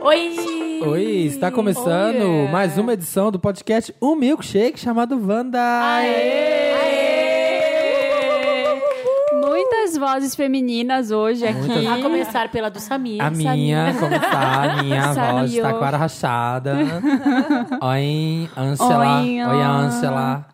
Oi! Oi, está começando Olha. mais uma edição do podcast Um Milkshake chamado Wanda. Muitas vozes femininas hoje aqui. A começar pela do Samir. A minha, como está? A minha Saiu. voz está com a rachada. Oi, Angela. Oi, Oi, Angela.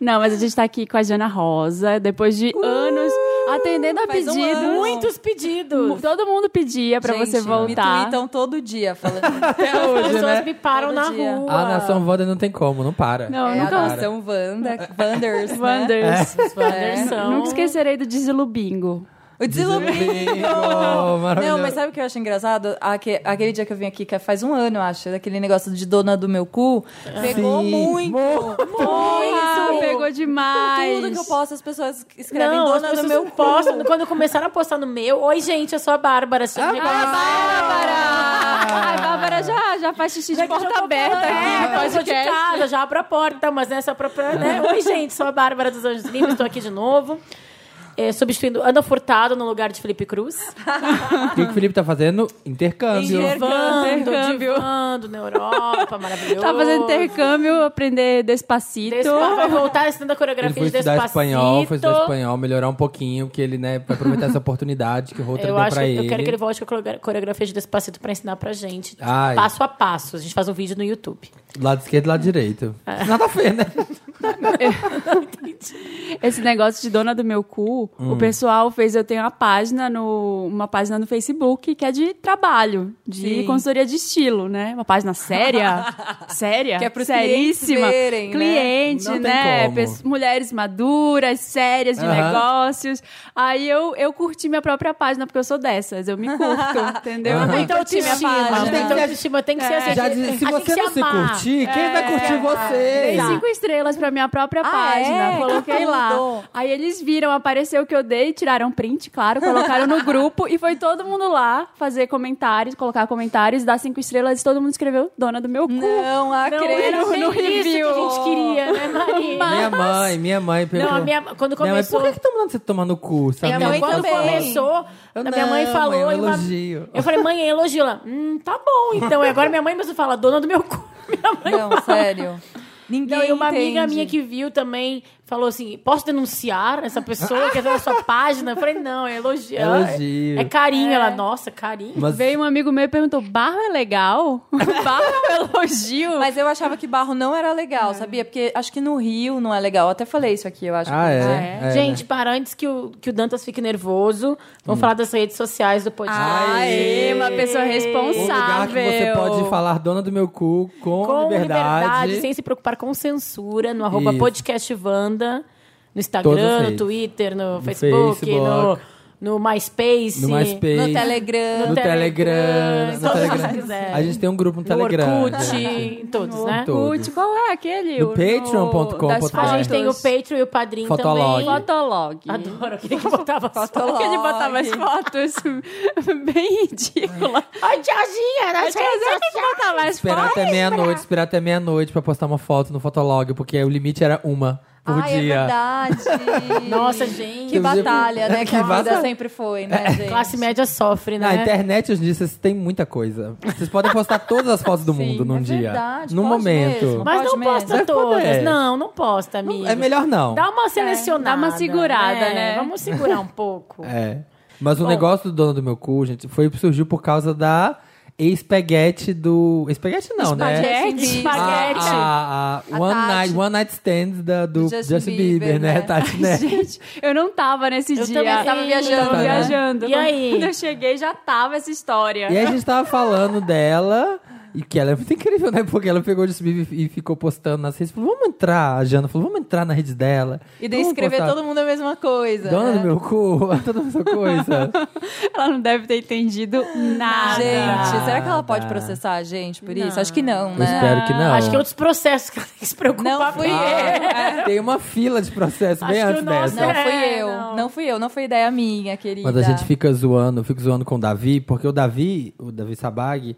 Não, mas a gente tá aqui com a Jana Rosa, depois de Uh! anos atendendo a faz um pedidos. ano. Muitos pedidos. Todo mundo pedia pra Gente, né? você Me voltar. tweetam todo dia falando. Até As hoje, pessoas né? me param Todo na dia. Ah, rua. A nação Wanda não tem como, não para. Não, é nunca a nação Wanda, Wanders, né? Wanders. É. É. Os Wanders são- Nunca esquecerei do Desilubingo. O Bingo, desilumido. Oh, maravilhoso. Não, mas sabe o que eu acho engraçado? Aque- Aquele dia que eu vim aqui, que faz um ano, eu acho, daquele negócio de dona do meu cu, pegou Sim. muito. Ah, Muito. pegou demais. Tudo que eu posto, as pessoas escrevem Não, as dona do pessoas meu não cu. postam. Quando começaram a postar no meu, oi, gente, eu sou a Bárbara. Ah, vocês me conhecem?" Bárbara! Ai, Bárbara já, já faz xixi de Daqui é já porta tô aberta falando, aqui no É, eu sou de podcast. É. casa, já abro a porta, mas né, só pra, pra, né? Oi, gente, sou a Bárbara dos Anjos Livres, estou aqui de novo. É, substituindo Ana Furtado no lugar de Felipe Cruz. O que que o Felipe tá fazendo? Intercâmbio. intercâmbio. divando na Europa, maravilhoso. Tá fazendo intercâmbio, aprender despacito. Desse- Vai voltar ensinando a Ele coreografia foi de estudar Despacito. espanhol, foi estudar espanhol, melhorar um pouquinho, porque ele, né, vai aproveitar essa oportunidade que o Rotary Eu, deu acho, pra que- ele. eu quero que ele volte com a core- coreografia de Despacito pra ensinar pra gente. Ai. Passo a passo. A gente faz um vídeo no YouTube. Lado esquerdo e lado direito. É. Nada a ver, né? Esse negócio de dona do meu cu, Hum. o pessoal fez, eu tenho uma página no uma página no Facebook que é de trabalho, de Sim. consultoria de estilo, né? Uma página séria, séria, Que é pros seríssima, clientes verem, né? cliente, Não tem né? como. Pes- mulheres maduras, sérias de Aham. negócios. Aí eu eu curti minha própria página porque eu sou dessas, eu me curto, entendeu? Aham. Eu Então, curti minha autoestima. página. Tem que ter autoestima, tem que ser assim. Já a gente- disse, se a gente você não se amar. É. curtir, quem vai curtir Dei você? cinco estrelas pra minha própria Ah, página. é? Coloquei Tudo. lá. Aí eles viram, apareceu o que eu dei, tiraram print, claro, colocaram no grupo e foi todo mundo lá fazer comentários, colocar comentários, dar cinco estrelas e todo mundo escreveu dona do meu cu. Não Não, é acredito. era no- no bem isso que a review. gente queria, né, Maria? Minha mãe, minha mãe perguntou. Não, a minha- quando Minha mãe, começou- por que que estão mandando você tomar no cu? Sabe? Minha Então, mãe quando Eu falo, também. começou, Eu a minha mãe não, falou. mãe, é um e uma- elogio. Eu falei, mãe, é elogio. Ela, hum, tá bom. Então, e agora minha mãe mesmo fala, dona do meu cu. Minha mãe Não, sério. Ninguém Não, e uma amiga entende. minha que viu também falou assim: posso denunciar essa pessoa que entrou na sua página? Eu falei, não, é elogio. Elogio. É carinho. Ela, nossa, carinho. Mas Veio um amigo meu e perguntou: barro é legal? barro é um elogio? Mas eu achava que barro não era legal, sabia? Porque acho que no Rio não é legal. Eu até falei isso aqui, eu acho. Ah, é? É. Gente, para antes que o, que o Dantas fique nervoso, Hum. vamos falar das redes sociais do Ah, podcast. Aê, Aê. uma pessoa Um lugar responsável. que você pode falar dona do meu cu com, Com liberdade. liberdade. sem se preocupar com censura, no arroba Isso. podcastvanda, no Todas as Instagram, no redes. Twitter, no, No Facebook, Facebook. No, no MySpace. No MySpace. No Telegram. No No Telegram. No Telegram, se Telegram. você quiser. A gente tem um grupo no No Telegram. Orkut, gente. em todos, né? todos. Orkut, qual é aquele? No O- patreon.com.br. das A A gente tem o fotos. Patreon e o Padrim Fotolog. também. Fotolog. Adoro aquele que botava as fotos. Porque ele botava as Fotolog. fotos bem ridícula. Ai, Jorginha, né? nas Mas redes é que sociais. botar mais Esperar fotos. até meia-noite, esperar até meia-noite pra postar uma foto no Fotolog, porque o limite era uma por Ai, dia. é verdade. Nossa, gente. Que batalha, né? é Que Que, a batalha. É, vida sempre foi, né, gente? Classe média sofre, né? Na internet, hoje em dia, vocês têm muita coisa. Vocês podem postar todas as fotos do mundo num é dia. verdade, num pode momento. mesmo. Mas não Pode mesmo. posta Deve todas. poder. Não, não posta, amigo. É melhor é. não. Dá uma selecionada. dá uma segurada, né? Vamos segurar um pouco. É. Mas o negócio do dono do meu cu, gente, foi, surgiu por causa da espaguete do. Espaguete não, É. né? Espaguete. Espaguete. A, a, a, A one, Tati. night, one Night Stand da, do Justin, Justin Bieber, Bieber, né? né? Tati, né? Gente, eu não tava nesse Eu dia. também tava Ih, viajando, tava né? viajando. E aí? Quando eu cheguei, já tava essa história. E aí a gente tava falando dela. E que ela é muito incrível, né? Porque ela pegou o Justin Bieber e ficou postando nas redes. Falou, vamos entrar. A Jana falou, vamos entrar na rede dela. E daí Vamos escrever postar. todo mundo é a mesma coisa. Ah, Dona né? do meu cu, toda essa coisa. Ela não deve ter entendido Ah, nada. Ah, Gente, será que ela pode Nada. processar a gente por isso? Acho que não, né? Eu espero que não. Acho que é outros processos que ela tem que se preocupar. É Não fui eu. Ah, Tem uma fila de processo bem Acho que antes o nosso dessa. Não fui É, eu. não. Não. fui eu, não foi ideia minha, querida. Mas a gente fica zoando, eu fico zoando com o Davi, porque o Davi, o Davi Sabag,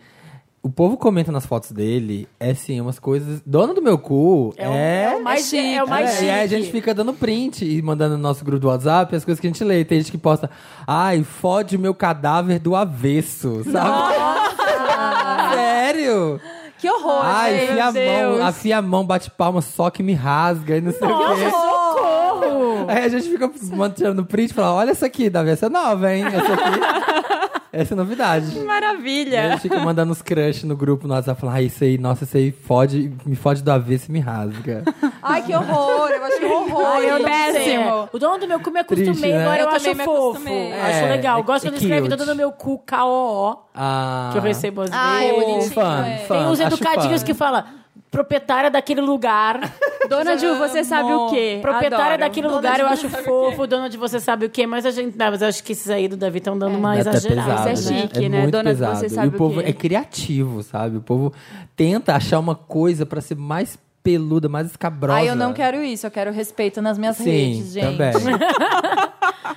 o povo comenta nas fotos dele, é assim, umas coisas. Dona do meu cu é. É, o- é o mais é chique. É o mais É, chique. e aí a gente fica dando print e mandando no nosso grupo do WhatsApp as coisas que a gente lê. Tem gente que posta, ai, fode o meu cadáver do avesso, sabe? Sério? Que horror, Ai, gente. afia a Deus. mão, afia a mão, bate palma, só que me rasga e não sei o quê. Socorro! Aí a gente fica mantendo o print e fala: olha essa aqui, Davi, essa é nova, hein? Essa aqui. essa é novidade. E a Maravilha. gente fica mandando os crush no grupo, nós falando, ah, isso aí, nossa, isso aí fode, me fode do avesso e me rasga. Ai, que horror. Eu achei horror. Ai, eu não sei. Péssimo. É, O dono do meu cu me acostumei, Triste, né? agora eu, Eu também acho me fofo. acostumei. acho É, legal. é- Gosto é quando escreve cute. dono do meu cu, K-O-O, Ah, que eu recebo às Ah, é vezes. bonitinho. Fã, é. fã, Tem uns acho educadinhos fã. que fala proprietária daquele lugar. Dona Ju, você sabe o quê? Proprietária Adoro. daquele Dona lugar, de eu você acho sabe o fofo, dona de você sabe o quê, mas a gente. Não, mas eu acho que esses aí do Davi estão dando uma É até exagerada. pesado, Isso é né? chique, né? muito Dona, você pesado. sabe e o o povo quê? é criativo, sabe? O povo tenta achar uma coisa pra ser mais peluda, mais escabrosa. Ai, eu não quero isso. Eu quero respeito nas minhas Sim, redes, gente. também.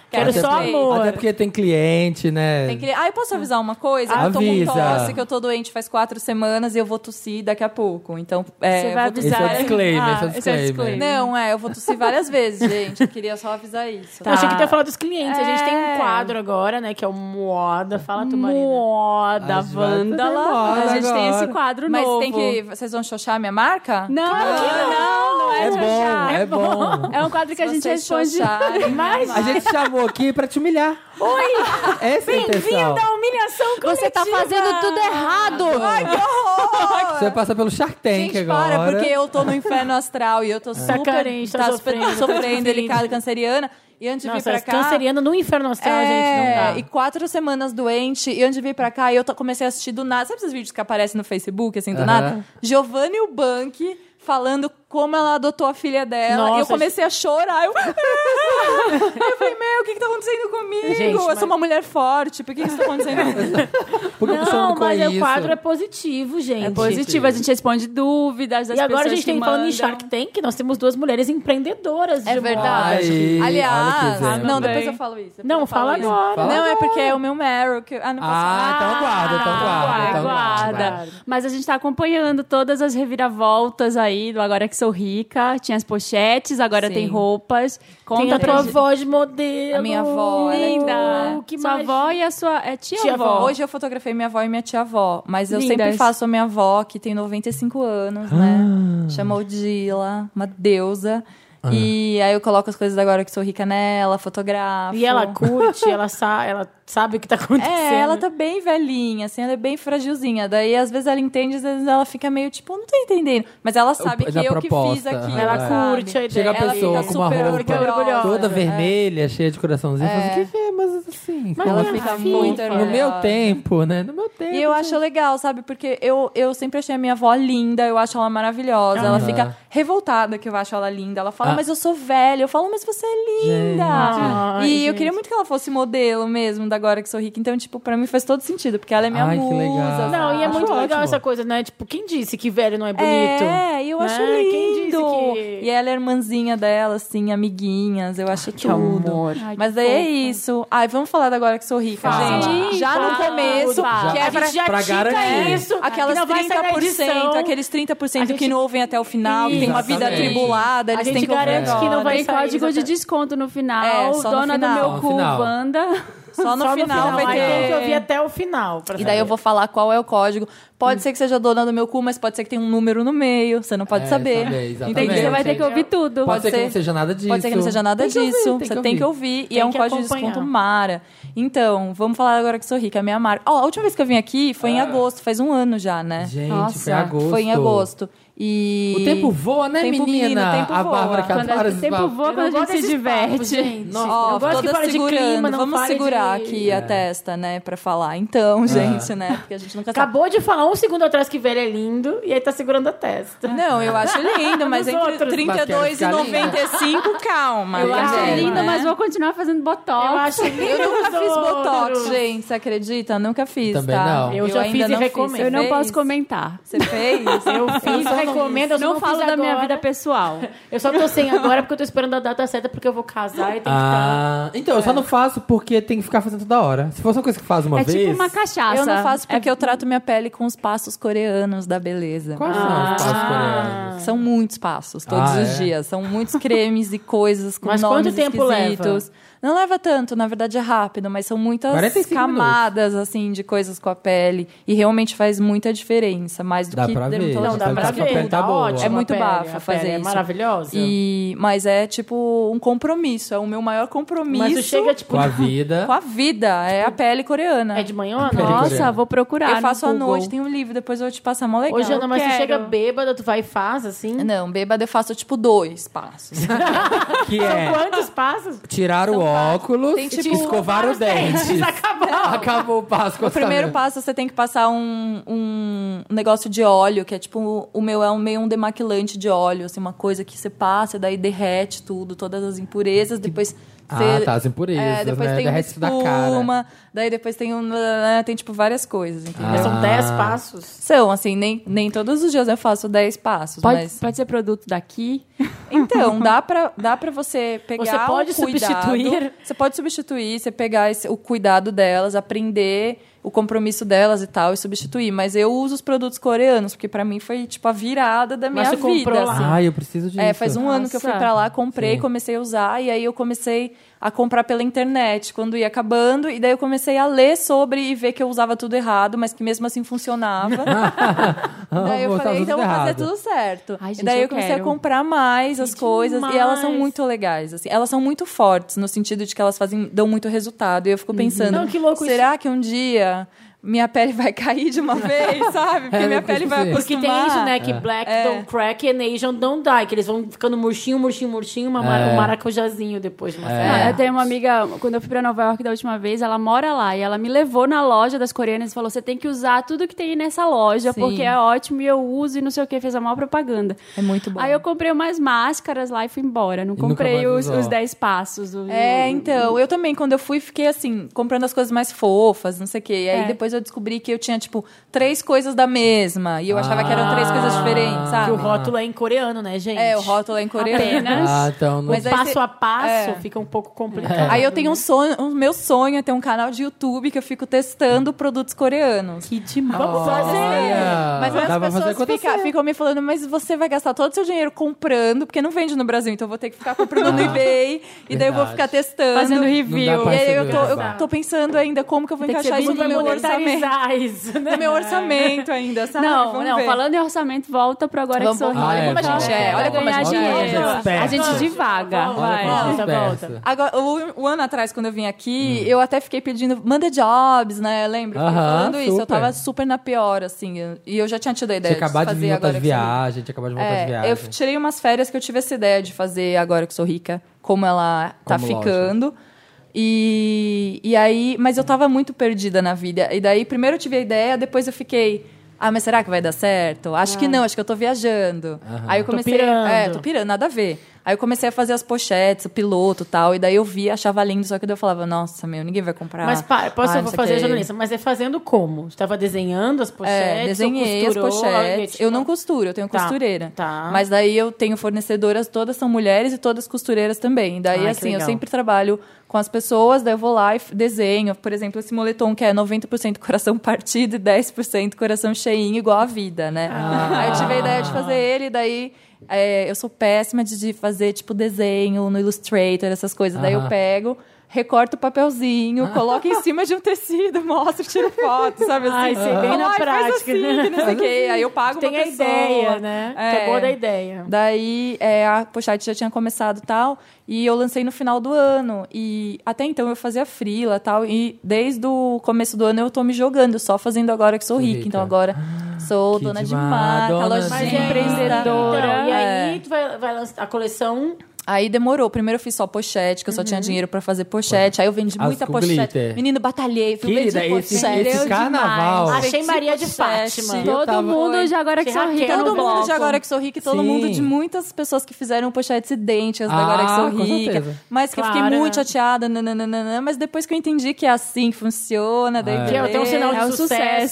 Quero Até só porque- amor. Até porque tem cliente, né? Tem que... Ai, posso avisar uma coisa? Eu tô com Avisa. tosse, que eu tô doente faz quatro semanas e eu vou tossir daqui a pouco. Então, é, Você eu vai vou- Esse é o avisar. disclaimer, esse Ah, é o esse é o disclaimer. disclaimer. Não, é, eu vou tossir várias vezes, gente. Eu queria só avisar isso. Eu achei que tu ia falar dos clientes. A gente tem um É. quadro agora, né? Que é o Moda. Fala tu, Marina. Moda, A gente vai fazer vândala. moda A gente tem agora. esse quadro Mas novo. tem que. Vocês vão xoxar minha marca? Não, Ah, não, não é, É bom, xoxar. é bom. É um quadro que a gente Vocês responde. xoxarem, Mas- A gente chamou aqui pra te humilhar. Oi! Essa é a intenção. Bem-vindo à humilhação coletiva. Você tá fazendo tudo errado. Você vai passar pelo Shark Tank Gente, agora. para, porque eu tô no inferno astral e eu tô super carente, tá sofrendo, tá sofrendo. delicada, canceriana. E antes de vir Nossa, pra as cá. canceriana no inferno astral, gente, não É, dá. e quatro semanas doente, e antes de vir pra cá, eu to- comecei a assistir do nada. Sabe esses vídeos que aparecem no Facebook, assim, do Aham. nada? Giovanni Ubank falando como ela adotou a filha dela. Nossa, e eu comecei a chorar. Eu, eu falei, meu, o que, que tá acontecendo comigo? Gente, eu mas- sou uma mulher forte, por que, que isso tá acontecendo comigo? Por que eu tô Não, chorando com mas isso? o quadro é positivo, gente. É positivo, a gente responde dúvidas das E agora a pessoas gente que tem falando mandam. em Shark Tank, nós temos duas mulheres empreendedoras. de É verdade. Ai, olha Aliás, que exemplo. não, depois Também. eu falo isso. depois Não, eu falo fala tá isso. agora. Fala. Não, é porque é o meu Meryl. Que... Ah, não posso Ah, falar. então aguarda, então aguarda. Então Ah, Aguarda. aguarda. Mas a gente tá acompanhando todas as reviravoltas aí do Agora Que Sou Rica. Tinha as pochetes, agora Sim. tem roupas. Conta a pra tua gente. avó de modelo. A minha avó, ela é linda. tudo, que sua mais- avó e a sua... É tia, Tia-avó. avó. Hoje eu fotografei minha avó e minha tia-avó, mas eu Lindas. sempre faço a minha avó, que tem 95 anos, né? Chamou Dila, uma deusa. E aí eu coloco as coisas agora que sou rica nela, fotografo. E ela curte, ela, sa ela sabe o que tá acontecendo. É, ela tá bem velhinha, assim, ela é bem fragilzinha. Daí às vezes ela entende, às vezes ela fica meio tipo, não tô entendendo. Mas ela sabe que da eu que fiz proposta, aquilo. né? Ela sabe? curte a ideia. Chega a Ela pessoa fica com uma super orgulhosa. roupa toda É. vermelha, cheia de coraçãozinho, fala assim, que é, mas assim... Mas como ela assim? fica muito No meu orgulhosa. tempo, né? No meu É, tempo. E eu acho legal, sabe? Porque eu, eu sempre achei a minha avó linda, eu acho ela maravilhosa. Ela Aham. fica revoltada que eu acho ela linda. Ela fala, Ah. mas eu sou velha. Eu falo, mas você é linda. e Gente. Ai, eu gente. queria muito que ela fosse modelo mesmo, da agora que sou rica. Então, tipo, pra mim faz todo sentido, porque ela é minha Ai, que musa. legal. Não, e é Acho muito legal ótimo. essa coisa, né? Tipo, quem disse que velho não é bonito? É, e eu né? acho Quem disse lindo. que- E ela é irmãzinha dela, assim, amiguinhas, eu acho Que tudo. amor. Ai, que Mas daí é fofa. isso. Ai, vamos falar da agora que sou rica, Fala. gente. Sim, Já no fala. começo, Fala. que a é gente pra já pra tica garantir. isso. Aquelas que não vai sair na 30%, edição. aqueles 30% A gente- que não ouvem até o final, que tem uma vida Exatamente. atribulada, A eles gente têm que ouvir garante que não agora. vai Tem sair, código de exatamente. desconto no final. É, só no Dona do final. Só no meu cu, final. Wanda. Só no Só final vai aí Tem que ouvir ter... até o final. pra E daí saber. eu vou falar qual é o código. Pode ser que seja dona do meu cu, mas pode ser que tenha um número no meio. Você não pode É, saber. saber, exatamente. Entendeu? Você vai ter Gente, que ouvir tudo. Pode ser que ser- não seja nada disso. Pode ser que não seja nada Tem que ouvir, disso. tem você que tem que ouvir. ouvir. E Tem é um que código de acompanhar. desconto mara. Então, vamos falar agora que sou rica, a minha marca. Ó, a última vez que eu vim aqui foi em agosto, faz um ano já, né? Gente, foi Nossa, em agosto. Foi em agosto. E... O tempo voa, né, Tempo, menina? menino, tempo a voa. é Bárbara que Quando adora a esses tempo papos. voa, Eu não quando a gosta gente se desse papo, diverte. gente. Nossa. Ó, eu gosto que toda fala de clima, segurando. não Vamos fale segurar de- aqui É. a testa, né? Pra falar. Então, gente, né? Porque a gente nunca sabe. Acabou de falar um segundo atrás que velho é lindo e aí tá segurando a testa. Não, eu acho lindo, mas Dos entre outros. 32 e Mas quero 95, calma. Eu tá acho bom, linda, É. né? mas vou continuar fazendo botox. Eu acho lindo. Eu nunca dos fiz botox, outros. gente. Você acredita? Nunca fiz, Também tá? não. Eu já ainda fiz e não recomendo. Você Eu não fez? posso comentar. Você fez? Eu fiz, recomendo. Eu só não, não falo fiz da minha agora. vida pessoal. Eu só tô sem agora porque eu tô esperando a data certa porque eu vou casar e tem tá- Ah, então, É. eu só não faço porque tem que ficar fazendo toda hora. Se fosse uma coisa que faz uma é vez... tipo uma cachaça. Eu não faço porque É- eu trato minha pele com os passos coreanos da beleza. Quais são os passos coreanos? Ah. São muitos passos, todos Ah, os é? dias. São muitos cremes e coisas com Mas nomes quanto tempo esquisitos. Não leva tanto, na verdade é rápido, mas são muitas 45 camadas, assim, de coisas com a pele. E realmente faz muita diferença, mais do Dá que pra ver. dermatologia. Não, dá pra Tá com a ver. pele tá Tá boa. ótimo. É muito a pele, bafo a fazer pele É isso. maravilhosa. E, mas é tipo um compromisso, é o meu maior compromisso Mas tu chega, tipo, Com a vida. com a vida, é a pele coreana. é de manhã ou à Pele noite? Nossa, coreana. vou procurar. eu faço no à Google. noite, tem um livro, depois eu vou te passar, mó legal. Hoje, Ana, mas tu quero. chega bêbada, tu vai e faz, assim? Não, bêbada eu faço tipo dois passos. Que é Quantos passos? tirar o óculos, Tem, tipo, escovar o dente. Acabou. Acabou o passo com O primeiro passo você tem que passar um, um negócio de óleo, que é tipo, o meu é um, meio um demaquilante de óleo, assim, uma coisa que você passa, daí derrete tudo, todas as impurezas, depois. Ah, você- tá, as impurezas, É, depois né? tem Derrete isso da uma cara. espuma, daí depois tem um. né, Tem, tipo, várias coisas, entendeu? Mas Ah. São 10 passos. São, assim, nem, nem todos os dias eu faço 10 passos, Pode, mas. pode ser produto daqui. Então, dá pra, dá pra você pegar Você pode o cuidado, substituir? Você pode substituir, você pegar esse- o cuidado delas, aprender o compromisso delas e tal, e substituir. Mas eu uso os produtos coreanos, porque pra mim foi, tipo, a virada da minha Mas você vida. comprou lá? assim. Ah, eu preciso disso. É, faz um ano que eu fui Nossa. pra lá, comprei, Sim. comecei a usar, e aí eu comecei a comprar pela internet quando ia acabando, e daí eu comecei a ler sobre e ver que eu usava tudo errado, mas que mesmo assim funcionava. Ah, Daí eu vou usar falei, então vou tudo fazer errado. tudo certo. Ai, gente, e daí eu eu comecei quero. a comprar mais as coisas. E elas são demais. muito legais, assim. Elas são muito fortes, no sentido de que elas fazem, dão muito resultado. E eu fico pensando, Não, que louco será que um dia minha pele vai cair de uma vez, sabe? Porque É, minha eu pele vai pensei. acostumar. Porque tem isso, né? Que black É. don't crack and Asian don't die. Que eles vão ficando murchinho, murchinho, murchinho. Uma mar- É. Um maracujazinho depois de uma Ah, É, certa Eu tenho uma amiga, quando eu fui pra Nova York da última vez, ela mora lá e ela me levou na loja das coreanas e falou: você tem que usar tudo que tem nessa loja, Sim. porque é ótimo e eu uso e não sei o que, fez a maior propaganda. É muito bom. Aí eu comprei umas máscaras lá e fui embora. Não nunca comprei mais os, usou. os 10 passos. o- É, o- Uhum. então, eu também, quando eu fui, fiquei assim, comprando as coisas mais fofas, não sei o quê. E aí É. depois eu descobri que eu tinha, tipo, três coisas da mesma. E eu achava que eram três coisas diferentes, Ah. Que sabe? o rótulo é em coreano, né, gente? É, o rótulo é em coreano. Apenas. Ah, então. Não... Mas aí Passo você- a passo É. fica um pouco complicado. Aí eu tenho um sonho, o meu sonho é ter um canal de YouTube que eu fico testando produtos coreanos. Que demais. Vamos fazer! Olha, Mas dá aí as pra fazer pessoas fica- acontecer. ficam me falando, mas você vai gastar todo o seu dinheiro comprando, porque não vende no Brasil, então eu vou ter que ficar comprando no eBay, e daí eu vou Ah, Verdade. ficar testando. Fazendo Não dá review. pra E aí eu tô, segurar. eu tô pensando ainda como que eu vou Tem que encaixar ser isso Isso no vai meu orçamento. monetarizar isso, né? No meu orçamento ainda, sabe? Não, Vamos não, ver. falando em orçamento, volta pro Agora Vamos que Sorri. voltar. Ah, é, Olha como a vamos. gente É, olha vai como a ganhar gente é dinheiro. esperta. A gente divaga. Volta, vai. como a gente volta, é volta. esperta. Agora, o, o ano atrás, quando eu vim aqui, eu até fiquei pedindo, manda jobs, né? Lembro, Aham, falando isso. super. Eu tava super na pior, assim. eu- E eu já tinha tido a ideia Tinha acabado de de fazer vir agora voltar de que sou rica. viagem, tinha acabado de voltar de É, viagem. eu tirei umas férias que eu tive essa ideia de fazer agora que sou rica, como ela tá Como loja. ficando. E, e aí, mas eu tava muito perdida na vida. E daí, primeiro eu tive a ideia, depois eu fiquei. Ah, mas será que vai dar certo? Acho que não, acho que eu tô viajando. Aí eu Ah. Tô comecei. pirando. É, tô pirando, nada a ver. Aí eu comecei a fazer as pochetes, o piloto e tal. E daí eu vi, achava lindo, só que daí eu falava, nossa, meu, ninguém vai comprar. Mas pa, posso Ah, eu não vou sei fazer o quê. jornalista, mas é fazendo como? Estava desenhando as pochetes? É, ou desenhei as costurou, tipo, pochetes. algo- Eu não costuro, eu tenho Tá, costureira. tá. Mas daí eu tenho fornecedoras, todas são mulheres e todas costureiras também. Daí, Ai, que assim, eu legal. sempre trabalho com as pessoas, daí eu vou lá e f- desenho. Por exemplo, esse moletom que é 90% coração partido e 10% coração cheinho, igual a vida, né? Aí eu tive a ideia de fazer ele, daí. é, eu sou péssima de, de fazer, tipo, desenho no Illustrator, essas coisas. Daí eu Aham. pego, recorto o papelzinho, coloco em cima de um tecido, mostro, tiro foto, sabe? Assim, Ai, sei, bem na Ai, faz prática, assim, né? que não sei o quê. Aí eu pago Tem uma a pessoa. ideia, né? É. Que é É. boa da ideia. Daí é, a pochete já tinha começado e tal, e eu lancei no final do ano. E até então eu fazia frila e tal, e desde o começo do ano eu tô me jogando, só fazendo agora que sou Sou rica. rica. Então agora sou Ah, que dona de demais, marca, dona de lojinha, Mas Sim. é empreendedora. Então, e É. aí tu vai, vai lançar a coleção. Aí demorou. Primeiro eu fiz só pochete, que eu só Uhum. tinha dinheiro pra fazer pochete. Aí eu vendi As muita com pochete. glitter. Menino, batalhei, fui Querida, vender esse, pochete. esse Deu carnaval. demais. Achei Vesti Maria de tipo pochete. Fátima. Eu Todo tava- mundo de Agora que é Tinha Sorri. tá Raquel no Todo no mundo bloco. de Agora que Sou Rica e todo Sim. mundo de muitas pessoas que fizeram um pochetes idênticas da Ah, Agora que com Sou Rica. certeza. Mas que eu fiquei Claro, muito né? chateada, nananana, mas depois que eu entendi que é assim que funciona, daí É. Que é beleza. tem um sinal de É um sucesso,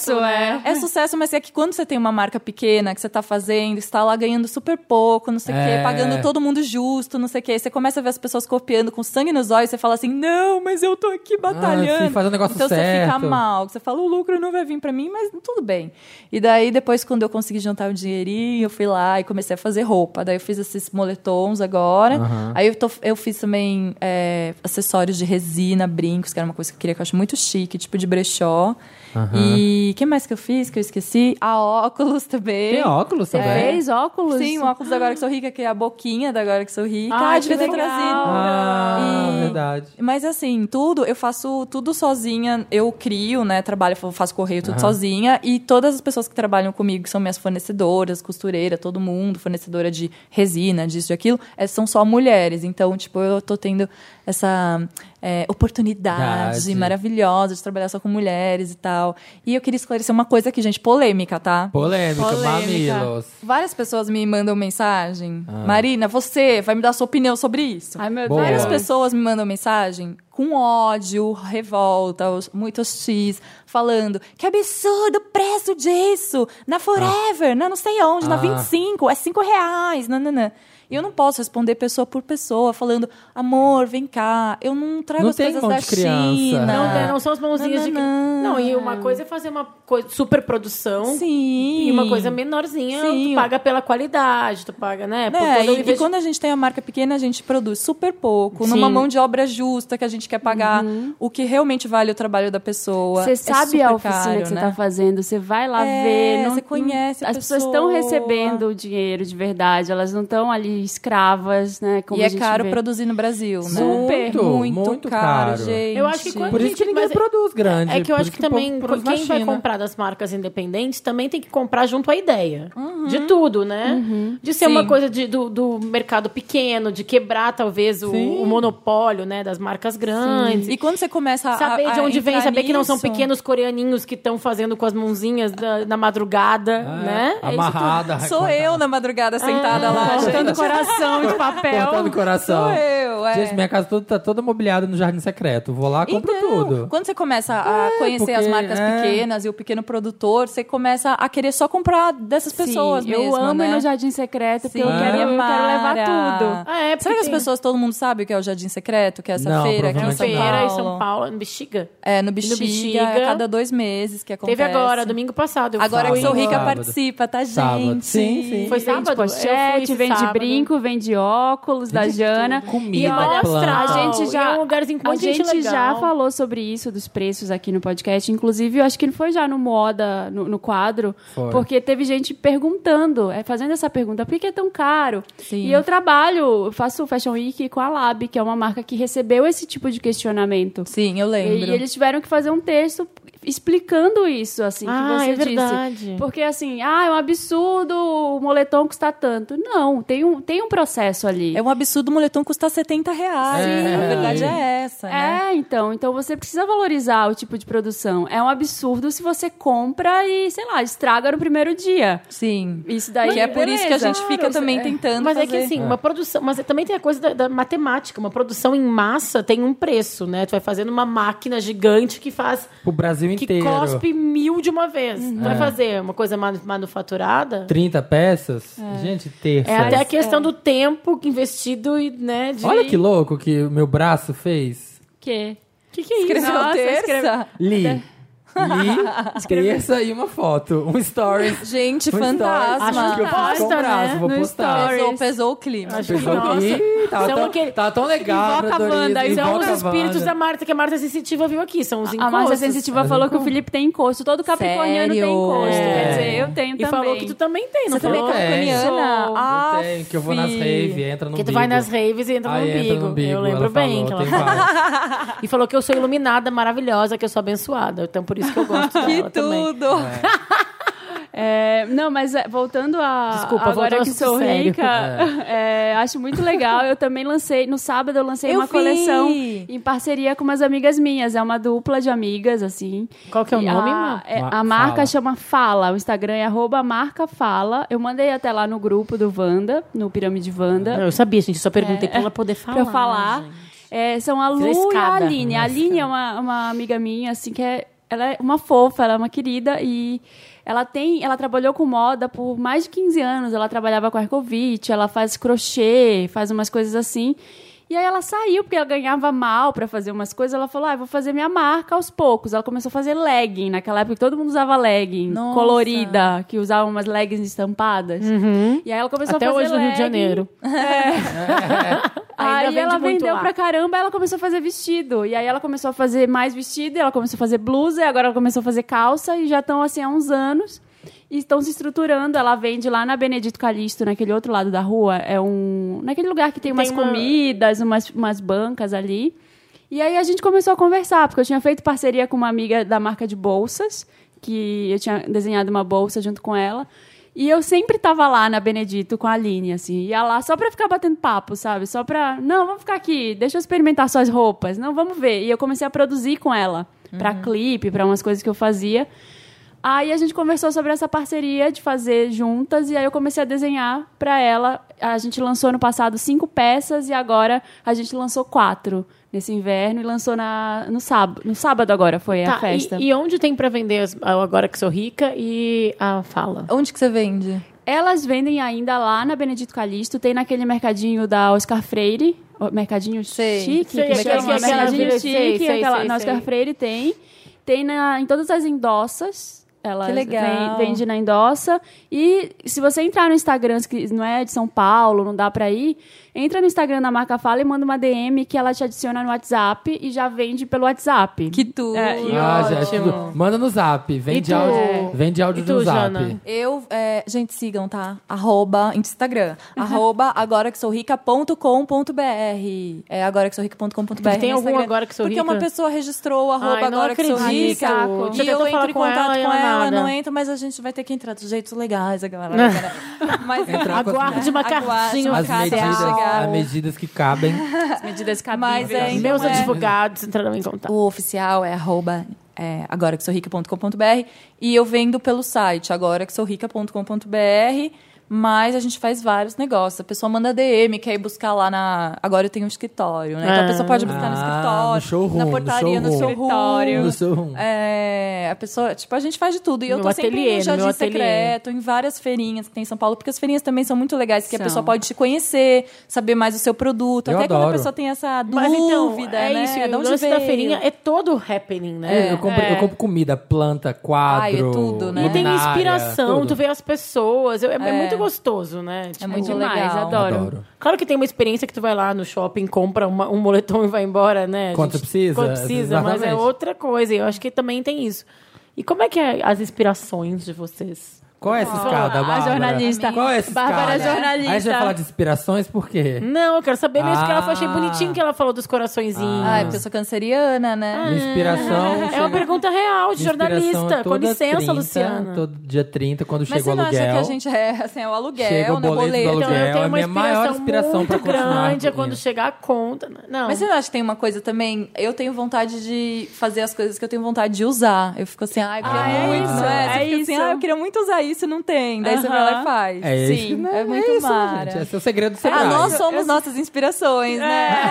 sucesso, né? é. É sucesso, mas é que quando você tem uma marca pequena que você tá fazendo, está lá ganhando super pouco, não sei o É. quê, pagando todo mundo justo, isso, não sei o que. Aí você começa a ver as pessoas copiando com sangue nos olhos, você fala assim, não, mas eu tô Ah, aqui batalhando. sim, faz um negócio então você certo. fica mal, você fala, o lucro não vai vir pra mim, mas tudo bem. E daí, depois, quando eu consegui juntar um dinheirinho, eu fui lá e comecei a fazer roupa. Daí eu fiz esses moletons agora. Aham. Aí eu, tô- eu fiz também é, acessórios de resina, brincos, que era uma coisa que eu queria, que eu acho muito chique, tipo de brechó. Aham. E o que mais que eu fiz que eu esqueci? A óculos também. Tem óculos Você É, também? fez óculos? Sim, um óculos da agora que sou rica, que é a boquinha da agora que sou rica. Ai, Ah, devia que ter legal. trazido. Ah, E- verdade. Mas assim, tudo, eu faço tudo sozinha, eu crio, né, trabalho, faço correio tudo Aham. sozinha e todas as pessoas que trabalham comigo, que são minhas fornecedoras, costureira, todo mundo, fornecedora de resina, disso e aquilo, eh, são só mulheres. Então, tipo, eu tô tendo essa eh, oportunidade Verdade. maravilhosa de trabalhar só com mulheres e tal. E eu queria esclarecer uma coisa aqui, gente, polêmica, tá? Polêmica, Polêmica. mamilos. Várias pessoas me mandam mensagem. Ah. Marina, você vai me dar sua opinião sobre isso? Ai, meu Boa. Várias Deus. pessoas me mandam mensagem com ódio, revolta, os- muitos X, falando que absurdo o preço disso na Forever, na não sei onde, na Ah. 25, é 5 reais, nananã. E eu não posso responder pessoa por pessoa, falando, amor, vem cá, eu não trago Não as tem coisas mão da de criança. China. Não, tem- não são as mãozinhas de. Nananã. Não, e uma coisa é fazer uma coisa, super produção. Sim. E uma coisa menorzinha, Sim. tu paga pela qualidade, tu paga, né? Por Né? todo o E, e investi- quando a gente tem a marca pequena, a gente produz super pouco, Sim. numa mão de obra justa que a gente quer pagar o que realmente vale o trabalho da pessoa. Você É sabe super a oficina caro, que você né? tá fazendo, você vai lá É, ver. você conhece a As pessoas estão pessoa. recebendo o dinheiro de verdade, elas não estão ali escravas, né? Como e a é gente caro vê. produzir no Brasil, né? Super, muito, muito caro, caro. gente. Eu acho que quando- Por isso que Gente, ninguém mas é- produz grande. É que eu por acho isso que, o povo também produz na quem vai China. comprar das marcas independentes também tem que comprar junto à ideia. De tudo, né? De ser uma Uhum. Sim. coisa de- do, do mercado pequeno, de quebrar talvez o, Sim. o monopólio né, das marcas grandes. E quando você começa a Saber a- de a onde vem, entrar saber que não são nisso, pequenos coreaninhos que estão fazendo com as mãozinhas da- na madrugada, Ah, é. né? É isso Amarrada. Sou eu né? na madrugada sentada lá, Cortando gente. o coração de Cortando o papel. coração. Sou eu, é. Gente, minha casa toda, tá toda mobiliada no Jardim Secreto. Vou lá, compro Então, tudo. Quando você começa a conhecer porque, as marcas é. pequenas e o pequeno produtor, você começa a querer só comprar dessas pessoas Sim, mesmo, eu amo né? ir no Jardim Secreto, porque eu Sim. Ah. quero, eu quero levar Mara. tudo. Ah, é, porque Será que as tem- pessoas, todo mundo sabe o que é o Jardim Secreto? Que é essa Não, feira aqui É em uma São provavelmente Paulo. feira em São Paulo, em Bexiga. É, no Bexiga, Bexiga. a cada dois meses que acontece. Teve agora, domingo passado. Eu Agora fui. que sou rica, Sábado. participa, tá, gente? Sábado. Sim, sim. Foi Vende sábado? Eu pochete, fui vende sábado. brinco, vende óculos da Jana. Comida, e olha, planta. a gente já, E é um lugarzinho com a muita gente gente já legal. falou sobre isso dos preços aqui no podcast. Inclusive, eu acho que não foi já no moda, no, no quadro, Foi. porque teve gente perguntando, é, fazendo essa pergunta, por que é tão caro? Sim. E eu trabalho, eu faço Fashion Week com a Lab, que é uma marca que recebeu esse tipo de questionamento. Sim, eu lembro. E eles tiveram que fazer um texto explicando isso, assim, que Ah, você é disse. verdade. Porque, assim, ah, é um absurdo o moletom custar tanto. Não, tem um, tem um processo ali. É um absurdo o moletom custar 70 reais. Sim. A verdade é essa, né? É, então. Então você precisa valorizar o tipo de produção. É um absurdo se você compra e, sei lá, estraga no primeiro dia. Sim. Isso daí que é por isso que a beleza. gente fica também tentando Mas é fazer. que assim, uma produção. Mas também tem a coisa da, da matemática. Uma produção em massa tem um preço, né? Tu vai fazendo uma máquina gigante que faz. Pro Brasil Que inteiro. É. cospe mil de uma vez. Uhum. Tu Vai fazer uma coisa manu- manufaturada? 30 peças? Gente, terças. É até a questão do tempo investido e, né? De... Olha que louco que o meu braço fez. Que? Ah, que, que é isso? Escreveu Nossa, terça. escreve- Li. Li, terça e uma foto. Um story. Gente, Um fantasma. story. Acho que eu Posta, fiz com o braço, né? vou No postar. story. Pesou, pesou o clima. Acho que Pessoal, Tipo, nossa. é Ih, tava, São Tá tão, aquele- tava tão legal, Invoca a Bradoriza, Wanda, isso é São invoca os a espíritos Wanda. um da Marta, que a Marta Sensitiva viu aqui. São os A encostos. Márcia Sensitiva falou que o Felipe tem encosto. Todo capricorniano né? Sério? tem encosto. É. Quer dizer, eu tenho E também. falou que tu também tem, não Você também falou? é capricorniana? Sou. Ah, Eu tenho, que eu vou nas fi. rave, entra no Porque tu umbigo. vai nas raves e entra no Aí entra umbigo. no umbigo, Eu lembro ela bem falou, que ela tem falou. vários. E falou que eu sou iluminada, maravilhosa, que eu sou abençoada. Então por isso que eu gosto dela Que também. tudo! É, não, mas é, voltando a Desculpa, agora voltando que ao sou sério. rica, é, acho muito legal. Eu também lancei no sábado eu lancei Eu uma vi! coleção em parceria com umas amigas minhas. É uma dupla de amigas assim. Qual que é o E nome, a, Má? é, Ma- a marca Fala. chama Fala. O Instagram é arroba marca Fala. Eu mandei até lá no grupo do Vanda, no Pirâmide Vanda, Ah, Não, eu sabia, gente. eu Só perguntei É. pra ela poder falar. É. pra eu falar. gente. É, são a Lu Frescada. e a Aline. A Aline é uma, uma amiga minha assim que é ela é uma fofa, ela é uma querida e ela tem, ela trabalhou com moda por mais de 15 anos. Ela trabalhava com Arcovite, ela faz crochê, faz umas coisas assim. E aí ela saiu porque ela ganhava mal pra fazer umas coisas. Ela falou: "Ah, eu vou fazer minha marca aos poucos". Ela começou a fazer legging, naquela época que todo mundo usava legging Nossa. colorida, que usava umas leggings estampadas. E aí ela começou Uhum. Até a fazer hoje no Rio de legging. Janeiro. Ainda Aí vende ela muito vendeu lá. pra caramba, ela começou a fazer vestido. E aí ela começou a fazer mais vestido, e ela começou a fazer blusa, e agora ela começou a fazer calça, e já estão assim há uns anos. E estão se estruturando. Ela vende lá na Benedito Calixto, naquele outro lado da rua. É um. Naquele lugar que tem umas uma- comidas, umas, umas bancas ali. E aí a gente começou a conversar, porque eu tinha feito parceria com uma amiga da marca de bolsas, que eu tinha desenhado uma bolsa junto com ela. E eu sempre tava lá na Benedito com a Aline, assim. Ia lá só pra ficar batendo papo, sabe? Só pra. Não, vamos ficar aqui, deixa eu experimentar suas roupas. Não, vamos ver. E eu comecei a produzir com ela, pra clipe, pra umas coisas que eu fazia. Aí a gente conversou sobre essa parceria de fazer juntas e aí eu comecei a desenhar pra ela. A gente lançou no passado cinco peças e agora a gente lançou quatro nesse inverno e lançou na, no sábado. No sábado agora foi Tá, a festa. E, e onde tem pra vender as- agora que sou rica e a fala? Onde que você vende? Elas vendem ainda lá na Benedito Calixto, tem naquele mercadinho da Oscar Freire, o- mercadinho Sei. chique, Sei, que aquele chama, que é aquela mercadinho vila- chique, sei, sei, aquela- sei, na Oscar sei. Freire tem, tem na, em todas as endossas, ela Que legal. vende na endossa, e se você entrar no Instagram, se não é de São Paulo, não dá pra ir, entra no Instagram da marca Fala e manda uma DM que ela te adiciona no WhatsApp e já vende pelo WhatsApp. Que tu. É, e Ah, já, tudo. Manda no zap. Vende tu? áudio, vende áudio E tu, no zap. Jana? Eu, é, gente, sigam, tá? Arroba Instagram. Uhum. Arroba agora que sou rica.com.br. É agora que sou rica.com.br. Mas tem no algum Instagram. agora que sou Porque rica? uma pessoa registrou o arroba Ai, não agora que sou acredito. rica. Saco. Já E eu tentou falar entro em com ela contato e com ela ela, nada. não entro, mas a gente vai ter que entrar dos jeitos legais, a galera. mas Entrar com as- Aguarde uma Aguarde cartinha uma As Cada medidas, chegar. as medidas que cabem. As medidas cabíveis. é, então Meus é. advogados entraram em contato. O oficial é arroba é, agora que sou rica.com.br e eu vendo pelo site agora que sou rica.com.br, mas a gente faz vários negócios. A pessoa manda DM, quer ir buscar lá na. Agora eu tenho um escritório, né? Então Ah. a pessoa pode buscar no Ah, escritório, no showroom, na no portaria, no showroom. escritório. No showroom. É, a pessoa, tipo, a gente faz de tudo. E eu No tô sempre ateliê, no no Jardim meu ateliê. Secreto, em várias feirinhas que tem em São Paulo, porque as feirinhas também são muito legais, que São. a pessoa pode te conhecer, saber mais o seu produto. Eu Até quando adoro. a pessoa tem essa dúvida, Mas então, é né? isso. De o onde lance da veio? feirinha é todo happening, né? É, Eu, eu compro, eu compro comida, planta, quadro. Ai, é tudo, né? E tem luminária, inspiração, tudo. tu vê as pessoas. eu- é, é muito gostoso, né? Tipo, muito demais, legal. adoro. Adoro. Claro que tem uma experiência que tu vai lá no shopping, compra uma- um moletom e vai embora, né? Quando gente? tu precisa, Quando precisa, mas é exatamente. outra coisa. E eu acho que também tem isso. E como é que é as inspirações de vocês? Qual é essa escada, a Bárbara? jornalista. Qual é essa Bárbara escada? jornalista. Aí a gente vai falar de inspirações, por quê? Não, eu quero saber mesmo, que ela eu achei Ah. bonitinho que ela falou dos coraçõezinhos. Ai, porque eu sou canceriana, né? Ah, Inspiração... é uma pergunta real de um inspiração é jornalista. Com toda licença, 30, Luciana. Todo dia 30, quando Mas chega o você não aluguel... acha que a gente é, assim, é o aluguel, Chega o né? O boleto do boleto. aluguel. Então, eu tenho é a uma minha maior inspiração inspiração pra muito continuar grande é com quando isso. chegar a conta. Não. Mas você não acha que tem uma coisa também? Eu tenho vontade de fazer as coisas que eu tenho vontade de usar. Eu fico assim, ai, eu queria Ah, é muito. isso, é é, você fica isso. assim, ah, eu queria muito usar isso e não tem. Daí você Aham. vai lá e faz. É isso, Sim, né? é muito isso, mara. gente. Esse é o segredo do seu Ah, nós Eu- somos eu- nossas inspirações, né?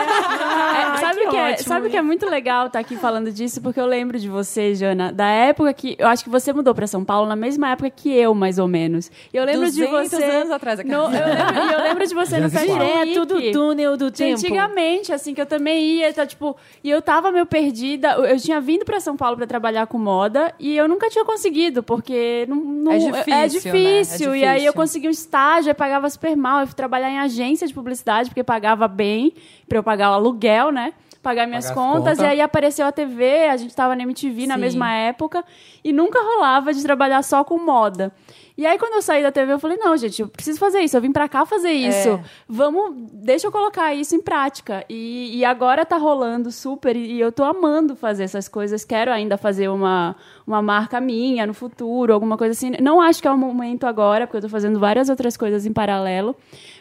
É, sabe que o que, é, ótimo. sabe o que é muito legal estar aqui falando disso? Porque eu lembro de você, Jana, da época que. Eu acho que você mudou pra São Paulo na mesma época que eu, mais ou menos. E eu lembro de 200 você. anos atrás, aquela. no, eu, lembro, e eu lembro de você no 204. Cachorro. Direto do é túnel do Gente, tempo. Antigamente, assim, que eu também ia, tá, tipo, e eu tava meio perdida. Eu, eu tinha vindo pra São Paulo pra trabalhar com moda e eu nunca tinha conseguido, porque não, não- É difícil, é né? É difícil. E aí eu difícil. consegui um estágio, aí pagava super mal. Eu fui trabalhar em agência de publicidade, porque pagava bem, pra eu pagar o aluguel, né? Pagar minhas Pagar as contas, contas. e aí apareceu a TV, a gente tava na MTV na Sim. mesma época, e nunca rolava de trabalhar só com moda. E aí, quando eu saí da TV, eu falei, não, gente, eu preciso fazer isso, eu vim pra cá fazer isso. Vamos, deixa eu colocar isso em prática. E, e agora tá rolando super, e, e eu tô amando fazer essas coisas. Quero ainda fazer uma, uma marca minha no futuro, alguma coisa assim. Não acho que é o momento agora, porque eu tô fazendo várias outras coisas em paralelo.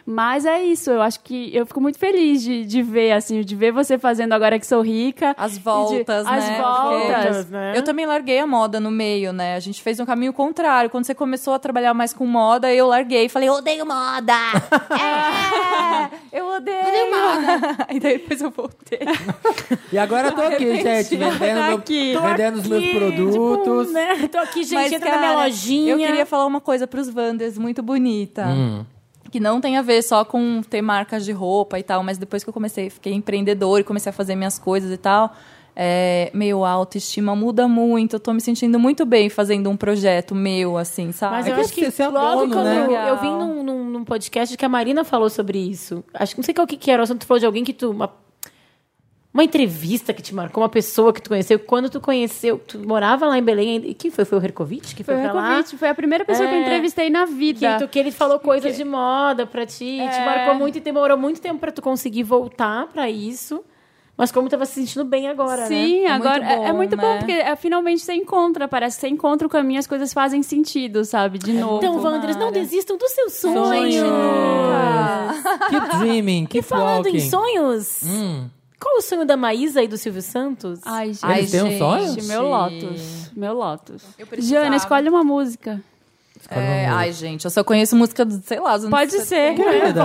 Mas é isso, eu acho que eu fico muito feliz de, de ver, assim, de ver você fazendo agora que sou rica. E As de- voltas, as né? voltas. Voltas, né? Eu também larguei a moda no meio, né? A gente fez um caminho contrário. Quando você começou a trabalhar mais com moda, eu larguei. Falei, odeio moda! É! Eu odeio. e daí depois eu voltei. E agora eu tô aqui, gente, vendendo, Tá meu- aqui. Tô vendendo os meus aqui, produtos. Tipo, né? Tô aqui, gente, entra na minha cara, lojinha. Eu queria falar uma coisa pros Wanders muito bonita. Hum. Que não tem a ver só com ter marcas de roupa e tal, mas depois que eu comecei, fiquei empreendedor e comecei a fazer minhas coisas e tal. É, meu a autoestima muda muito. Eu tô me sentindo muito bem fazendo um projeto meu, assim, sabe? Mas É eu que acho que você- você é logo dono, quando né? eu- eu Legal. vim num, num, num podcast que a Marina falou sobre isso. Acho que não sei qual que, que era o assunto. Tu falou de alguém que tu. Uma, uma entrevista que te marcou, uma pessoa que tu conheceu. Quando tu conheceu, tu morava lá em Belém ainda. E quem foi? Foi o Herkovitch que foi, Foi o pra lá? Reconvite, foi a primeira pessoa que eu É. entrevistei na Que, vida. tu, que ele falou coisas de moda pra ti, te É. marcou muito e demorou muito tempo pra tu conseguir voltar pra isso. Mas como tava se sentindo bem agora, né? Sim, É muito agora é- é, bom, muito bom, né? porque é, finalmente você encontra, parece que você encontra o caminho, as coisas fazem sentido, sabe? De novo. Então, Wanders, não desistam dos seus sonhos. Sonhos. Keep dreaming, keep E falando walking. em sonhos, Hum. qual o sonho da Maísa e do Silvio Santos? Ai, gente. Ai, Eles têm um gente, sonho? Meu Lotus. Meu Lotus. Eu precisava. Jana, escolhe uma música. Escolhe uma É, música. ai, gente, eu só conheço música, do, sei lá, dos Pode anos é ser. Querida,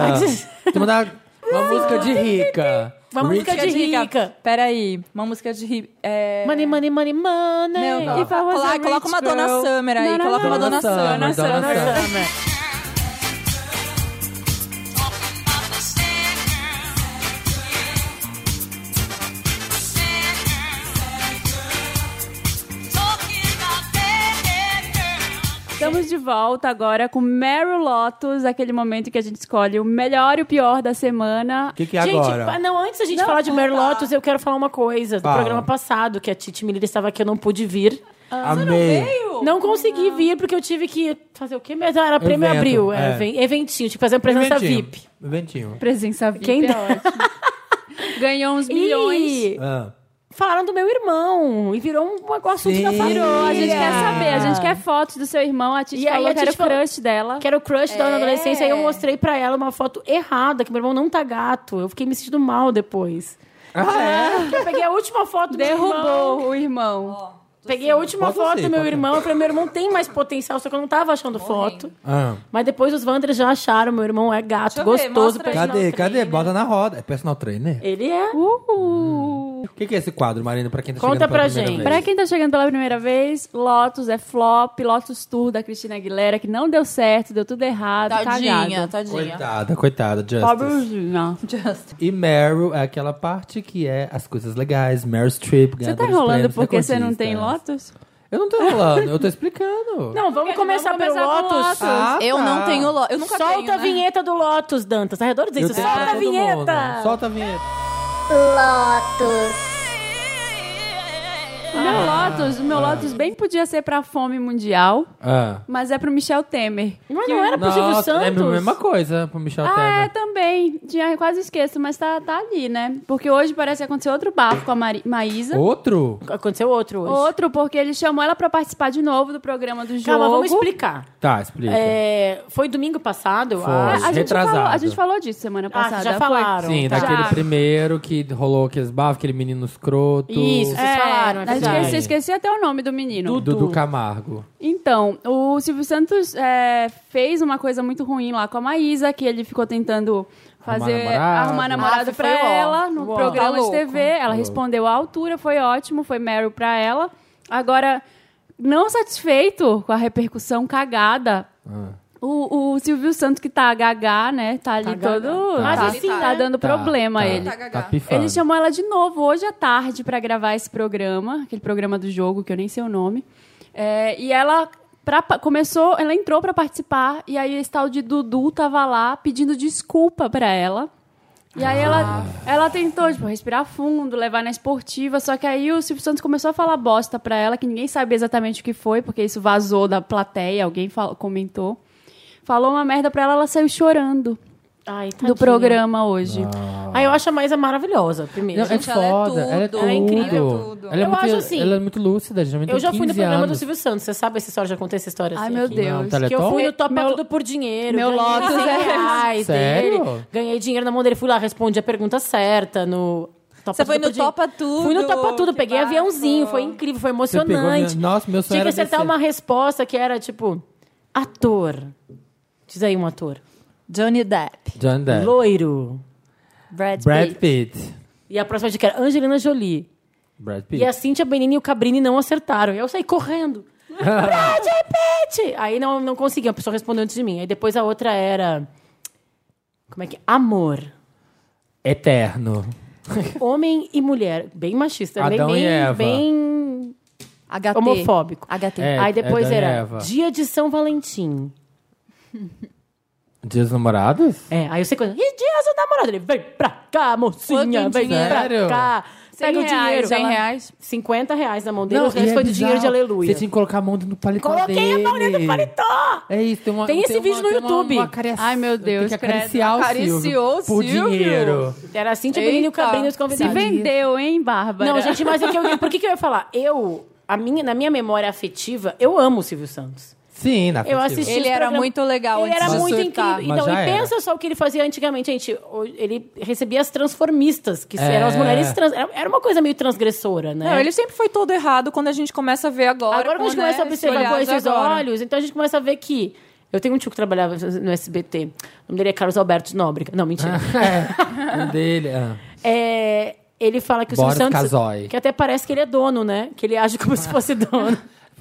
tem que mandar uma música de rica. Uma Rich- música de rica. Peraí, uma música de. ri- É... Money, money, money, money. Não, não. não. Coloca, coloca uma Dona Summer aí. Não, não, coloca uma não. Dona, Dona Summer, Summer. Dona Dona Summer. Summer. Estamos de volta agora com Meryl Lotus, aquele momento que a gente escolhe o melhor e o pior da semana. O que, que é gente, agora? pa- não, antes da gente falar de Mary Lotus, eu quero falar uma coisa. Do Fala. programa passado, que a Titi Miller estava aqui, eu não pude vir. Amei. Não consegui vir, porque eu tive que fazer o quê? Mas era prêmio Evento, abril. é. É. even- Eventinho, tinha que fazer uma presença Eventinho. VIP. Eventinho. Presença VIP Quem é dá? ótimo. Ganhou uns milhões. E Ah. falaram do meu irmão. E virou um um assunto Sim. da família. Virou, A gente quer saber, a gente quer fotos do seu irmão. A Titi E aí falou a que era o Titi falou- crush dela. Que é era o crush da adolescência. Aí eu mostrei pra ela uma foto errada, que meu irmão não tá gato. Eu fiquei me sentindo mal depois. Ah, é? Eu peguei a última foto do meu irmão. Derrubou o irmão. Peguei a última Pode foto ser, do meu pode ser. irmão. Eu falei, meu irmão tem mais potencial, só que eu não tava achando foto. Ah. Mas depois os Wanders já acharam. Meu irmão é gato, Deixa eu ver, gostoso. mostra aí. personal Cadê? Cadê? trainer. Bota na roda. É personal trainer? Ele é. Uhul. O que, que é esse quadro, Marina, pra quem tá Conta chegando pela pra primeira gente. vez? Pra quem tá chegando pela primeira vez, Lotus é flop, Lotus Tour da Cristina Aguilera, que não deu certo, deu tudo errado, Tadinha, cagado. tadinha. Coitada, coitada, Justice. Pobrezinha. Just. E Meryl é aquela parte que é as coisas legais, Meryl Streep, Você ganhadores tá enrolando prêmios, porque você não recordistas. tem Lotus? Eu não tô enrolando, eu tô explicando. Não, vamos começar vamos pelo começar com Lotus. Lotus. Ah, Eu tá. não tenho. Lo... Eu nunca Solta tenho, a né? vinheta do Lotus, Dantas. Ao redor Eu disso. tenho pra Solta a todo vinheta. mundo. Solta a vinheta. O meu Ah. Lotus, o meu Lotus bem podia ser pra fome mundial, Ah. mas é pro Michel Temer. Mas não Tá era pro Silvio Nossa, é a Santos? mesma coisa pro Michel Ah, Temer. é, também. Tinha, quase esqueço, mas tá, tá ali, né? Porque hoje parece que aconteceu outro bafo com a Mari- Maísa. Outro? Aconteceu outro hoje. Outro, porque ele chamou ela pra participar de novo do programa do jogo. Calma, vamos explicar. Tá, explica. É, foi domingo passado, eu Foi. A, acho. gente Retrasado. falou, a gente falou disso semana Ah, passada. já foi. falaram. Sim, tá. daquele Já. primeiro que rolou aqueles bafos, aquele menino escroto. Isso, vocês É, falaram, é eu verdade. esqueci, esqueci até o nome do menino. Dudu. Dudu Camargo. Então, o Silvio Santos é, fez uma coisa muito ruim lá com a Maísa, que ele ficou tentando fazer namorado. arrumar namorado Ah, foi pra ó. ela no Ó. programa Tá de louco. TV. Ela respondeu à altura, foi ótimo, foi Meryl pra ela. Agora, não satisfeito com a repercussão cagada, Ah. o, o Silvio Santos, que tá gaga, né? Tá ali gaga. todo. Mas tá, assim, tá né? dando Tá, problema tá, ele. Tá, Tá pifando. Ele chamou ela de novo hoje à tarde pra gravar esse programa, aquele programa do jogo que eu nem sei o nome. É, e ela pra pa- começou, ela entrou pra participar e aí esse tal de Dudu tava lá pedindo desculpa pra ela. E aí ela, ela tentou, tipo, respirar fundo, levar na esportiva, só que aí o Silvio Santos começou a falar bosta pra ela, que ninguém sabia exatamente o que foi, porque isso vazou da plateia, alguém fal- comentou. Falou uma merda pra ela, ela saiu chorando Ai, do tadinha. programa hoje. Ai, eu acho a Maísa maravilhosa, primeiro. Não, Gente, é ela é foda, ela é tudo. tudo. Ela é incrível, ela é tudo. Ela é Eu muito, acho assim, ela é muito lúcida, gente. Eu já fui no programa anos. do Silvio Santos, você sabe essa história, já contei essa história. Ai, assim, meu aqui. Deus. Não, um Que eu fui no Topa Meu- Tudo por Dinheiro. meu ganhei Lotus 100 é- reais Sério? dele. Ganhei dinheiro na mão dele, fui lá, respondi a pergunta certa no... Topa Você foi Tudo no por Dinheiro. Topa Tudo, Fui no Topa Tudo, que peguei bafo. aviãozinho, foi incrível, foi Você pegou emocionante. minha- Nossa, meu sonho Tinha que era acertar descer. uma resposta que era tipo: ator. Diz aí um ator. Johnny Depp. John Depp. Loiro. Brad, É. Brad Pitt. Pitt. E a próxima dica era Angelina Jolie. Brad E Pitt. a Cintia Benini e o Cabrini não acertaram. Eu saí correndo. Brad Pitt! Aí não, não consegui, a pessoa respondeu antes de mim. Aí depois a outra era. Como é que. é? Amor. Eterno. Homem e mulher. Bem machista. né? Adão bem, e Eva. Bem HT. homofóbico. HT. É, Aí depois Adão e era Eva. Dia de São Valentim. Dias Namorados? É, aí eu sei coisa. E dia do namorado? Ele vem pra cá, mocinha, Quanto vem dinheiro? pra cá. Pega o dinheiro. 100 Ela- reais. 50 reais na mão dele, o e resto é foi do dinheiro de bizarro. aleluia. Você tinha que colocar a mão no paletó Coloquei a dele. mão dentro do paletó! É isso, tem uma. Tem esse uma- vídeo no tem uma- YouTube. uma acari- Ai, meu Deus, Tem que credo. acariciar o Acariciou Silvio. o Por Silvio. dinheiro. Era assim, tipo, menino e o Eita. cabrinho dos Se convidados. vendeu, hein, Bárbara? Não, gente, mas é que eu, por que, que eu ia falar? Eu, a minha, na minha memória afetiva, eu amo o Silvio Santos. Sim, na Eu afetiva. assisti Ele os era programas- muito legal Ele antes era de muito surtar. incrível. Mas Então, já e era. pensa só o que ele fazia antigamente, gente. o- Ele recebia as transformistas, que É. eram as mulheres trans. era- Era uma coisa meio transgressora, né? Não, ele sempre foi todo errado quando a gente começa a ver É. agora. Agora que a gente com, né, começa a esse observar com olhar de esses agora. olhos, então a gente começa a ver que. Eu tenho um tio que trabalhava no SBT. O nome dele é Carlos Alberto de Nóbrega. Não, mentira. É, o dele. ah. É, ele fala que o Silvio Boris Santos. Casoy. Que até parece que ele é dono, né? Que ele age como se fosse dono.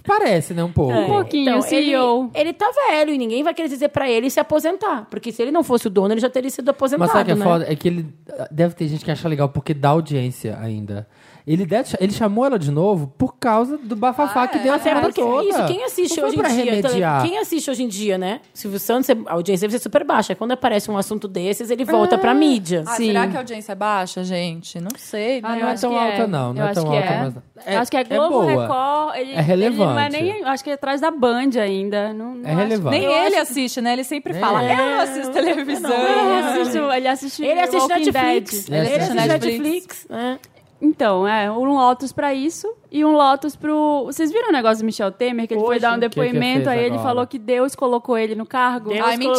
Parece, né? Um pouco. É. pouquinho, CEO. Ele, ele tá velho e ninguém vai querer dizer pra ele se aposentar. Porque se ele não fosse o dono, ele já teria sido aposentado. Mas sabe o que é né? foda? É que ele deve ter gente que acha legal porque dá audiência ainda. Ele, deve- ele chamou ela de novo por causa do Ah, bafafá que deu a é Até semana porque toda. isso, quem assiste Não foi hoje em pra dia. remediar. Quem assiste hoje em dia, né? Silvio Santos, a audiência deve ser super baixa. Quando aparece um assunto desses, ele volta pra mídia. Ah, Sim. será que a audiência é baixa, gente? Não sei. Ah, né? não é acho tão que alta, não. Não eu é acho tão que alta, é. mas- é- acho que é é Globo, boa. Record. Ele, É Ele não é relevante. nem... Acho que é atrás da Band ainda. Não, não É acho- relevante. Nem eu ele acho- assiste, né? Ele sempre Nem fala, ele. eu não assisto televisão. Ele assiste, ele assiste, Ele assiste Walking Netflix. Dead. Ele Ele assiste assiste Netflix. né? Então, é, um Lotus pra isso e um Lotus pro. Vocês viram o negócio do Michel Temer, que ele foi Hoje? dar um Que que ele depoimento, fez aí ele agora? falou que Deus colocou ele no cargo. Deus Ai, colocou-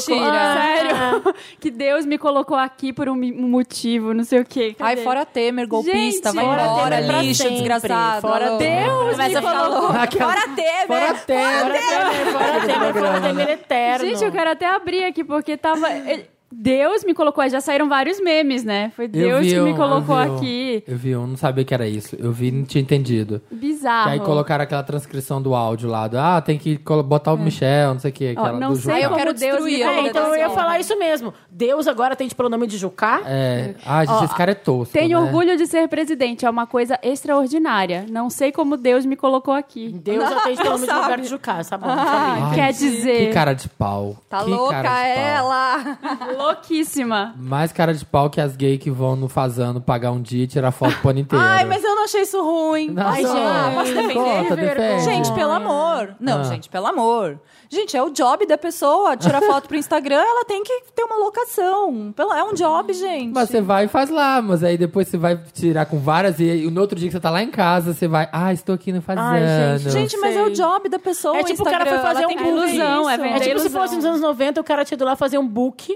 mentira. Ah, Sério? ah. que Deus me colocou aqui por um mi- um motivo, não sei o quê. Cadê? Ai, fora Temer, golpista, Gente, vai fora embora, Temer pra lixo, sempre. desgraçado. Fora alô. Deus Começa me a falar, colocou. Fora Temer! é Fora Fora terra. Temer, fora Temer, fora Temer eterno. É, Gente, eu quero até abrir aqui, porque tava. ele- Deus me colocou, aí já saíram vários memes, né? Foi Deus que me colocou eu vi um- aqui. Eu vi um, não sabia que era isso. Eu vi e não tinha entendido. Bizarro. Que aí colocaram aquela transcrição do áudio lá. Do, ah, tem que colo- botar o Michel, não sei o que. É. Ó, Aquela não do sei Juca. eu como quero Deus me destruir a É, colocou. então eu ia Aconteceu. falar isso mesmo. Deus agora tem de pronome de Jucá? É. Ah, gente, esse cara é tosco. Tenho né? orgulho de ser presidente, é uma coisa extraordinária. Não sei como Deus me colocou aqui. Deus já tem de pronome de Roberto Jucá, sabe? Não sabia. Ai, Que Quer dizer, cara de pau. Tá que louca é cara de pau. ela! louquíssima. Mais cara de pau que as gays que vão no fazano pagar um dia e tirar foto pro ano inteiro. Ai, mas eu não achei isso ruim. Nossa, Ai, gente, ah, posso defender? conta, defende. Gente, pelo amor. Não, É. Ah. gente, pelo amor. Gente, é o job da pessoa. Tirar foto pro Instagram, ela tem que ter uma locação. Pelo- É um job, gente. Mas você vai e faz lá, mas aí depois você vai tirar com várias e aí no outro dia que você tá lá em casa, você vai, ah, estou aqui no fazano. Ai, gente, Gente, mas é o sei. job da pessoa. É tipo o cara foi Instagram, fazer ela um tem que book. fazer Ilusão, é isso. É verdade. tipo se ilusão. fosse nos anos 90, o cara tinha ido lá fazer um book.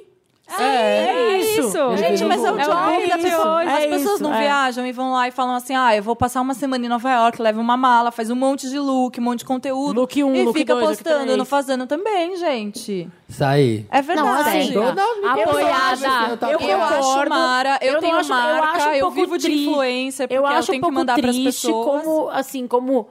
um É isso. Gente, mas é o É o job book da de pessoa. hoje. As É pessoas isso, não é. viajam e vão lá e falam assim: ah, eu vou passar uma semana em Nova York, leva uma mala, faz um monte de look, um monte de conteúdo. Look um, e look fica dois, look postando, três. não fazendo também, gente. Isso aí. É verdade. assim, Toda Apoiada. tá Eu Eu apoiada. acho concordo. Mara, eu, Eu não tenho acho- eu marca, acho um eu, pouco vivo de tri- influencer, porque eu ela acho tem um pouco que mandar pras triste pessoas. como, assim, como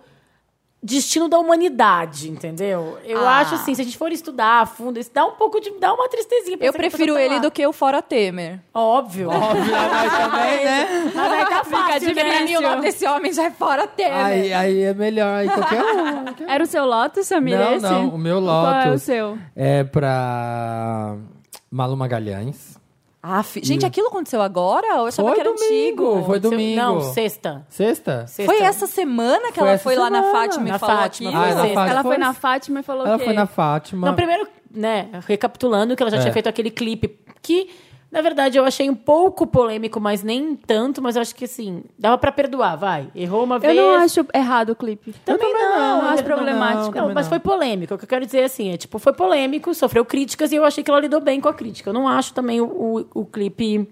destino da humanidade, entendeu? Eu Ah. acho assim, se a gente for estudar a fundo, isso dá um pouco de dá uma tristezinha. Eu prefiro ele do que o Fora Temer. óbvio. Óbvio, mas também, né? Mas vai tá Fica fácil, de né? Pra mim, o nome desse homem já é Fora Temer. Aí, aí é melhor, aí qualquer um. Era o seu Lotus, Samir? Não, esse? não, o meu É, Qual é o Lotus. seu? É pra Malu Magalhães. Ah, Hum. fi- Gente, aquilo aconteceu agora? Eu achava Foi que era domingo, antigo. foi domingo. Não, sexta. Sexta? Sexta. Foi essa Ah, semana que Foi ela essa foi lá na semana. Fátima Na e falou Fátima, Ah, aquilo? foi ela sexta. fala- Ela foi foi- na Fátima e falou Ah, Ela o quê? foi na Fátima. Não, primeiro, né, recapitulando, que ela já É. tinha feito aquele clipe que, na verdade, eu achei um pouco polêmico, mas nem tanto, mas eu acho que assim, dava pra perdoar, vai. Errou uma Eu vez. não acho errado o clipe. Também também não, não, eu acho também não, problemático. também Não, mas não. foi polêmico. O que eu quero dizer assim, é tipo, foi polêmico, sofreu críticas e eu achei que ela lidou bem com a crítica. Eu não acho também o, o, o clipe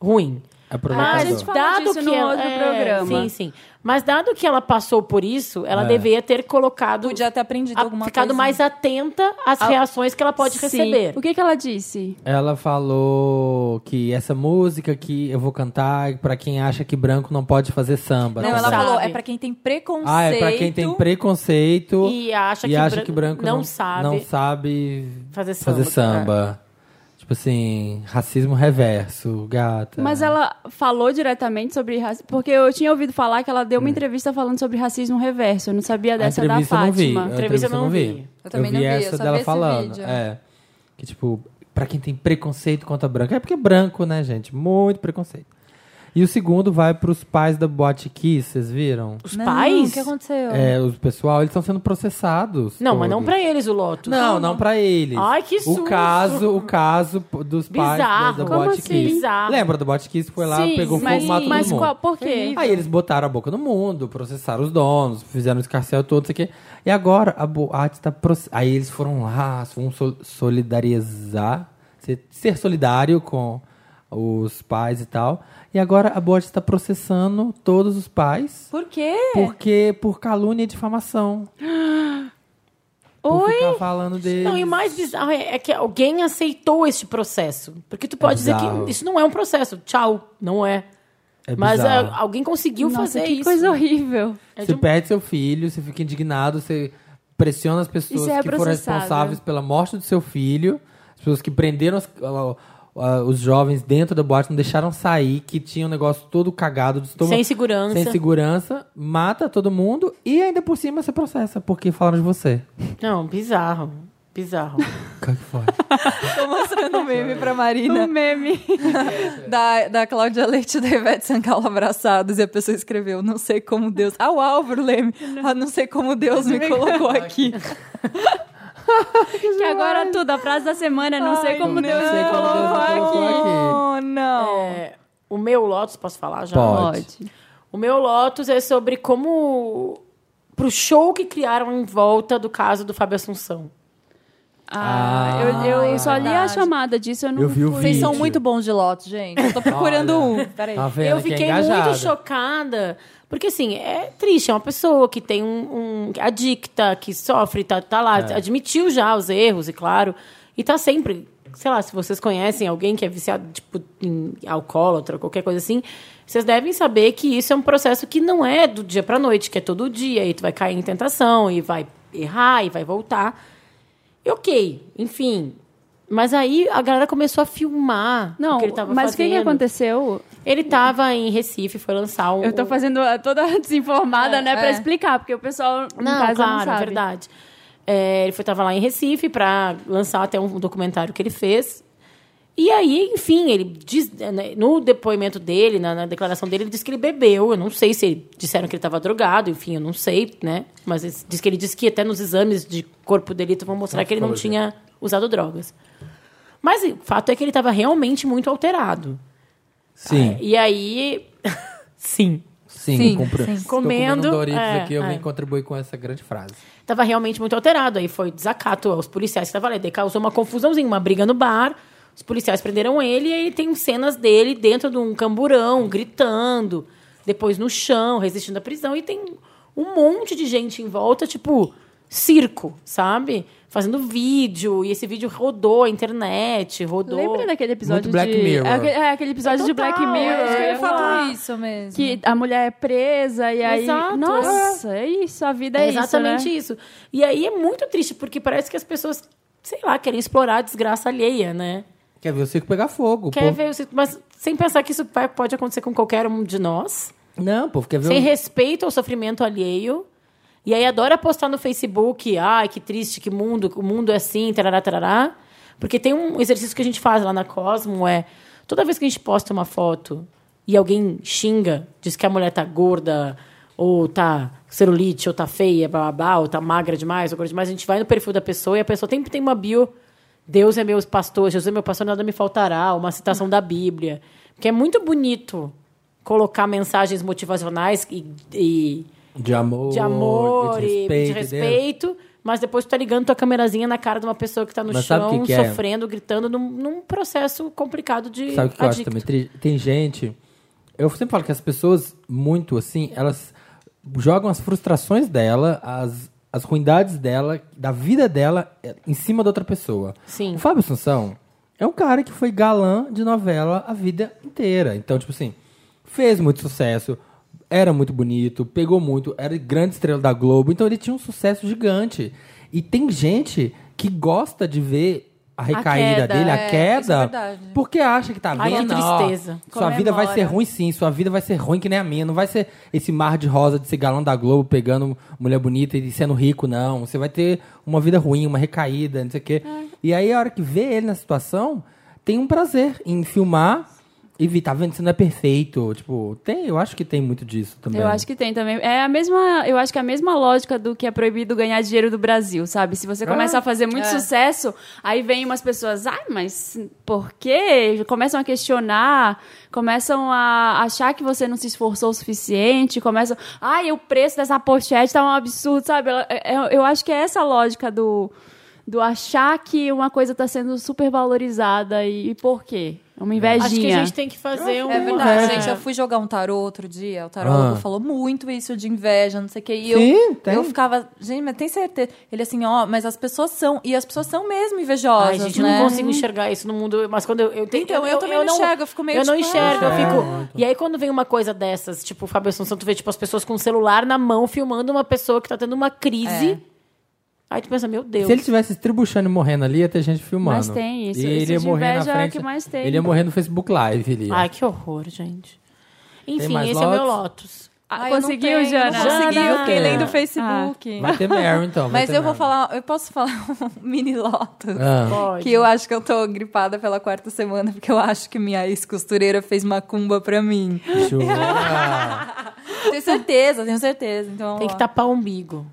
ruim. É Mas, provocador. Ah, gente fala disso no outro programa. é, Sim, sim. Mas dado que ela passou por isso, ela É. deveria ter colocado. Podia ter aprendido a- alguma é. Ah, ficado coisa. né? mais atenta às reações que ela pode Sim. receber. O que, que ela disse? Ela falou que essa música que eu vou cantar pra quem acha que branco não pode fazer samba. Não, tá ela bom? sabe. falou, é pra quem tem preconceito. Ah, é pra quem tem preconceito E acha, e que, acha bran- que branco não, não sabe não sabe fazer samba. fazer samba. Tipo assim, racismo reverso, gata. Mas ela falou diretamente sobre racismo. Porque eu tinha ouvido falar que ela deu uma entrevista falando sobre racismo reverso. Eu não sabia É. a dessa da entrevista eu não vi. É. Fátima. A entrevista Entrevista eu eu não não vi. vi. Eu também vi não vi, eu essa só vi dela esse falando. vídeo. É. Que tipo, pra quem tem preconceito contra branco. É porque é branco, né, gente? Muito preconceito. E o segundo vai pros pais da Boate Kiss, vocês viram? Os Não, pais? o que aconteceu? É, o pessoal, eles estão sendo processados. Não, mas não todos. pra eles o Lotus. Não, não pra eles. Ai, que susto. O caso, o caso p- dos pais da, Bizarro. da Como Boate assim? Kiss. Bizarro. Lembra do Boate Kiss? Foi lá, Sim, pegou mas, fogo, matou mas todo mundo. qual- por quê? Aí eles botaram a boca no mundo, processaram os donos, fizeram o escarcel todo, isso aqui. E agora a boate tá... proce- Aí eles foram lá, vão sol- solidarizar, ser, ser solidário com os pais e tal. E agora a boate está processando todos os pais Por quê? porque por calúnia e difamação. Por Oi? ficar falando deles. Não, e o mais bizarro é, é que alguém aceitou este processo. Porque tu pode dizer Bizarro. que isso não é um processo. Tchau, não é. É Mas bizarro. ah, alguém conseguiu Nossa, fazer que isso. coisa horrível. É de você um- perde seu filho, você fica indignado, você pressiona as pessoas Isso é que foram né? processado. responsáveis pela morte do seu filho, as pessoas que prenderam as- ah, ah, os jovens dentro da boate, não deixaram sair, que tinha um negócio todo cagado, do estômago, Sem segurança. sem segurança, mata todo mundo e ainda por cima você processa, porque falaram de você. Não, bizarro. Bizarro. Qual que foi? Tô mostrando o meme pra Marina. Um É meme. da, da Cláudia Leite e da Ivete Sangalo abraçados e a pessoa escreveu, não sei como Deus... Ah, o Álvaro Leme. Ah, não sei como Deus me colocou aqui. que agora tudo, a frase da semana, não sei como Ai, Deus não sei me como Deus me colocou colocou aqui. Oh, não. É, o meu Lotus, posso falar já? Pode. Pode. O meu Lotus é sobre como. pro show que criaram em volta do caso do Fábio Assunção. Ah, Ah, eu, eu é só li a verdade. chamada disso, eu não Eu vi o fui. Vocês são Vídeo. muito bons de lotos, gente. Eu tô procurando Olha. um. Peraí. Tá vendo? Eu que é fiquei engajada. muito chocada. Porque, assim, é triste. É uma pessoa que tem um... um- adicta, que sofre, tá, tá lá. É. Admitiu já os erros, e claro. E tá sempre... Sei lá, se vocês conhecem alguém que é viciado, tipo, em alcoólatra, qualquer coisa assim, vocês devem saber que isso é um processo que não é do dia pra noite, que é todo dia, e tu vai cair em tentação, e vai errar, e vai voltar. E ok, enfim. Mas aí a galera começou a filmar Não, o que ele tava mas o que, fazendo. que aconteceu? Ele tava em Recife, foi lançar um. Eu tô fazendo a- toda desinformada, É, né, pra é. explicar, porque o pessoal em Não, casa claro, um não sabe. é verdade. É, ele foi, tava lá em Recife pra lançar até um documentário que ele fez. E aí, enfim, ele diz, né, no depoimento dele, na, na declaração dele, ele disse que ele bebeu. Eu não sei se ele- disseram que ele estava drogado, enfim, eu não sei, né? Mas ele diz que ele disse que até nos exames de corpo de delito vão mostrar que ele não tinha usado drogas. Mas o fato é que ele estava realmente muito alterado. Sim, E aí. Sim. sim, Sim, eu compre- sim. Estou comendo Comendo, um Doritos é, aqui, eu é. vim contribuir com essa grande frase. Tava realmente muito alterado. Aí foi desacato aos policiais que estavam lá. Ele causou uma confusãozinha, uma briga no bar. Os policiais prenderam ele e aí tem cenas dele dentro de um camburão, gritando. Depois no chão, resistindo à prisão. E tem um monte de gente em volta, tipo, circo, sabe? Fazendo vídeo. E esse vídeo rodou a internet, rodou... Lembra daquele episódio Muito Black de... Mirror. É, aquele- é, aquele episódio de Total, Black Mirror. é isso que eu ia eu- falar. isso mesmo. Que a mulher é presa e aí... Exato. Nossa, é isso, a vida é, É exatamente isso, né? isso. E aí é muito triste, porque parece que as pessoas, sei lá, querem explorar a desgraça alheia, né? Quer ver o circo pegar fogo? o Quer povo- ver o circo, mas sem pensar que isso vai- pode acontecer com qualquer um de nós. Não, o povo, quer ver Sem o- respeito ao sofrimento alheio. E aí adora postar no Facebook, ai, que triste, que mundo, o mundo é assim, tarará, tarará. Porque tem um exercício que a gente faz lá na Cosmo, é... Toda vez que a gente posta uma foto e alguém xinga, diz que a mulher tá gorda, ou tá celulite, ou tá feia, blá, blá, blá, ou tá magra demais, ou gorda demais, a gente vai no perfil da pessoa e a pessoa sempre tem uma bio... Deus é meu pastor, Jesus é meu pastor, nada me faltará. Uma citação da Bíblia. Porque é muito bonito colocar mensagens motivacionais e, e De amor, de amor, de e respeito. de respeito, mas depois tu tá ligando tua câmerazinha na cara de uma pessoa que tá no Mas sabe chão, o que que é? sofrendo, gritando, num, num processo complicado de Sabe o que eu acho adicto. também? Tri- Tem gente. Eu sempre falo que as pessoas, muito assim, elas jogam as frustrações dela, as, as ruindades dela, da vida dela, eh, em cima da outra pessoa. Sim. O Fábio Assunção é um cara que foi galã de novela a vida inteira. Então, tipo assim, fez muito sucesso, era muito bonito, pegou muito, era grande estrela da Globo. Então, ele tinha um sucesso gigante. E tem gente que gosta de ver a recaída queda, dele, a é, isso é queda, verdade. porque acha que tá Ai, vendo. que ó, tristeza. Sua vida vai ser Comemora. ruim sim, sua vida vai ser ruim que nem a minha. Não vai ser esse mar de rosa de ser galão da Globo pegando mulher bonita e sendo rico, não. Você vai ter uma vida ruim, uma recaída, não sei o quê. É. E aí, a hora que vê ele na situação, tem um prazer em filmar e vi, tá vendo, você não é perfeito. Tipo, tem, eu acho que tem muito disso também. Eu acho que tem também. É a mesma, eu acho que é a mesma lógica do que é proibido ganhar dinheiro do Brasil, sabe? Se você começa a fazer muito sucesso, aí vem umas pessoas, ai, mas por quê? Começam a questionar, começam a achar que você não se esforçou o suficiente, começam, ai, o preço dessa pochete tá um absurdo, sabe? Ela- é- é- Eu acho que é essa a lógica do do achar que uma coisa tá sendo super valorizada e, e por quê? É uma invejinha. Acho que a gente tem que fazer um. É verdade, é. gente. Eu fui jogar um tarô outro dia. O tarólogo Ah. falou muito isso de inveja, não sei o quê. E Sim, eu, tem. eu ficava, gente, mas tem certeza. Ele assim, ó, mas as pessoas são. E as pessoas são mesmo invejosas. Ai, gente, eu né? não consigo enxergar isso no mundo. Mas quando eu, eu tenho. Então, eu também não enxergo, eu fico meio Eu não tipo, ah. enxergo, eu Enxergo fico. muito. E aí, quando vem uma coisa dessas, tipo, o Fábio Assunção, tu vê, tipo, as pessoas com o celular na mão filmando uma pessoa que tá tendo uma É. crise. Aí tu pensa, meu Deus. Se ele tivesse estribuchando e morrendo ali, ia ter gente filmando. Mas tem isso, E ele isso ia de morrer na inveja é o frente. que mais tem. Ele ia morrer no Facebook Live. Ele ia. Ai, que horror, gente. Enfim, mais esse é o meu lotos? Lotus. Ah, eu não Conseguiu, tenho, Jana? Não consegui, Jana! eu fiquei lendo o Facebook. Ah. Vai ter Mary, então. vai Mas ter eu vou Meryl. falar, eu posso falar um mini lotus. Ah. Pode. Que eu acho que eu tô gripada pela quarta semana, porque eu acho que minha ex-costureira fez macumba pra mim. Jura? Tenho certeza, tenho certeza. Então, Tem que tapar o umbigo.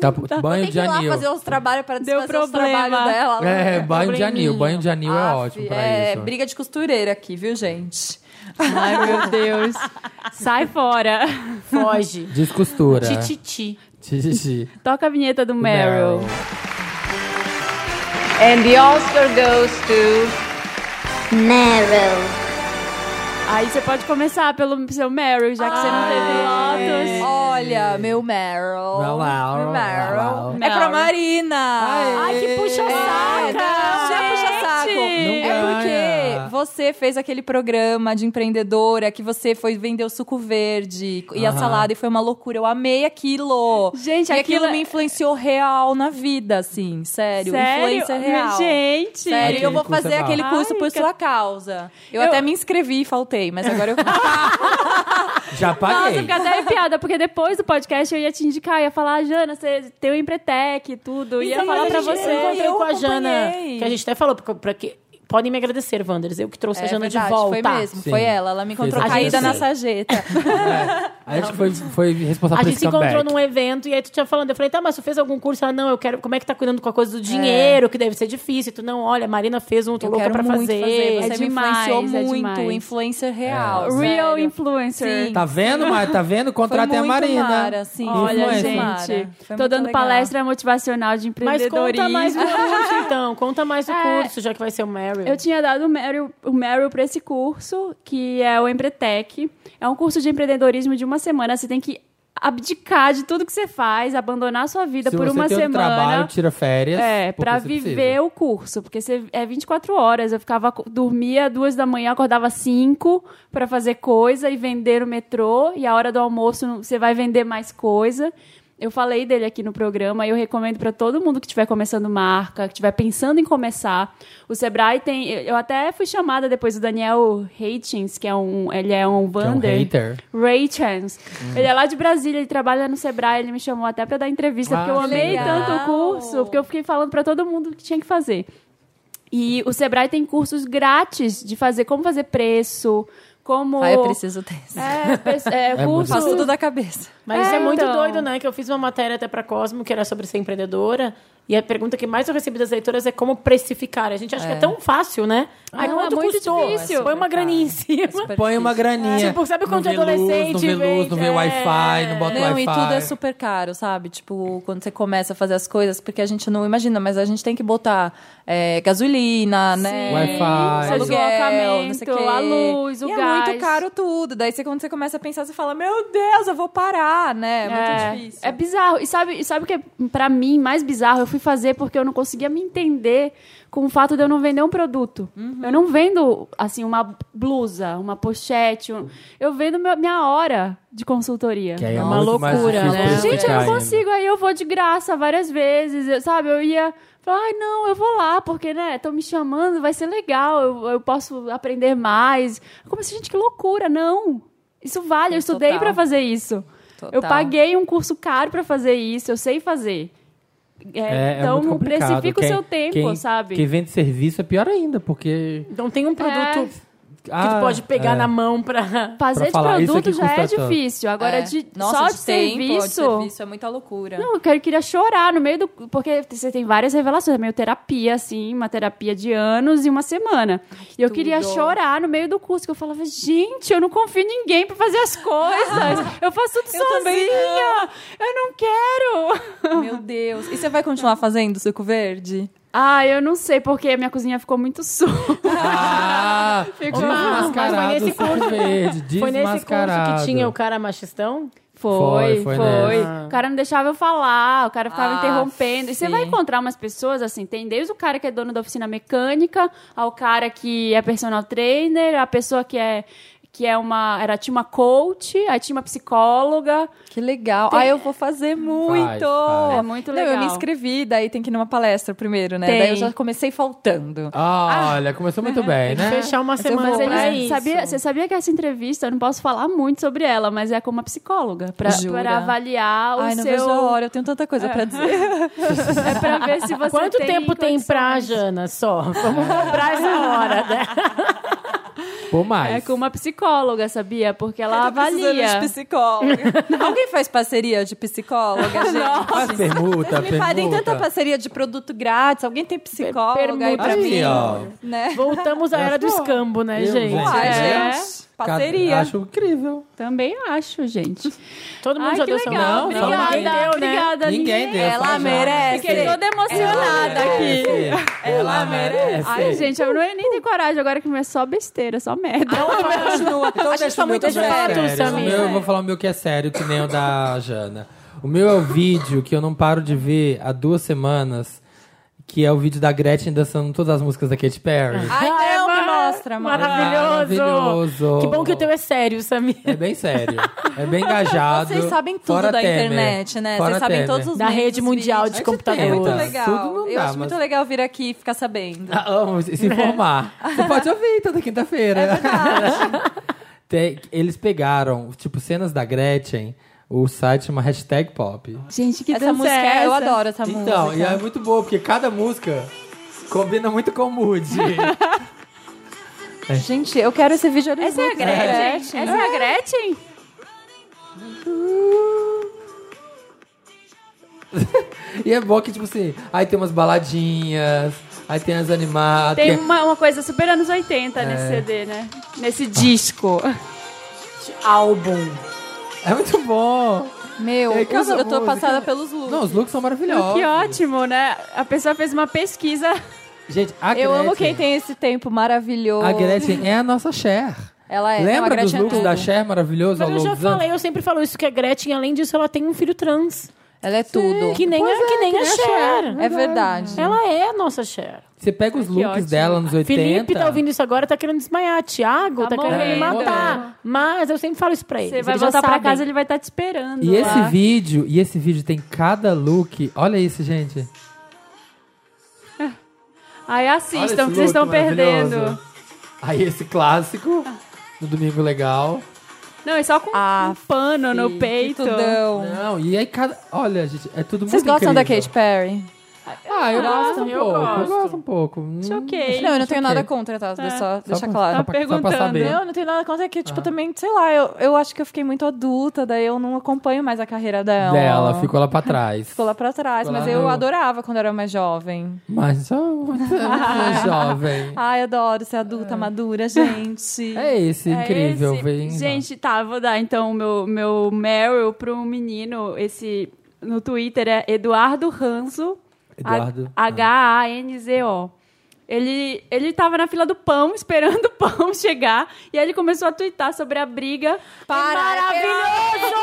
Tá, banho Tem que de ir lá anil. fazer os trabalhos pra Deu desfazer os problema. trabalhos dela. né? É, banho de anil. probleminha. Banho de anil é Aff, ótimo pra é, isso. briga de costureira aqui, viu, gente? Ai, meu Deus. Sai fora. Foge. Descostura. Tititi. Tititi. Toca a vinheta do Meryl. And the Oscar goes to Meryl. Aí você pode começar pelo seu Meryl, já que você não teve Lotus. Olha, meu Meryl. Meu Meryl, Meu Meryl. Meryl. É pra Marina. Ai, que puxa É, não, já puxa saco. Gente! É ganha. porque você fez aquele programa de empreendedora que você foi vender o suco verde e a Aham. salada e foi uma loucura. Eu amei aquilo. Gente, e aquilo, aquilo é- me influenciou real na vida, assim, sério. Influência real. Gente! Sério, Aquele eu vou curso é fazer bom. aquele curso Ai, por que- sua causa. Eu, Eu- até me inscrevi e faltei, mas agora eu. Ah, Já Nossa, eu paguei. fiquei até arrepiada, porque depois do podcast eu ia te indicar, eu ia falar, "Ah, Jana, você tem o Empretec e tudo, e ia Então, falar a pra gente- Eu você. encontrei eu com a Jana, acompanhei. que a gente até falou, pra, pra que... Podem me agradecer, Wanders. Eu que trouxe a É Jana verdade, de volta. Foi mesmo, Sim. foi ela. Ela me Fez encontrou acontecer. caída na sarjeta. A gente foi, foi responsável A por gente esse se encontrou comeback. num evento e aí tu tinha falando, eu falei, tá, mas tu fez algum curso? Ela, não, eu quero, como é que tá cuidando com a coisa do dinheiro, que deve ser difícil. E tu, não, olha, a Marina fez um, tô Eu louca quero pra muito fazer. fazer. Você É me influenciou demais, é muito. demais. influencer É. real. Real sério. influencer. Sim. Tá vendo, Mari? Tá vendo? Contratem a muito Marina. mara, sim. Olha, Influencer. Mara, gente, foi tô muito dando legal. palestra motivacional de Mas empreendedorismo. conta mais do curso, então. Conta mais do É. curso, já que vai ser o Meryl. Eu tinha dado o Meryl, o Meryl para esse curso, que é o Empretec. É um curso de empreendedorismo de uma semana. Você tem que abdicar de tudo que você faz, abandonar a sua vida Se por você uma tem outro semana. trabalho, tira férias. É, porque pra você viver precisa. o curso, porque você é 24 horas. Eu ficava, dormia duas da manhã, acordava cinco pra fazer coisa e vender o metrô. E a hora do almoço não- você vai vender mais coisa. Eu falei dele aqui no programa e eu recomendo pra todo mundo que estiver começando marca, que estiver pensando em começar. O Sebrae tem. eu- Eu até fui chamada depois do Daniel Reitins, que é um. Ele é um Que é um Vander. hater. Ray Chance. Ele é lá de Brasília, ele trabalha no Sebrae, ele me chamou até pra dar entrevista, Ah, porque eu que amei legal. tanto o curso, porque eu fiquei falando pra todo mundo o que tinha que fazer. E o Sebrae tem cursos grátis de fazer como fazer preço, como Ai, Ah, eu preciso desse. é, pe- é, muito curso Faço tudo da cabeça. Mas isso é É, muito então. doido, né? Que eu fiz uma matéria até pra Cosmo, que era sobre ser empreendedora. E a pergunta que mais eu recebi das leitoras é como precificar. A gente acha que é tão fácil, né? Ai, Não, é quanto muito custou? difícil. É. Põe uma graninha em cima. Põe uma graninha. Tipo, sabe quando não vê é adolescente, Luz, não vê luz, não vê vem- Wi-Fi, não bota Não, Wi-Fi. e tudo é super caro, sabe? Tipo, quando você começa a fazer as coisas, porque a gente não imagina, mas a gente tem que botar é, gasolina, né? Wi-Fi. Aluguel, não sei o Deslocamento, quê. a luz, o E a muito caro tudo. Daí você, quando você começa a pensar, você fala, meu Deus, eu vou parar, né? É muito difícil. É bizarro. E sabe, e sabe o que é, pra mim, mais bizarro? Eu fui fazer porque eu não conseguia me entender com o fato de eu não vender um produto. Uhum. Eu não vendo, assim, uma blusa, uma pochete. um- Eu vendo meu- minha hora de consultoria. Que aí é Uma muito mais loucura, difícil né? pra Gente, eu explicar não ainda. consigo. Aí eu vou de graça várias vezes, eu- sabe? Eu ia falar, ai, não, eu vou lá, porque, né, estão me chamando, vai ser legal, eu, eu posso aprender mais. Eu comecei, gente, que loucura, não. Isso vale, eu estudei Total. pra fazer isso. Total. Eu paguei um curso caro pra fazer isso, eu sei fazer. É, É, é então, muito complicado. precifica o Quem- seu tempo, quem- sabe? Quem vende serviço é pior ainda, porque. Então tem um produto É. que Ah, tu pode é. pegar na mão pra. Fazer de falar, isso aqui produto já é custa tanto. difícil. Agora, É. de, Nossa, só de, tempo, de serviço serviço é muita loucura. Não, eu quero, queria chorar no meio do. Porque você tem várias revelações, é meio terapia, assim, uma terapia de anos e uma semana. e eu tudo. queria chorar no meio do curso, que eu falava, gente, eu não confio em ninguém pra fazer as coisas. eu faço tudo Eu também sozinha. Eu não quero. Meu Deus. E você vai continuar fazendo suco verde? Ah, eu não sei porque minha cozinha ficou muito suja. Ah! Ficou desmascarado, Mas foi nesse suco curso- verde, Foi nesse curso que desmascarado. tinha o cara machistão? Foi, Foi, foi. foi nessa. O cara não deixava eu falar, o cara ficava Ah, interrompendo. E você sim. vai encontrar umas pessoas assim, tem desde o cara que é dono da oficina mecânica, ao cara que é personal trainer, a pessoa que é que é uma era tinha uma coach, aí tinha uma psicóloga. Que legal. Ah, eu vou fazer muito. faz. É muito Não, eu legal. me inscrevi, daí tem que ir numa palestra primeiro, né? Tem. Daí eu já comecei faltando. Ah, olha, começou muito bem, né? Fechar uma semana Mas pra ele isso. sabia, você sabia que essa entrevista, eu não posso falar muito sobre ela, mas é com uma psicóloga pra Jura? pra avaliar Ah, o Ai, não vejo seu a hora, eu tenho tanta coisa pra dizer. é pra ver se você Quanto tem tempo tem pra condições. Jana só? Vamos comprar essa hora, né? Pô, mais. É com uma psicóloga, sabia? Porque ela Tô precisando avalia. De psicóloga. Alguém faz parceria de psicóloga, gente? Faz permuta, Vocês me fazem permuta. tanta parceria de produto grátis. Alguém tem psicóloga aí permuta pra aí, mim? ó. Né? Voltamos à era do escambo, né, Eu, gente? gente. Uai, É. gente. Cada- Parceria. Acho incrível. Também acho, gente. Todo mundo Ai, já que deu seu Não, legal. só obrigada, ninguém deu, né? obrigada. Ninguém deu, Ela só já. merece. Fiquei toda emocionada aqui. Merece. Ela merece. É. Ai, gente, eu não, nem tenho coragem agora que é só besteira, só merda. Então, Deixa o meu muito que é sério. sério. Samir. O meu, eu vou falar o meu que é sério, que nem o da Jana. O meu é o vídeo que eu não paro de ver há duas semanas, que é o vídeo da Gretchen dançando todas as músicas da Katy Perry. Ai, não, Ai, me É mostra, mano. Maravilhoso. Maravilhoso. Que bom que o teu é sério, Samir. É bem sério. É bem engajado. Vocês sabem tudo Fora da Temer. internet, né? Fora Vocês sabem Temer. todos os Da memes, rede os mundial vídeos. Aí de você computador. tenta. É muito Puta, legal. então, tudo não eu dá, acho muito mas- legal vir aqui e ficar sabendo. Ah, Amo se informar. Você pode ouvir toda quinta-feira. É Tem- eles pegaram, tipo, cenas da Gretchen, o site chama hashtag pop. Gente, que Essa música, é- eu adoro essa Então, música. e é muito boa, porque cada música combina muito com o mood. Gente, eu quero esse vídeo Essa é a Gretchen. Essa é a Gretchen? e é bom que, tipo assim, aí tem umas baladinhas, aí tem as animadas. é Tem uma, uma coisa super anos 80 nesse CD, né? Nesse disco. Álbum. É muito bom. Meu, É, cada os- eu tô música. passada pelos looks. Não, os looks são maravilhosos. Que ótimo, né? A pessoa fez uma pesquisa. Gente, a eu Gretchen, amo quem tem esse tempo maravilhoso. A Gretchen é a nossa Cher. Ela é. não, a Lembra dos Gretchen é looks tudo. da Cher maravilhoso Mas ao eu longo já dos anos? falei, eu sempre falo isso, que a Gretchen, além disso, ela tem um filho trans. Ela é tudo. Que nem, a, que nem a Cher. É verdade. Ela é a nossa Cher. Você pega os looks ótimo. dela nos 80. Felipe tá ouvindo isso agora, tá querendo desmaiar. Tiago Tá tá, querendo me morrendo. matar. Mas eu sempre falo isso pra ele. Você vai eles já voltar pra sabem. casa, ele vai estar te esperando. E esse lá. vídeo, e esse vídeo tem cada look. Olha isso, gente. Aí Olha esse assistam, que look vocês estão maravilhoso. perdendo. Aí esse clássico do domingo legal. Não, é só com Ah, um pano no peito. Tudão. Não, e aí cada, olha, gente, é tudo Vocês muito gostam incrível. da Katy Perry? Ah, eu Ah, gosto um eu pouco. Eu gosto. gosto um pouco. Hum, Choquei. Não, eu não ok. tenho nada contra, É tá? Só só pra- deixar claro. Só pra, só pra Tá perguntando. né, saber. Ah. Não, não tenho nada contra que, tipo, também, sei lá, eu, eu acho que eu fiquei muito adulta, daí eu não acompanho mais a carreira dela. Dela, ficou lá pra trás. Ficou lá pra trás, Ficou mas lá eu no- adorava quando eu era mais jovem. Mas só muito Ah, jovem. Ai, adoro ser É. adulta, madura, gente. É esse, É incrível. esse. vem. Gente, tá, eu vou dar então o meu, meu Meryl pra um menino, esse no Twitter é Eduardo Ranzo, Eduardo. H- H-A-N-Z-O. Ele, ele tava na fila do pão, esperando o pão chegar, e aí ele começou a twittar sobre a briga. É Para, Maravilhoso!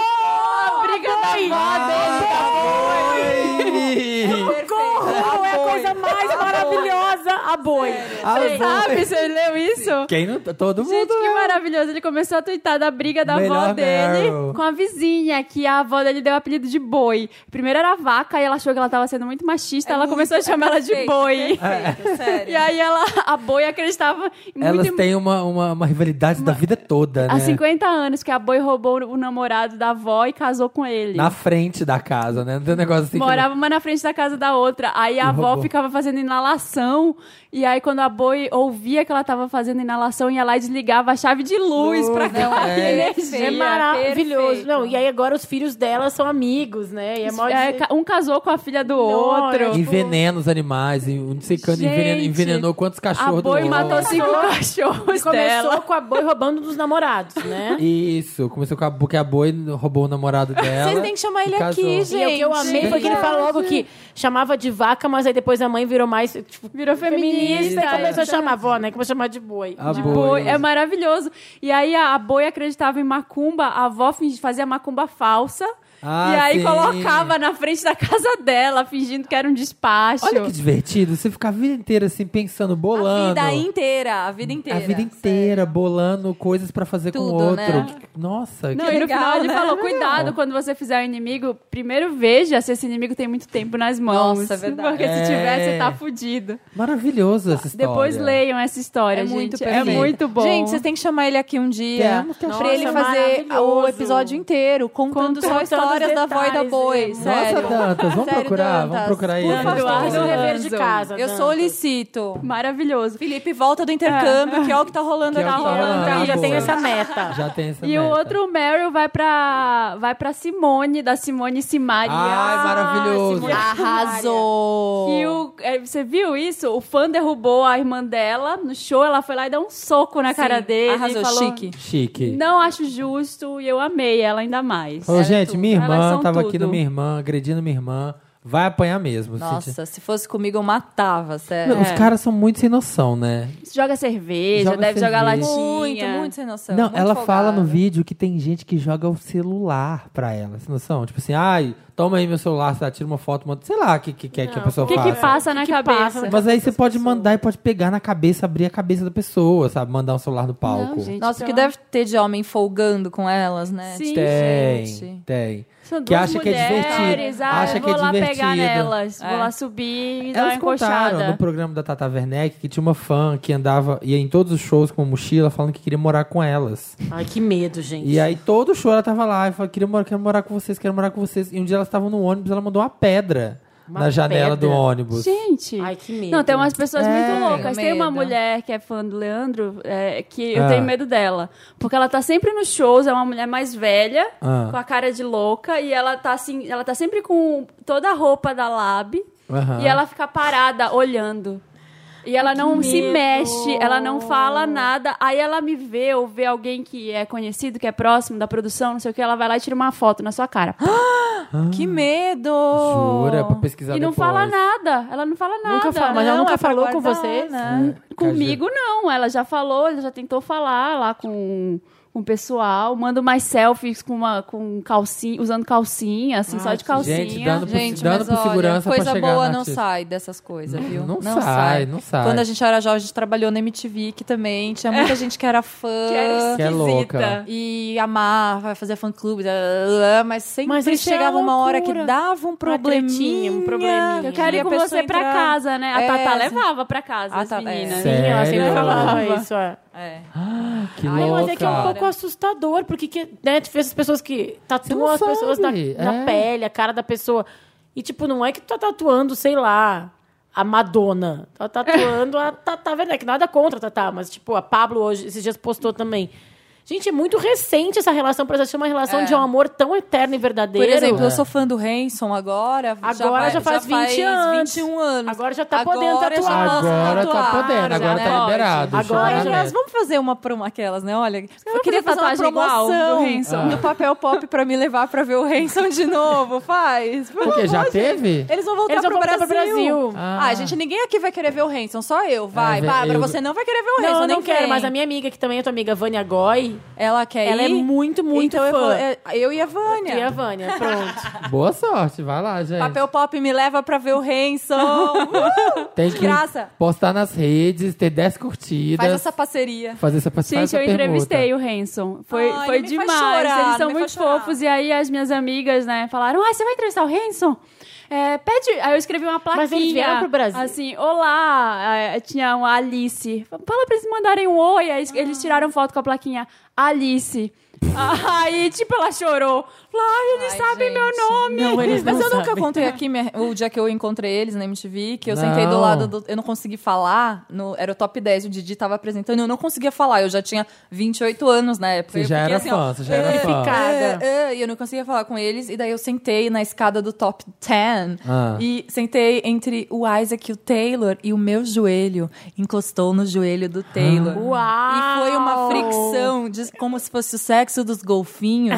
A briga da moda! Oi! Corro! É a coisa mais maravilhosa! A boi! Ah, Você bom. sabe? Você leu isso? Quem não... Todo mundo... é? né? Gente, que maravilhoso. Ele começou a tuitar da briga da Melhor avó dele Meryl. com a vizinha, que a avó dele deu o apelido de boi. Primeiro era vaca, e ela achou que ela tava sendo muito machista, É ela muito- começou a é chamar ela de perfeito, boi. É, né? Perfeito, sério. E aí ela, a boi acreditava muito É. Elas em- têm uma, uma, uma rivalidade da vida toda, né? Há 50 anos que a boi roubou o namorado da avó e casou com ele. Na frente da casa, né? Não tem um negócio assim que- Morava uma na frente da casa da outra. Aí a E avó roubou. ficava fazendo inalação. E aí, quando a boi ouvia que ela tava fazendo inalação, ia lá e desligava a chave de luz Luz, pra né? não, cair é. energia. É Perfeito. maravilhoso. Não, e aí agora os filhos dela são amigos, né? E é mó É, ca- um casou com a filha do outro. tipo- Envenena os animais, e um secando Gente, envenenou, envenenou quantos A cachorros do boi outro. matou cinco cachorros Começou dela. com a boi roubando dos namorados, né? Isso, começou com a porque a boi roubou o namorado dela. Vocês têm que chamar e ele casou. aqui, E é o que gente. eu amei foi que ele falou logo que chamava de vaca, mas aí depois a mãe virou mais, tipo, Virou feminista. feminista e começou a chamar a avó, né? Começou a chamar de boi. A de boi. boi. É maravilhoso. E aí a, a boi acreditava em macumba, a avó fingi- fazia macumba falsa. Ah, e aí sim. colocava na frente da casa dela, fingindo que era um despacho. Olha que divertido, você ficar a vida inteira assim pensando, A bolando. vida inteira, a vida inteira. A vida inteira, bolando coisas pra fazer com o Tudo, outro. né? Que- Nossa, Não, que... e no legal, final é ele né? falou: cuidado quando você fizer o inimigo, primeiro veja se esse inimigo tem muito tempo nas mãos. Nossa, é verdade. Porque se tiver, É. você tá fudido. maravilhoso essa história. Depois leiam essa história, É gente. muito é perfeito. muito bom. Gente, vocês têm que chamar ele aqui um dia Temos que pra chamar. ele Nossa, fazer o maravilhoso. episódio inteiro, contando Contando só histórias os da avó e da detalhes, boi. né? Nossa, sério. Dantas, vamos Sério, procurar, Dantas. vamos procurar Por ele. favor. Eduardo é o Eduardo. dever de casa. Eu Dantas. solicito. Maravilhoso. Felipe, volta do intercâmbio, que é o que tá rolando Que é o aqui. que tá rolando. Então, já Ah, tem boa. essa meta. Já tem essa E o meta. outro Meryl vai pra, vai pra Simone, da Simone Simaria. Ai, Ah, é maravilhoso. Simone Ah, Arrasou! E o, é, você viu isso? O fã derrubou a irmã dela no show, ela foi lá e deu um soco na cara dele. Arrasou, e falou, chique. Chique. Não acho justo e eu amei ela ainda mais. Ô, gente, minha Elas irmã são tava tudo. aqui na minha irmã, agredindo minha irmã. Vai apanhar mesmo. gente. Nossa, É. se fosse comigo, eu matava, sério. É. Não, Os caras são muito sem noção, né? Joga cerveja, Joga deve jogar cerveja. latinha. Muito, muito sem Então, noção. não, muito ela fala no folgada. vídeo que tem gente que joga o celular pra ela, sem noção. Tipo assim, ai, toma aí meu celular, sei lá, tira uma foto, manda, sei lá o que, que, que, é que a pessoa O que que faz. passa na que cabeça? passa na Mas aí você pode mandar e pode pegar na cabeça, abrir a cabeça da pessoa, sabe? Mandar um celular no palco. Não, gente, Nossa, o que pelo deve ter de homem folgando com elas, né? Sim, tem, gente. tem. É. São Que duas acha que é divertido. ah, Acha eu que é vou lá divertido. pegar nelas, É. vou lá subir e dar uma Elas contaram encoxada. no programa da Tata Werneck que tinha uma fã que andava, ia em todos os shows com uma mochila falando que queria morar com elas. Ai, que medo, gente. E aí todo show ela tava lá e falou, queria morar, quero morar com vocês, quero morar com vocês. E um dia elas estavam no ônibus, ela mandou uma pedra Uma na janela do pedra? ônibus. Gente, Ai, que medo. não, tem umas pessoas É. muito loucas. Tem uma Medo. mulher que é fã do Leandro é, que eu Ah. tenho medo dela. Porque ela tá sempre nos shows, é uma mulher mais velha, Ah. com a cara de louca, e ela tá assim, ela tá sempre com toda a roupa da Lab Aham. e ela fica parada olhando. E ela não se medo. mexe, ela não fala nada. Aí ela me vê ou vê alguém que é conhecido, que é próximo da produção, não sei o que, ela vai lá e tira uma foto na sua cara. Que medo! Jura? É Pra pesquisar E não depois. fala nada. Ela não fala nada. Nunca fala, mas ela Não, nunca é pra falou com guardar, você. Né? Comigo não, ela já falou, ela já tentou falar lá com, com o pessoal, manda mais selfies com uma com calcinha, usando calcinha, Ah, assim, só de calcinha. gente, dando pro- Gente, dando mas pro olha, segurança pra coisa chegar boa na não artista. sai dessas coisas, viu? Não sai, não sai. Quando a gente era jovem, a gente trabalhou na MTV, que também tinha muita gente que era fã. Que era Que é esquisita. louca. E amava, fazia fã-clube, blá, blá, blá, mas sempre Mas isso é chegava uma hora que loucura. dava um probleminha. tretinha, um probleminha. Eu quero ir E a com pessoa você pra entrar- casa, né? A É, Tatá assim. levava pra casa A as Tatá- é. meninas. Sim, ela sempre Sério? falava isso, é. É. Que Ai, louca. mas é que é um pouco assustador, porque que, né, tipo, essas pessoas que Você não tatuam as pessoas na, sabe, na é. pele, a cara da pessoa. E, tipo, não é que tu tá tatuando, sei lá, a Madonna. Tá tatuando a Tata Werneck. Nada contra a Tata, mas, tipo, a Pablo hoje, esses dias postou também. Gente, é muito recente essa relação pra já ser uma relação É. de um amor tão eterno e verdadeiro. Por exemplo, É. eu sou fã do Hanson agora. Agora já faz 20 anos. 21 anos. Agora já tá podendo Agora já tatuar. posso Agora tá tatuar, podendo, agora já né? tá pode. liberado, chama na É Agora net. nós vamos fazer uma promo aquelas, né? Olha, eu vamos queria fazer fazer uma tatuagem igual promoção do Hanson? Ah. no papel pop pra me levar pra ver o Hanson de novo. Faz. Por Porque já favor, teve? Eles vão voltar, Eles vão pro, voltar pro Brasil. Brasil. Ah. Ah. gente, ninguém aqui vai querer ver o Hanson, só eu. Vai, É, Bárbara, eu- você não vai querer ver o Não, Hanson. eu não nem quero, vem. Ah, mas a minha amiga, que também é tua amiga, Vânia Goy, Ela quer ela é ir? muito, muito então eu vou- fã. é, Eu, e a Vânia. E a Vânia, pronto. Boa sorte, vai lá, gente. Papel pop me leva pra ver o Hanson. Tem que graça. postar nas redes, ter 10 curtidas. Faz essa parceria. Fazer essa participação. Gente, eu entrevistei o Hanson. Foi, Ai, foi ele me faz demais. chorar, Eles são ele me muito faz chorar. fofos. E aí as minhas amigas, né, falaram: Ah, você vai entrevistar o Hanson? É, pede. Aí eu escrevi uma plaquinha. Mas eles vieram pro Brasil? Assim, olá. É, tinha uma Alice. Fala pra eles mandarem um oi. Ah. Aí eles tiraram foto com a plaquinha Alice. aí, tipo, ela chorou. Falou, Ai, eles Ai, sabem gente. meu nome. Não, eles Mas não eu nunca sabem. contei aqui minha- o dia que eu encontrei eles na MTV, que eu Não. sentei do lado do. Eu não consegui falar. no- era o top 10, o Didi tava apresentando, eu não conseguia falar. Eu já tinha 28 anos na época. Você eu já fiquei era assim, fã, ó, você já era fã. Picada. "Ah, ah", e eu não conseguia falar com eles. E daí eu sentei na escada do top 10 Ah. e sentei entre o Isaac e o Taylor e o meu joelho encostou no joelho do Taylor. Ah. E Uau! foi uma fricção, de- como se fosse o sexo dos golfinhos.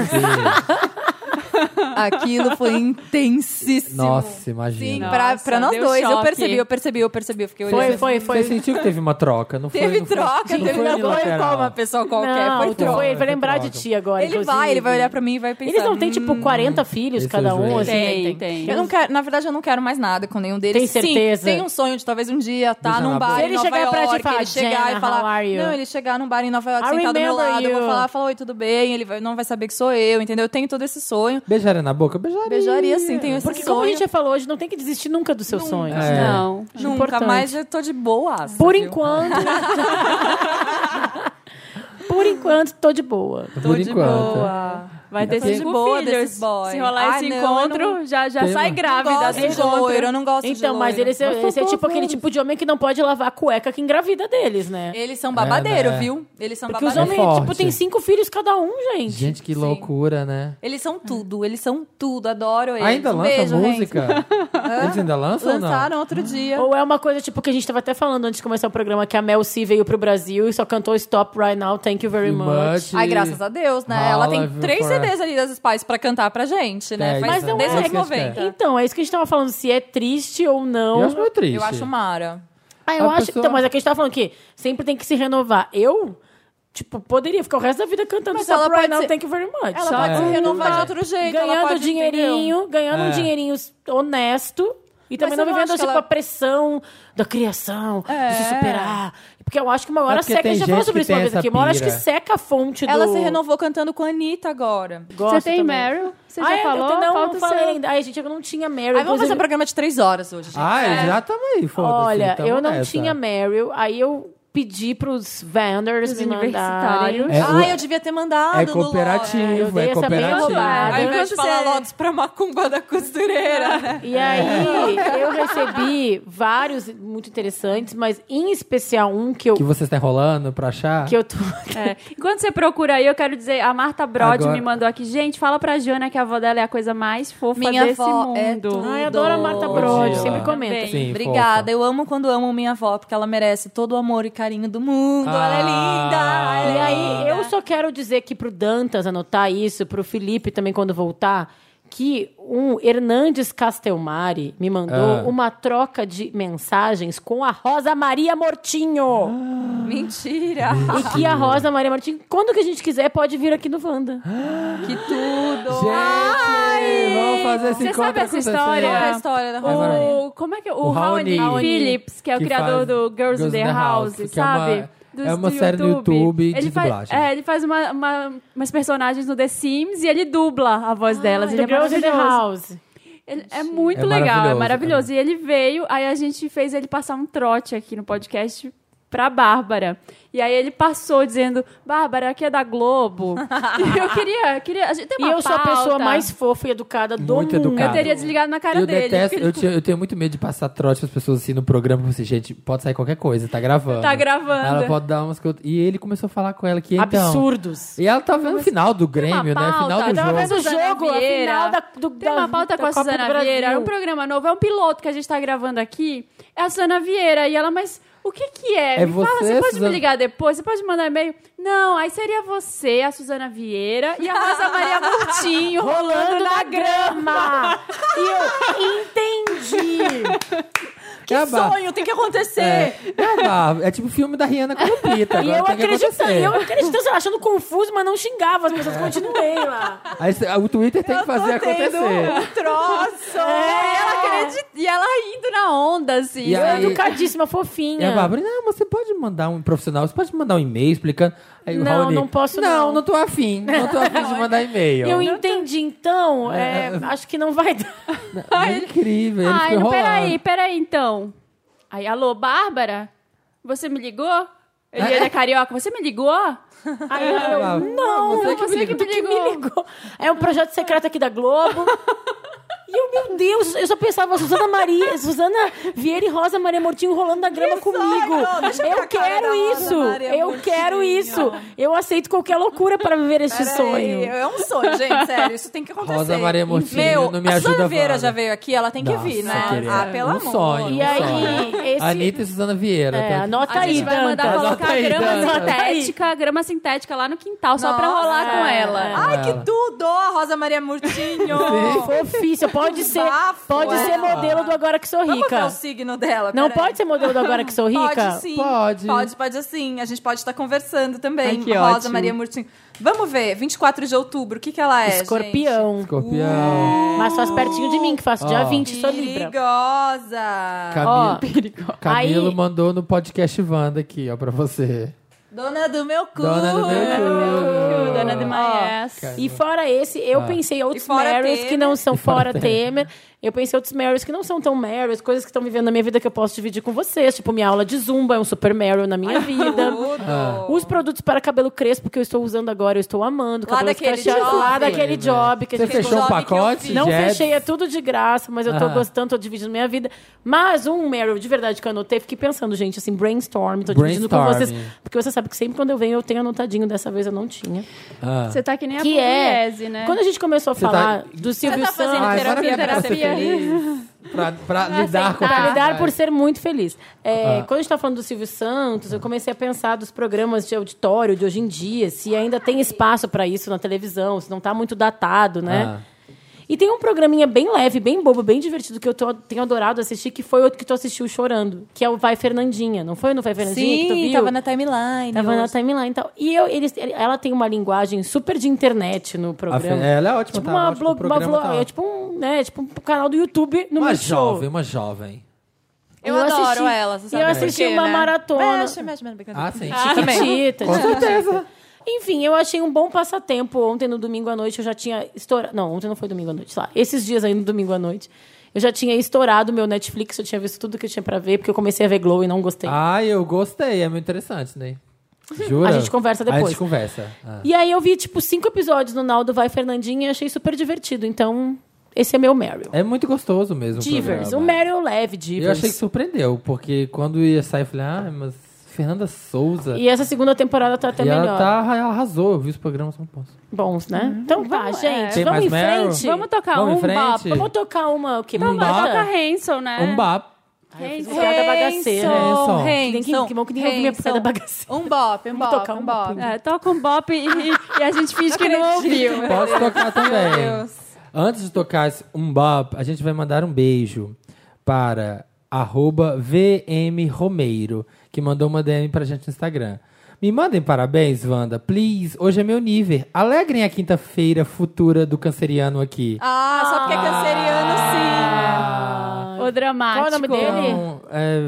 Aquilo foi intensíssimo. Nossa, Sim, imagina. pra, Nossa, pra nós deu dois. Eu choque. percebi, eu percebi, eu percebi. Eu fiquei Foi, olhando. assim, foi, Você foi. sentiu que teve uma troca, não foi? Teve não foi- troca, não teve foi não foi unilateral. com uma pessoa qualquer. Não, foi tu troca. foi, vai Foi lembrar de troca. ti agora, Ele inclusive. vai, ele vai olhar pra mim e vai pensar. Eles não têm, "Hum, tipo, 40 filhos Esse cada é um? o Assim, Tem, tem. Eu não quero, na verdade, eu não quero mais nada com nenhum deles. Tem certeza? Sim, tem um sonho de talvez um dia tá Deixa num na bar boa. em Ele Nova chegar York, pra te falar, ele chegar "Jenna, e falar, how are you?" não, ele chegar num bar em Nova York, I sentado do meu remember lado, eu you. vou falar, fala, oi, tudo bem? Ele vai- não vai saber que sou eu, entendeu? Eu tenho todo esse sonho. Beijaria na boca? Beijaria. Beijaria sim, tenho esse Porque sonho. como a gente já falou hoje, não tem que desistir nunca do seu sonho. É. Não. Acho Nunca importante. mais, eu tô de boa. Por enquanto... Por enquanto, tô de boa. Tô Por de enquanto. boa. Vai ter É. tô de cinco boa filhos. desses boys. Se rolar Ai, esse não, eu encontro, não- já, já Tem- sai não grávida. gosto desse de loiro, eu não gosto de Então, mas loiro. ele esse é tipo aquele tipo de homem que não pode lavar a cueca que engravida deles, né? Eles são babadeiro, É, né? viu? Eles são Porque os babadeiro. homens, É forte. tipo, tem cinco filhos cada um, gente. Gente, que loucura, né? Eles são tudo, eles são tudo, adoro eles. Ainda um lança beijo, música? Hã? Eles ainda Hanson. lançam ou não? Lançaram outro dia. Ou é uma coisa, tipo, que a gente tava até falando antes de começar o programa, que a Mel C veio pro Brasil e só cantou Stop Right Now, Thank You Very Much. Ai, graças a Deus, né? How Ela I tem Will três Forever. CDs ali das Spice pra cantar pra gente, né? Tem, Faz Mas não desde é. os 90. Então, é isso que a gente tava falando, se é triste ou não. Eu acho meio triste. Eu acho mara. Ah, eu A acho. pessoa- Então, mas é que a gente tava falando que sempre tem que se renovar. Eu, tipo, poderia ficar o resto da vida cantando Mas Stop ela Right pode Now, ser- Thank You Very Much. Ela Só É. pode se que renovar de outro jeito. ela ganhando pode, dinheirinho, entendeu? ganhando um É. dinheirinho honesto. E também Mas não eu não vivendo, acho que tipo, ela- a pressão da criação, de se É. superar. Porque eu acho que uma hora É porque seca... A tem gente já falou gente sobre que isso uma tem vez essa aqui. Uma hora acho que pira. seca a fonte Ela do... se renovou cantando com a Anitta agora. Gosto Você tem também. Meryl? Você já Ah, é, falou? Eu, não, Falta não o seu. falei ainda. Ai, gente, é eu não tinha Meryl. Aí vamos fazer um inclusive. programa de três horas hoje, gente. Ah, já também, foda-se. Olha, então eu não nessa. tinha Meryl. Aí eu pedi pros vendors Os me mandarem. universitários. É, ah, o- eu devia ter mandado, É Lu Lora. Eu cooperativo, dei é essa bem cooperativo. roubada. Ao Aí invés de quando falar você- lotes pra macumba da costureira, né? E aí eu recebi vários muito interessantes, mas em especial um que eu Que que, você está enrolando pra achar? eu tô É. Enquanto você procura aí, eu quero dizer, a Marta Brod Agora- me mandou aqui, gente, fala pra Jana que a avó dela é a coisa mais fofa Minha desse avó mundo. é tudo. Ai, adoro a Marta Bom Brod, dia. sempre comenta. Também. Sim, Obrigada, fofa. eu amo quando amo minha avó, porque ela merece todo o amor e carinho do mundo. ela Ah. é linda! E ela é aí, linda. eu só quero dizer que pro Dantas anotar isso, pro Felipe também quando voltar, que um Hernandes Castelmari me mandou Ah. uma troca de mensagens com a Rosa Maria Mortinho. Mentira! E que a Rosa Maria Martins, quando que a gente quiser, pode vir aqui no Wanda. que tudo! Gente, vamos fazer esse Você encontro sabe essa acontecer. história? Qual é a história da É Rosa? maravilhoso. O, como é que é? O O Raoni Raoni. Phillips, que é o Que criador faz do Girls in the House, que é sabe? uma- Dos- é uma do série no YouTube de ele faz, dublagem. é, ele faz uma, uma- umas personagens no The Sims e ele dubla a voz delas. Ele é Girls in the maravilhoso. House. Ele- é muito É legal, é maravilhoso, maravilhoso. E ele veio, aí a gente fez ele passar um trote aqui no podcast pra Bárbara. E aí ele passou dizendo: Bárbara, aqui é da Globo. e eu queria. queria a gente tem E uma eu sou a pauta. pessoa mais fofa e educada do Muito mundo. educada. Eu teria desligado na cara eu dele. detesto, porque ele eu, tinha- eu tenho muito medo de passar trote as pessoas assim no programa, como assim, gente, pode sair qualquer coisa, tá gravando. Tá gravando. Ela pode dar umas. coisas- E ele começou a falar com ela que então. Absurdos. E ela tá vendo o final do Grêmio, né? pauta, Final do tá Tava jogo. vendo o Suzana jogo, a Vieira. final da, do, Tem da, uma pauta com da a Copa Suzana do Brasil. Vieira. É um programa novo, é um piloto que a gente tá gravando aqui. É a Suzana Vieira. E ela, mas o que que é? É me fala, você, você pode Suzana? me ligar depois? Você pode mandar e-mail? Não, aí seria você, a Suzana Vieira e a Rosa Maria Murtinho Rolando na grama! e eu entendi! Que é a Bárbara. Sonho, tem que acontecer. É, é, a Bárbara. É tipo o filme da Rihanna com o Pita. E Agora eu tem que acreditando, acontecer. É. eu acreditando, achando confuso, mas não xingava, as pessoas continuei lá. Aí cê- o Twitter tem que fazer Tô tendo acontecer. um E troço. ela acredita- E ela indo na onda, assim. E É, Eu aí- educadíssima, E a fofinha. Bárbara, não, você pode mandar um profissional, você pode mandar um e-mail explicando. Aí o Não, Raoni, não posso, Não, não. não tô afim. Não tô afim de mandar e-mail. eu entendi, então, é, acho que não vai dar. É incrível, ele Ai, ficou não, enrolando. peraí, peraí, então. Aí, alô, Bárbara? Você me ligou? Ele, ele é carioca. Você me ligou? Aí eu, Bárbara, não, Ah, você você, que me que, ligou. me ligou. É um projeto secreto aqui da Globo. E eu, meu Deus, eu só pensava, Suzana Maria, Suzana Vieira e Rosa Maria Mortinho rolando na grama comigo. sonho! Deixa pra Eu cara da quero Rosa isso, Maria eu Murtinho. quero isso. Eu aceito qualquer loucura para viver este Peraí, sonho. É um sonho, gente, sério. Isso tem que acontecer. Rosa Maria Murtinho, Meu, não me a ajuda, Suzana Vieira Wanda. já veio aqui, ela tem que Nossa, vir, né? querida. Ah, pelo um amor. Sonho, E um aí, sonho. esse- Anitta e Suzana Vieira. É, tá aqui. anota A aí, gente vai mandar Dantas. colocar aí, grama Dantas. sintética, grama sintética lá no quintal, só pra Nossa. Ah, rolar com É. ela. Ai, Ela. que tudo! Ó, Rosa Maria Murtinho! Fofíssima, pode ser, bafo, pode é. ser modelo do Agora que Sou Vamos ver Rica. o signo dela. Não peraí. pode ser modelo do Agora que Sou Rica? Pode sim. Pode. Pode, pode assim. A gente pode estar conversando Ai, também. que Rosa ótimo. Maria Murtinho. Vamos ver, 24 de outubro, o que, que ela é? Escorpião. Escorpião. Mas faz pertinho de mim, que faço dia Ó. 20, Gente? sou Libra. Perigosa! Ó, Camilo, Camilo Aí- mandou no podcast Wanda aqui, ó, pra você. Dona do meu cu! Dona do meu cu. Dona de Maies. e fora esse, Ah. eu pensei outros E fora Marys Temer. que não são fora Temer. Eu pensei outros Marys que não são tão Marys, coisas que estão vivendo na minha vida que eu posso dividir com vocês. Tipo, minha aula de Zumba é um super Mary na minha vida. Tudo. Ah. Os produtos para cabelo crespo que eu estou usando agora, eu estou amando. Lá Cabelos daquele cacheados, job. Lá daquele job. Que a né? Você gente fechou job um que eu pacote? fiz. Não Jets? fechei, é tudo de graça, mas eu tô Aham. gostando, tô dividindo minha vida. Mas um Meryl de verdade que eu anotei, fiquei pensando, gente, assim, brainstorm, tô dividindo com Brainstorm. vocês. Porque você sabe que sempre quando eu venho eu tenho anotadinho, dessa vez eu não tinha. Ah. Você tá que nem a que é. Pugliese, né? Quando a gente começou a Você tá- falar do Silvio tá fazendo Santos. Ai, terapia, maravilha Ah, pra ser terapia. feliz. Pra, pra lidar com a Pra lidar felicidade. por ser muito feliz. É, Ah. Quando a gente tá falando do Silvio Santos, eu comecei a pensar dos programas de auditório de hoje em dia, se ainda tem espaço para isso na televisão, se não tá muito datado, Ah. né? E tem um programinha bem leve, bem bobo, bem divertido que eu tô- tenho adorado assistir, que foi outro que tu assistiu chorando, que é o Vai Fernandinha. Não foi no Vai Fernandinha que tu viu? Sim, tava na timeline. Tava na hoje. timeline e tal. E eu, eles, ela tem uma linguagem super de internet Ah, no a fe- programa. Ela é ótima, Tipo tá? uma, Ótimo blog, uma programa, vlog, tá é ótimo. tipo um, né, tipo um canal do YouTube no Uma Multishow. jovem, uma jovem. Eu adoro ela, você E sabe eu por assisti quê, uma né? maratona. Mexe, mexe, mexe, brincadeira. Ah, sim. Chiquitita. Com gente. certeza. Enfim, eu achei um bom passatempo. Ontem, no domingo à noite, eu já tinha estourado. Não, ontem não foi domingo à noite, sei lá. Esses dias aí no domingo à noite. Eu já tinha estourado meu Netflix, eu tinha visto tudo que eu tinha pra ver, porque eu comecei a ver Glow e não gostei. Ah, eu gostei. É muito interessante, né? Jura? A gente conversa A depois. gente conversa. Ah. E aí eu vi, tipo, cinco episódios no Naldo Vai Fernandinha e achei super divertido. Então, esse é meu Meryl. É muito gostoso mesmo. o Divers. Um programa. Meryl leve, Divers. Eu achei que surpreendeu, porque quando ia sair, eu falei, ah, mas Fernanda Souza. E essa segunda temporada tá até E melhor. ela, tá, ela arrasou, eu vi os programas, não posso. Bons, né? Então tá, Hum, Vamos- é. gente. Tem vamos mais em Meryl? frente. Vamos tocar Vamos em um bop. frente? Vamos tocar uma o quê? Não, Uma mas bata? Toca Hanson, É? né? Um bap. Ai, eu fiz um Hanson. piada bagaceira. Hanson. Que nem que- que bom que nem ouvi minha piada bagaceira. Um bop, um Vamos bop, tocar um um bop. pouquinho. É, toca um bop e, e- e a gente finge que não ouviu. Posso tocar também. Deus. Antes de tocar esse um bop, a gente vai mandar um beijo para arroba VM Romeiro, que mandou uma DM pra gente no Instagram. Me mandem parabéns, Wanda. Please, hoje é meu nível. Alegrem a quinta-feira futura do canceriano aqui. Ah, só porque é canceriano, sim. O dramático. Qual é o nome dele? Então, é,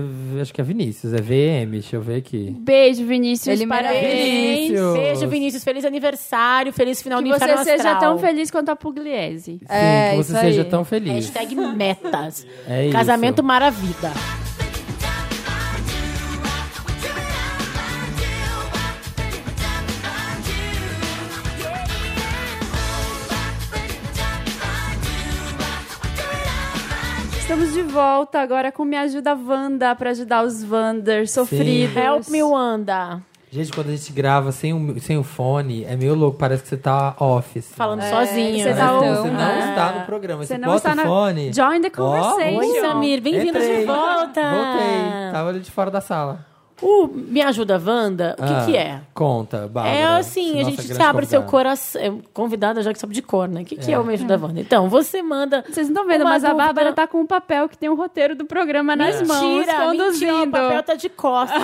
acho que é Vinícius, é VM, deixa eu ver aqui. Beijo, Vinícius. Ele parabéns. merece. Vinícius. Beijo, Vinícius. Feliz aniversário. Feliz final Que do inferno você seja um astral. tão feliz quanto a Pugliese. Sim, É, que você isso seja aí. tão feliz. Hashtag metas. É isso. Casamento Maravida. Give it up. Estamos de volta agora com Me Ajuda Wanda pra ajudar os Wanders sofridos. Help me, Wanda. Gente, quando a gente grava sem o, sem o fone, é meio louco. Parece que você tá off. assim. Falando É, você sozinha. Parece tá né? que um- você não é. está no programa. Você, Você não bota está o na- fone. Join Ó, the conversation. Oi, Samir. Bem-vindo de Entrei. volta. Voltei. Tava ali de fora da sala. O Me Ajuda Wanda, o Ah, que, que é? Conta, Bárbara. É assim, a nossa gente grande se abre seu convidada. coração. é, Convidada já que sabe de cor, né? O que, que é. o Me Ajuda Wanda? Então, você manda. Vocês não estão vendo, Uma mas a dúvida- Bárbara tá com um papel que tem um roteiro do programa nas mãos, Mentira, mentira, um conduzindo. o papel tá de costas.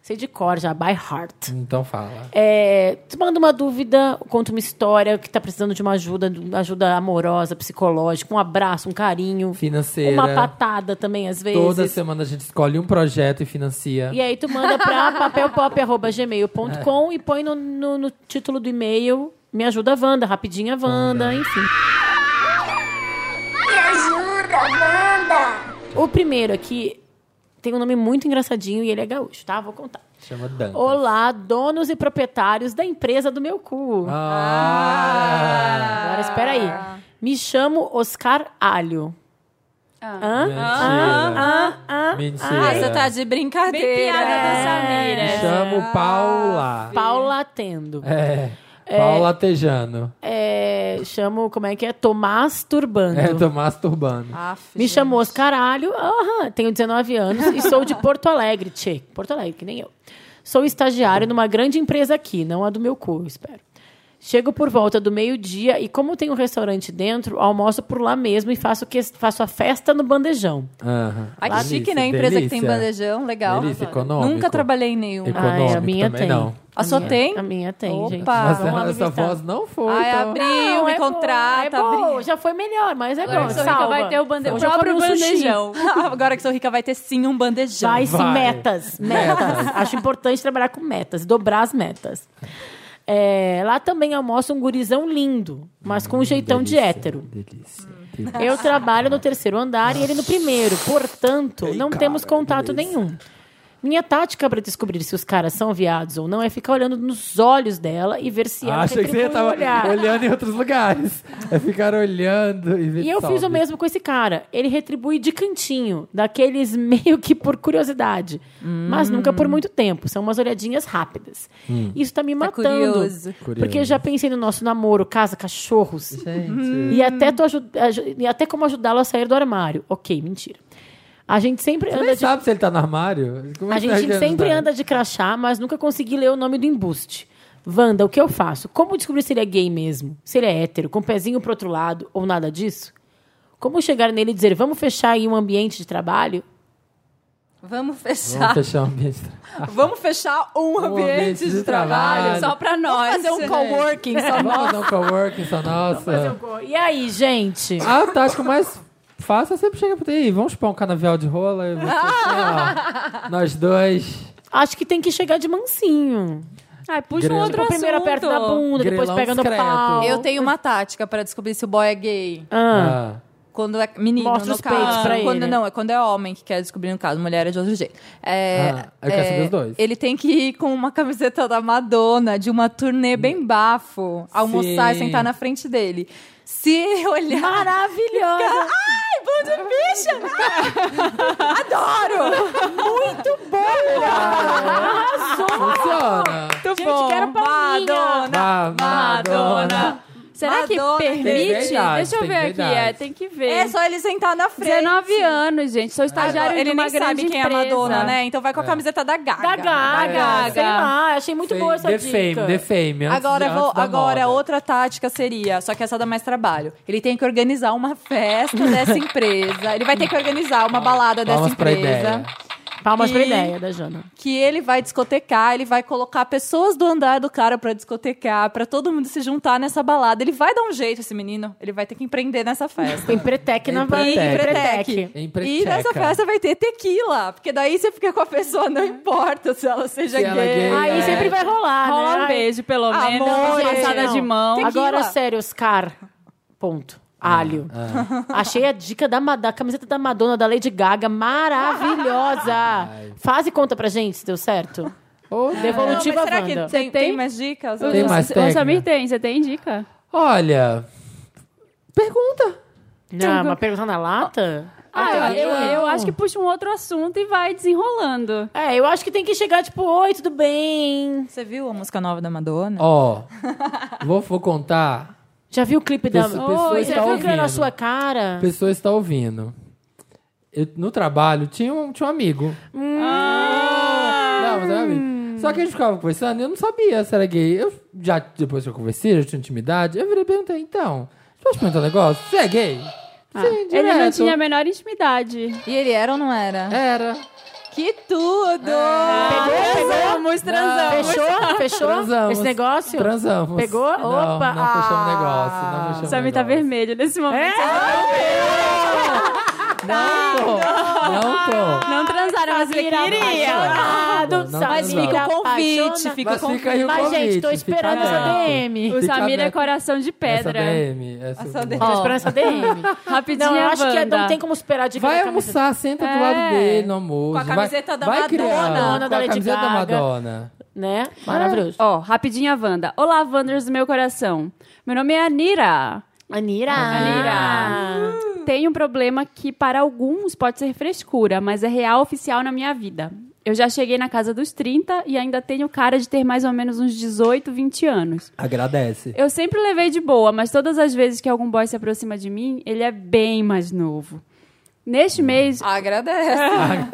Sei de cor já, by heart. Então fala. É, tu manda uma dúvida, conta uma história que tá precisando de uma ajuda, de uma ajuda amorosa, psicológica, um abraço, um carinho, Financeira. uma patada também às vezes. Toda semana a gente escolhe um projeto e financia. E é- aí tu manda pra papelpop.gmail.com e põe no, no- no título do e-mail Me ajuda a Wanda, rapidinho a Wanda, enfim. Me ajuda, Wanda! O primeiro aqui tem um nome muito engraçadinho e ele é gaúcho, tá? Vou contar. Chama Dantas. Olá, donos e proprietários da empresa do meu cu. Ah! Agora, espera aí. Me chamo Oscar Alho. Hã? Mentira. Mentira. Ah, você tá de brincadeira. Bem piada da Me Samira. chamo Paula. Paula Atendo. É. Paula Tejano. É, chamo, como é que é? Tomás Turbando. É, tô masturbando. Aff, Me gente. chamou os caralho. Aham, tenho 19 anos e sou de Porto Alegre, tchê. Porto Alegre, que nem eu. Sou estagiário numa grande empresa aqui, não a do meu cu, espero. Chego por volta do meio-dia e, como tem um restaurante dentro, almoço por lá mesmo e faço, que, faço a festa no bandejão. Aham. Ai, que chique, né? Empresa que tem bandejão, legal. Delícia, econômico. Nunca trabalhei em nenhum. Econômico. a minha também tem. não. Ah, só minha- tem? A minha tem, Opa. gente. Mas Vamos lá Mas essa visitar. voz não foi. Ai, então. abriu, me contrata. boa, é boa, abriu. já foi melhor, mas é Agora bom. que Sou Rica salva. vai ter o bande- Hoje eu próprio comi um sushi. bandejão. Agora que sou rica, vai ter sim um bandejão. Vai sim, Vai. metas. Metas. Acho importante trabalhar com metas, dobrar as metas. É, lá também almoça um gurizão lindo, mas com um jeitão de Hum, Delícia, hétero. Delícia. Eu trabalho no terceiro andar e ele no primeiro, portanto, não temos contato nenhum. Minha tática para descobrir se os caras são viados ou não é ficar olhando nos olhos dela e ver se ela Ah, Achei que você retribui ia o tava olhar. olhando em outros lugares. É ficar olhando e ver E eu salve. fiz o mesmo com esse cara. Ele retribui de cantinho, daqueles meio que por curiosidade, mas nunca por muito tempo. São umas olhadinhas rápidas. Isso tá me matando. curioso. Porque eu já pensei no nosso namoro, casa, cachorros. Gente. E até, tô aju- aju- e até como ajudá-lo a sair do armário. Ok, mentira. A gente sempre Você anda nem de sabe se ele tá no armário? Como a é que você gente vai sempre ajudar? anda de crachá, mas nunca consegui ler o nome do embuste. Wanda, o que eu faço? Como descobrir se ele é gay mesmo? Se ele é hétero, com o pezinho pro outro lado, ou nada disso? Como chegar nele e dizer, vamos fechar aí um ambiente de trabalho? Vamos Vamos fechar. fechar o ambiente. Vamos fechar um ambiente de trabalho só pra nós. né? fazer um gente. coworking só Vamos fazer um coworking só nossa. Ah, tá, E aí, gente? A tática mais fácil é sempre chegar pra ti. Vamos chupar um canavial de rola e você assim, ó. Nós dois. Acho que tem que chegar de mansinho. Ai, puxa Grelo. um Tipo, outro primeiro assunto. aperta na bunda, depois Grelão pega no discreto. pau. Eu tenho uma tática pra descobrir se o boy é gay. Ah, Ah. Quando é menino, Mostra no os caso. peitos pra quando, ele. Não, é quando é homem que quer descobrir, no caso. Mulher é de outro jeito. É, Ah, eu quero é, saber os dois. Ele tem que ir com uma camiseta da Madonna, de uma turnê bem bafo, almoçar Sim. e sentar na frente dele. Se ele olhar... Maravilhosa! Ai, bom de bicha! Adoro! Funciona. Muito Gente, quero palminha. Ma- Madonna. é Será Madonna que tem permite? verdade, Deixa eu tem ver aqui. verdade. É, tem que ver. É só ele sentar na frente. 19 anos, gente. Sou estagiário Ele de uma nem grande sabe quem empresa. é a Madonna, né? Então vai com a camiseta da Gaga. Da Gaga, Gaga. sei lá, achei muito boa essa The dica. Fame, The Fame. antes Agora, de- vou, antes da agora moda. outra tática seria, só que essa dá mais trabalho. Ele tem que organizar uma festa dessa empresa. Ele vai ter que organizar uma balada dessa Palmas pra empresa. ideia. Palmas pra E- ideia da Jana. Que ele vai discotecar, ele vai colocar pessoas do andar do cara pra discotecar, pra todo mundo se juntar nessa balada. Ele vai dar um jeito, esse menino. Ele vai ter que empreender nessa festa. Tem Pretec na Empretec. Tem Empretec. Pretec. Empreteca. E nessa festa vai ter tequila, porque daí você fica com a pessoa, não importa se ela seja Se ela é gay. gay, Aí É. sempre vai rolar, né? Rola um Ai, beijo, pelo Amor, menos. uma gente, passada não. de mão. Tequila. Agora, sério, Oscar. Ponto. Alho. Ah, é. Ah. Achei a dica da, Ma- da camiseta da Madonna, da Lady Gaga, maravilhosa. Faz e conta pra gente se deu certo. Ô, Não, mas Devolutiva será Wanda. que tem- tem, tem mais dicas? Tem mais O técnica? Samir tem, você tem dica? Olha, pergunta. Não, uma pergunta na lata? Ah, eu, eu- legal. eu acho que puxa um outro assunto e vai desenrolando. É, eu acho que tem que chegar, tipo, oi, tudo bem? Você viu a música nova da Madonna? Ó, vou, vou contar. Já viu o clipe da... Pessoa- pessoa Oi, está já viu que era na ouvindo. sua cara? A pessoa está ouvindo. Eu- no trabalho tinha um, tinha um amigo. Hum. Não, mas era um amigo. Só que a gente ficava conversando e eu não sabia se era gay. Eu já, depois que eu conversei, já tinha intimidade, eu virei e perguntei, então, posso perguntar um negócio? Você é gay? Ah, Sim, Ele não direto. tinha a menor intimidade. E ele era ou não era? Era. Que tudo! É. Transamos, transamos. Fechou? Fechou? Transamos. Esse negócio? Transamos. Pegou? Não, Opa! Não fechou o negócio. Ah. Não fechou o Sammy tá negócio. vermelho nesse momento. É? Não tô. Não tô. Não transaram, mas ele Samira queria. apaixonado, Não, não Samira transamos. Fica o convite, apaixonada. fica Mas fica aí o Mas, convite. gente, tô fica esperando essa aberto. DM. O Fica Samir é aberto. coração de Essa pedra. DM. Essa DM. Tô esperando essa DM. Rapidinho, Não, eu acho que é Wanda. não tem como esperar de Vai cada camisa. almoçar, senta do lado dele no almoço. É. Com a camiseta vai, da vai criando, Madonna, com da a Lady camiseta da Gaga. Madonna. Né? Ah. Maravilhoso. Ó, rapidinho a Wanda. Olá, Wanders do meu coração. Meu nome é Anira. Anira. Anira. Tem um problema que para alguns pode ser frescura, mas é real oficial na minha vida. Eu já cheguei na casa dos 30 e ainda tenho cara de ter mais ou menos uns 18, 20 anos. Agradece. Eu sempre levei de boa, mas todas as vezes que algum boy se aproxima de mim, ele é bem mais novo. Neste mês, Agradece. Ah,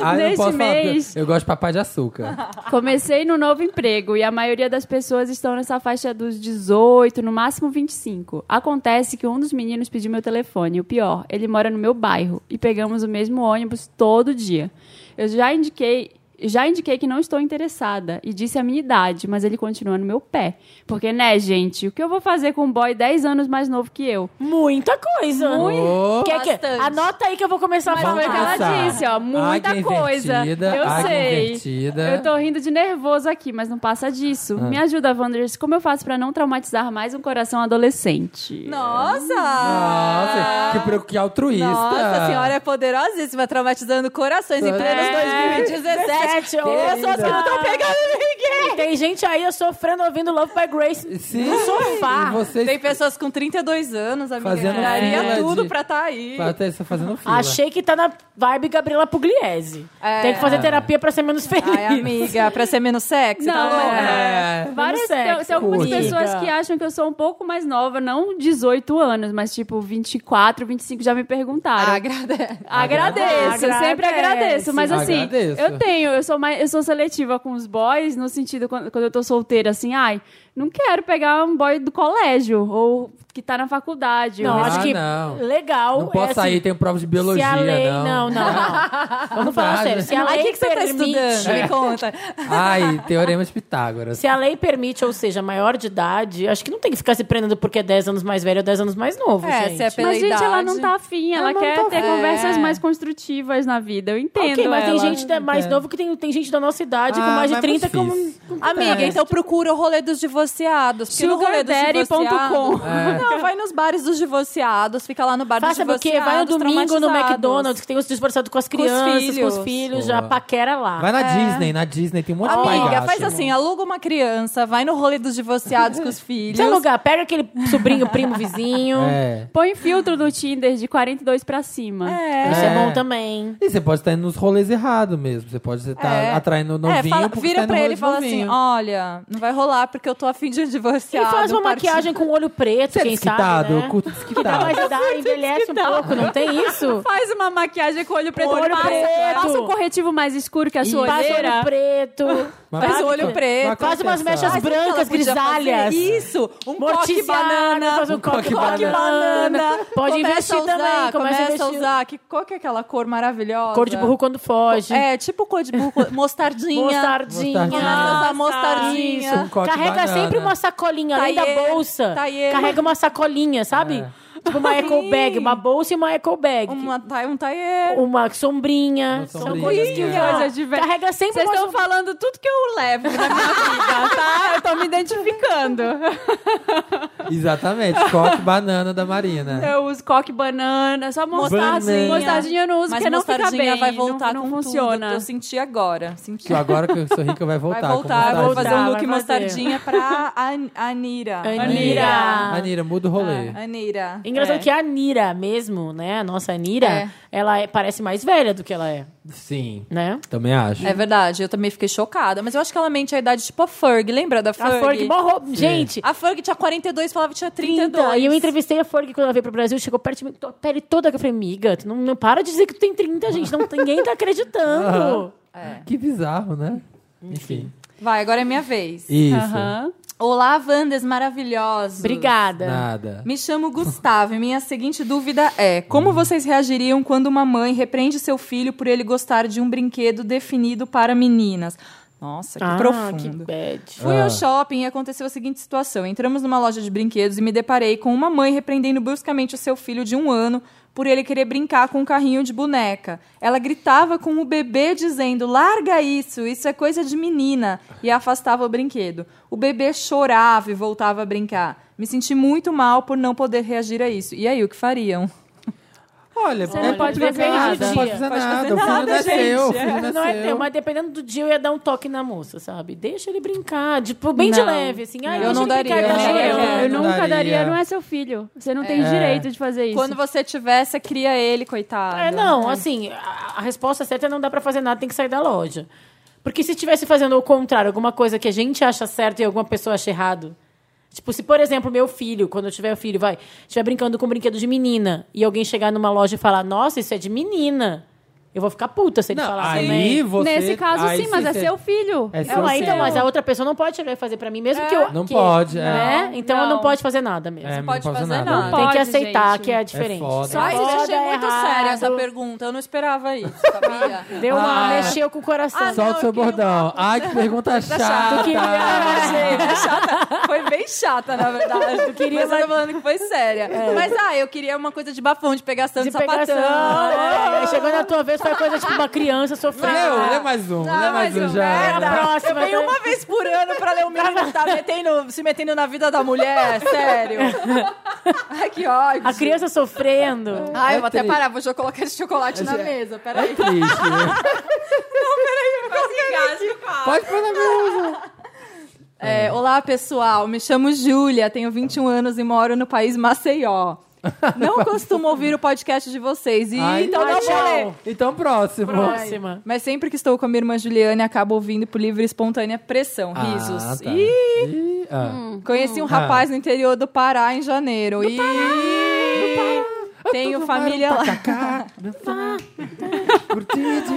eu não Neste posso falar, mês- eu gosto de papai de açúcar. Comecei no novo emprego e a maioria das pessoas estão nessa faixa dos 18, no máximo 25. Acontece que um dos meninos pediu meu telefone, e o pior, ele mora no meu bairro e pegamos o mesmo ônibus todo dia. Eu já indiquei, já indiquei que não estou interessada e disse a minha idade, mas ele continua no meu pé. Porque né, gente, o que eu vou fazer com um boy 10 anos mais novo que eu? Muita coisa. Ô, Quer que- Bastante. Anota aí que eu vou começar a Mas falar. foi o que ela passar. disse, ó, muita Águia coisa. invertida, eu águia sei. invertida. Ah. Eu tô rindo de nervoso aqui, mas não passa disso. Me ajuda, Wanderers, como eu faço pra não traumatizar mais um coração adolescente? Nossa! É. Nossa, que, pre- que altruísta. Nossa, a senhora é poderosíssima, traumatizando corações em plenos É. 2017. Tem Pessoas que não estão pegando ninguém. Tem gente aí sofrendo ouvindo Love by Grace. Sim, no sofá. E vocês Tem pessoas com 32 anos, amiga. Fazendo que daria fila tudo de- pra estar aí. até você fazendo fila. Achei que tá na vibe Gabriela Pugliese. É. Tem que fazer terapia pra ser menos feliz. Ai, amiga, pra ser menos sexy, tá Não, bom? É. Várias, Menos sexo, tem, tem algumas amiga. pessoas que acham que eu sou um pouco mais nova, não 18 anos, mas tipo 24, 25 já me perguntaram. Agradece. Agradeço, eu sempre Agradece. agradeço, mas assim, Agradeço. eu tenho, eu sou mais, eu sou seletiva com os boys no sentido quando, quando eu tô solteira assim, ai, não quero pegar um boy do colégio ou que tá na faculdade. Não, ou- acho Ah, que não. legal. Não posso é assim, sair, tem prova de se biologia, a lei... não. Não, não, não. Vamos falar dá, sério. né? Se a Mas o lei que, que você tá permite... estudando? Me conta. É. Ai, teorema de Pitágoras. Se a lei permite, ou seja, maior de idade, acho que não tem que ficar se prendendo porque é 10 anos mais velho ou 10 anos mais novo, É, gente. se é pela Mas, gente, ela idade. não tá afim, ela, Ela não quer tá ter afim. conversas É. mais construtivas na vida. Eu entendo. Ok, mas tem ela. gente da- é. mais novo que tem, tem gente da nossa idade com Ah, mais de mas é muito 30 como... difícil. Amiga, então procura o rolê dos divorciados. porque no rolê dos Sugardaddy.com. divorciados- É. Não, vai nos bares dos divorciados, fica lá no bar Faça dos porque divorciados. vai no domingo no traumatizados. McDonald's, que tem os divorciados com as os crianças, com os filhos. filhos, Boa. já paquera lá. Vai na Disney, na Disney tem um monte de pai É. Amiga, gasto. faz assim, aluga uma criança, vai no rolê dos divorciados com os filhos. Se alugar, pega aquele sobrinho, primo, vizinho. É. Põe filtro no Tinder de 42 pra cima. É. Isso é. É. bom também. E você pode estar indo nos rolês errados mesmo. Você pode estar É. atraindo novinho É, fala, porque vira tá pra ele e fala assim: olha, não vai rolar porque eu tô afim de um E divorciado. faz uma partiu. maquiagem com olho preto, Você é quem sabe, desquitado, né? eu curto Que dá mais desquitado. é idade, envelhece um pouco, não tem isso? Faz uma maquiagem com olho preto. Olho passa, preto. passa um corretivo mais escuro que a sua Passa olheira. olho preto. Mas Faz pra o olho quê? Pra preto. Faz umas compensar. mechas Ai, sabe o assim que ela brancas, podia fazer? grisalhas. Isso, um coque Morticiada, banana. faz um coque banana. Pode Começa investir a usar, também, começa Começa, a a investir. usar. Que, qual que é aquela cor maravilhosa? Cor de burro quando foge. É, tipo cor de burro. Mostardinha. Mostardinha. Mostardinha. Começa a usar mostardinha. Isso, um coque Carrega banana. sempre uma sacolinha, além da Taier, bolsa. taier. Carrega uma sacolinha, sabe? Tipo uma eco bag, uma bolsa e uma eco bag. Uma, Uma, ta- um taier. sombrinha. Uma São sombrinha. coisas que Coisa ó, diversa. Carrega sempre Vocês uma estão falando tudo que eu levo na minha vida, tá? Eu tô me identificando. Exatamente, coque banana da Marina. É, Eu uso coque banana, só mostardinha. Banana. Mostardinha eu não uso, Mas porque não fica mostardinha bem. vai voltar não, com não tudo, funciona. que Eu senti agora. Senti. Que agora que eu sou rica vai voltar. Vai voltar, com vou vontade. fazer um look vai fazer. mostardinha pra An- Anira. um Anira. Anira, muda o rolê. Anira. Em engraçado É. que a Nira mesmo, né? A nossa Nira, É. ela é- parece mais velha do que ela é, Sim. né? Também acho. É verdade, eu também fiquei chocada. Mas eu acho que ela mente a idade tipo a Ferg, lembra da Ferg? A Ferg morrou. Gente, A Ferg tinha 42, falava que tinha 32. 30. E eu entrevistei a Ferg quando ela veio pro Brasil, chegou perto de mim, tô- pele toda que eu falei, miga, tu não, não para de dizer que tu tem 30, gente. Não, ninguém tá acreditando. Que bizarro, né? Enfim. Vai, agora é minha vez. Isso. Aham. Olá, Wanders maravilhosos. Obrigada. Nada. Me chamo Gustavo e minha seguinte dúvida é: como vocês reagiriam quando uma mãe repreende seu filho por ele gostar de um brinquedo definido para meninas? Nossa, que ah, profundo. que bad. Fui Ah. ao shopping e aconteceu a seguinte situação. Entramos numa loja de brinquedos e me deparei com uma mãe repreendendo bruscamente o seu filho de um ano por ele querer brincar com um carrinho de boneca. Ela gritava com o bebê dizendo: larga isso, isso é coisa de menina, e afastava o brinquedo. O bebê chorava e voltava a brincar. Me senti muito mal por não poder reagir a isso. E aí, o que fariam? Olha, é não pode fazer nada. Não pode fazer Pode nada. O fazer filho nada, não é gente. seu. O É. filho não Não é é teu, seu. mas dependendo do dia eu ia dar um toque na moça, sabe? Deixa ele brincar, tipo, bem de Não. leve, assim. Ah, Eu deixa não ele brincar, daria, ele tá né? chorando. É, Eu, não nunca daria. daria. É. não é seu filho. Você não tem direito de fazer isso. Quando você tiver, você cria ele, coitado. Ah, É, tá. não, assim, a, a resposta certa é não dá pra fazer nada, tem que sair da loja. Porque se estivesse fazendo o contrário, alguma coisa que a gente acha certo e alguma pessoa acha errado. Tipo, se, por exemplo, meu filho, quando eu tiver o filho, vai, estiver brincando com um brinquedo de menina e alguém chegar numa loja e falar, nossa, isso é de menina, eu vou ficar puta se ele Não, falar aí também. você... Nesse caso, aí sim, mas se é você- seu filho. É seu Não, aí, então, filho. mas a outra pessoa não pode chegar e fazer pra mim, mesmo que eu. Não que- pode, é. Né? Então eu Não. não pode fazer nada mesmo. É, não pode pode fazer nada. nada. Não Tem que pode, aceitar gente. que é diferente. foda. Só isso, eu Foda, achei é muito séria essa errado. pergunta. Eu não esperava isso, sabia? Deu uma. Ah, é. mexeu com o coração. Ah, Solta o Não, seu eu queria bordão. uma coisa- Ai, que pergunta Tu queria- né, chata. Gente, chata. Foi bem chata, na verdade. Eu queria Mas eu tô falando que foi séria. Mas, ah, eu queria uma coisa de bafão, de pegação, de, de pegação. sapatão. É, aí Chegou na tua vez, foi coisa tipo uma criança sofrendo. Lê, lê mais um. Ah, Lê mais mas um eu- já. merda. próxima, Eu venho né? uma vez por ano pra ler o menino que tá metendo- se metendo na vida da mulher, sério. Ai, que ódio. A criança sofrendo. Ai, eu É vou até triste. parar, vou já colocar esse chocolate na mesa. Peraí. Triste. Pode pôr na mesa. É, olá, pessoal. Me chamo Júlia, tenho 21 anos e moro no país Maceió. Não costumo ouvir o podcast de vocês. E Ai, então ai, não vou tchau. ler. Então, próximo. Próxima. Mas sempre que estou com a minha irmã Juliane, acabo ouvindo por livre e espontânea pressão, Ah, risos. tá. Ih, Ih, ah. conheci um rapaz no interior do Pará em janeiro. e tenho família lá. Tacacá.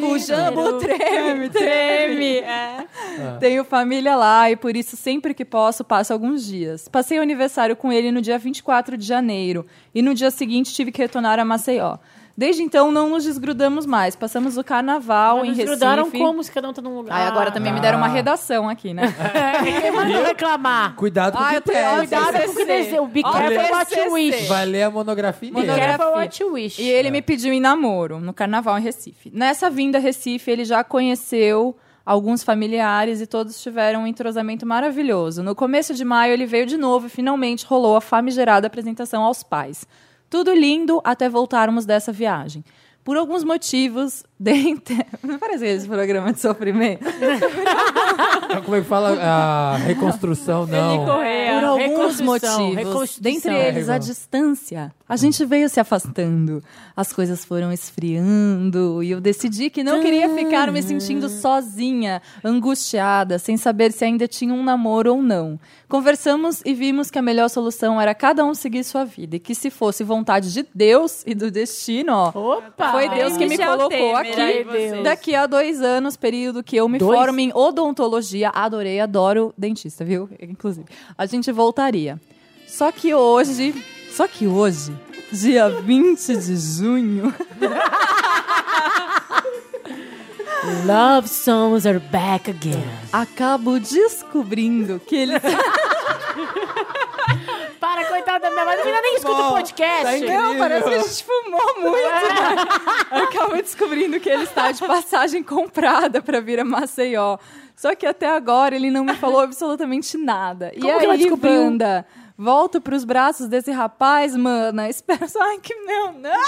O jambo treme, treme. é. Ah. Tenho família lá e por isso sempre que posso passo alguns dias. Passei o aniversário com ele no dia 24 de janeiro e no dia seguinte tive que retornar a Maceió. Desde então não nos desgrudamos mais. Passamos o carnaval em Eles Recife. grudaram como se cada um tá num lugar. Ai, agora também me deram uma Ah. redação aqui, né? Ninguém mandou reclamar. Cuidado com o Ai, que Ah, eu tô- pede. Cuidado. Cuidado com o que deseja. O Be Olha, careful what you TCC. wish. Vai ler a monografia Be inteira. Monografia. careful what you wish. E ele me pediu em namoro no carnaval em Recife. Nessa vinda a Recife, ele já conheceu alguns familiares e todos tiveram um entrosamento maravilhoso. No começo de maio, ele veio de novo e finalmente rolou a famigerada apresentação aos pais. Tudo lindo até voltarmos dessa viagem. Por alguns motivos, dentre. Não parece esse programa de sofrimento? Ah, Como é que fala? A reconstrução, não. Correia. Por alguns É, Reconstrução, motivos, reconstrução. É, dentre eles a Reconstrução. distância, a gente veio se afastando. As coisas foram esfriando e eu decidi que não queria ficar me sentindo sozinha, angustiada, sem saber se ainda tinha um namoro ou não. Conversamos e vimos que a melhor solução era cada um seguir sua vida e que se fosse vontade de Deus e do destino, ó, Opa! foi Deus que me Ah, Michel colocou Temer, aí aqui. vocês. Daqui a dois anos, período que eu me Dois? formo em odontologia. Adorei, adoro dentista, viu? Inclusive. A gente voltaria. Só que hoje. Só que hoje, dia 20 de junho. Love songs are back again. Acabo descobrindo que ele. Para, coitada da minha mãe. A menina nem escuta o Bom, podcast. tá incrível. Não, parece que a gente fumou muito. né? Acabo descobrindo que ele está de passagem comprada para vir a Maceió. Só que até agora ele não me falou absolutamente nada. e Como que ela aí, descobriu? Wanda, volto pros braços desse rapaz, mana. Espero só. Ai, que não, não!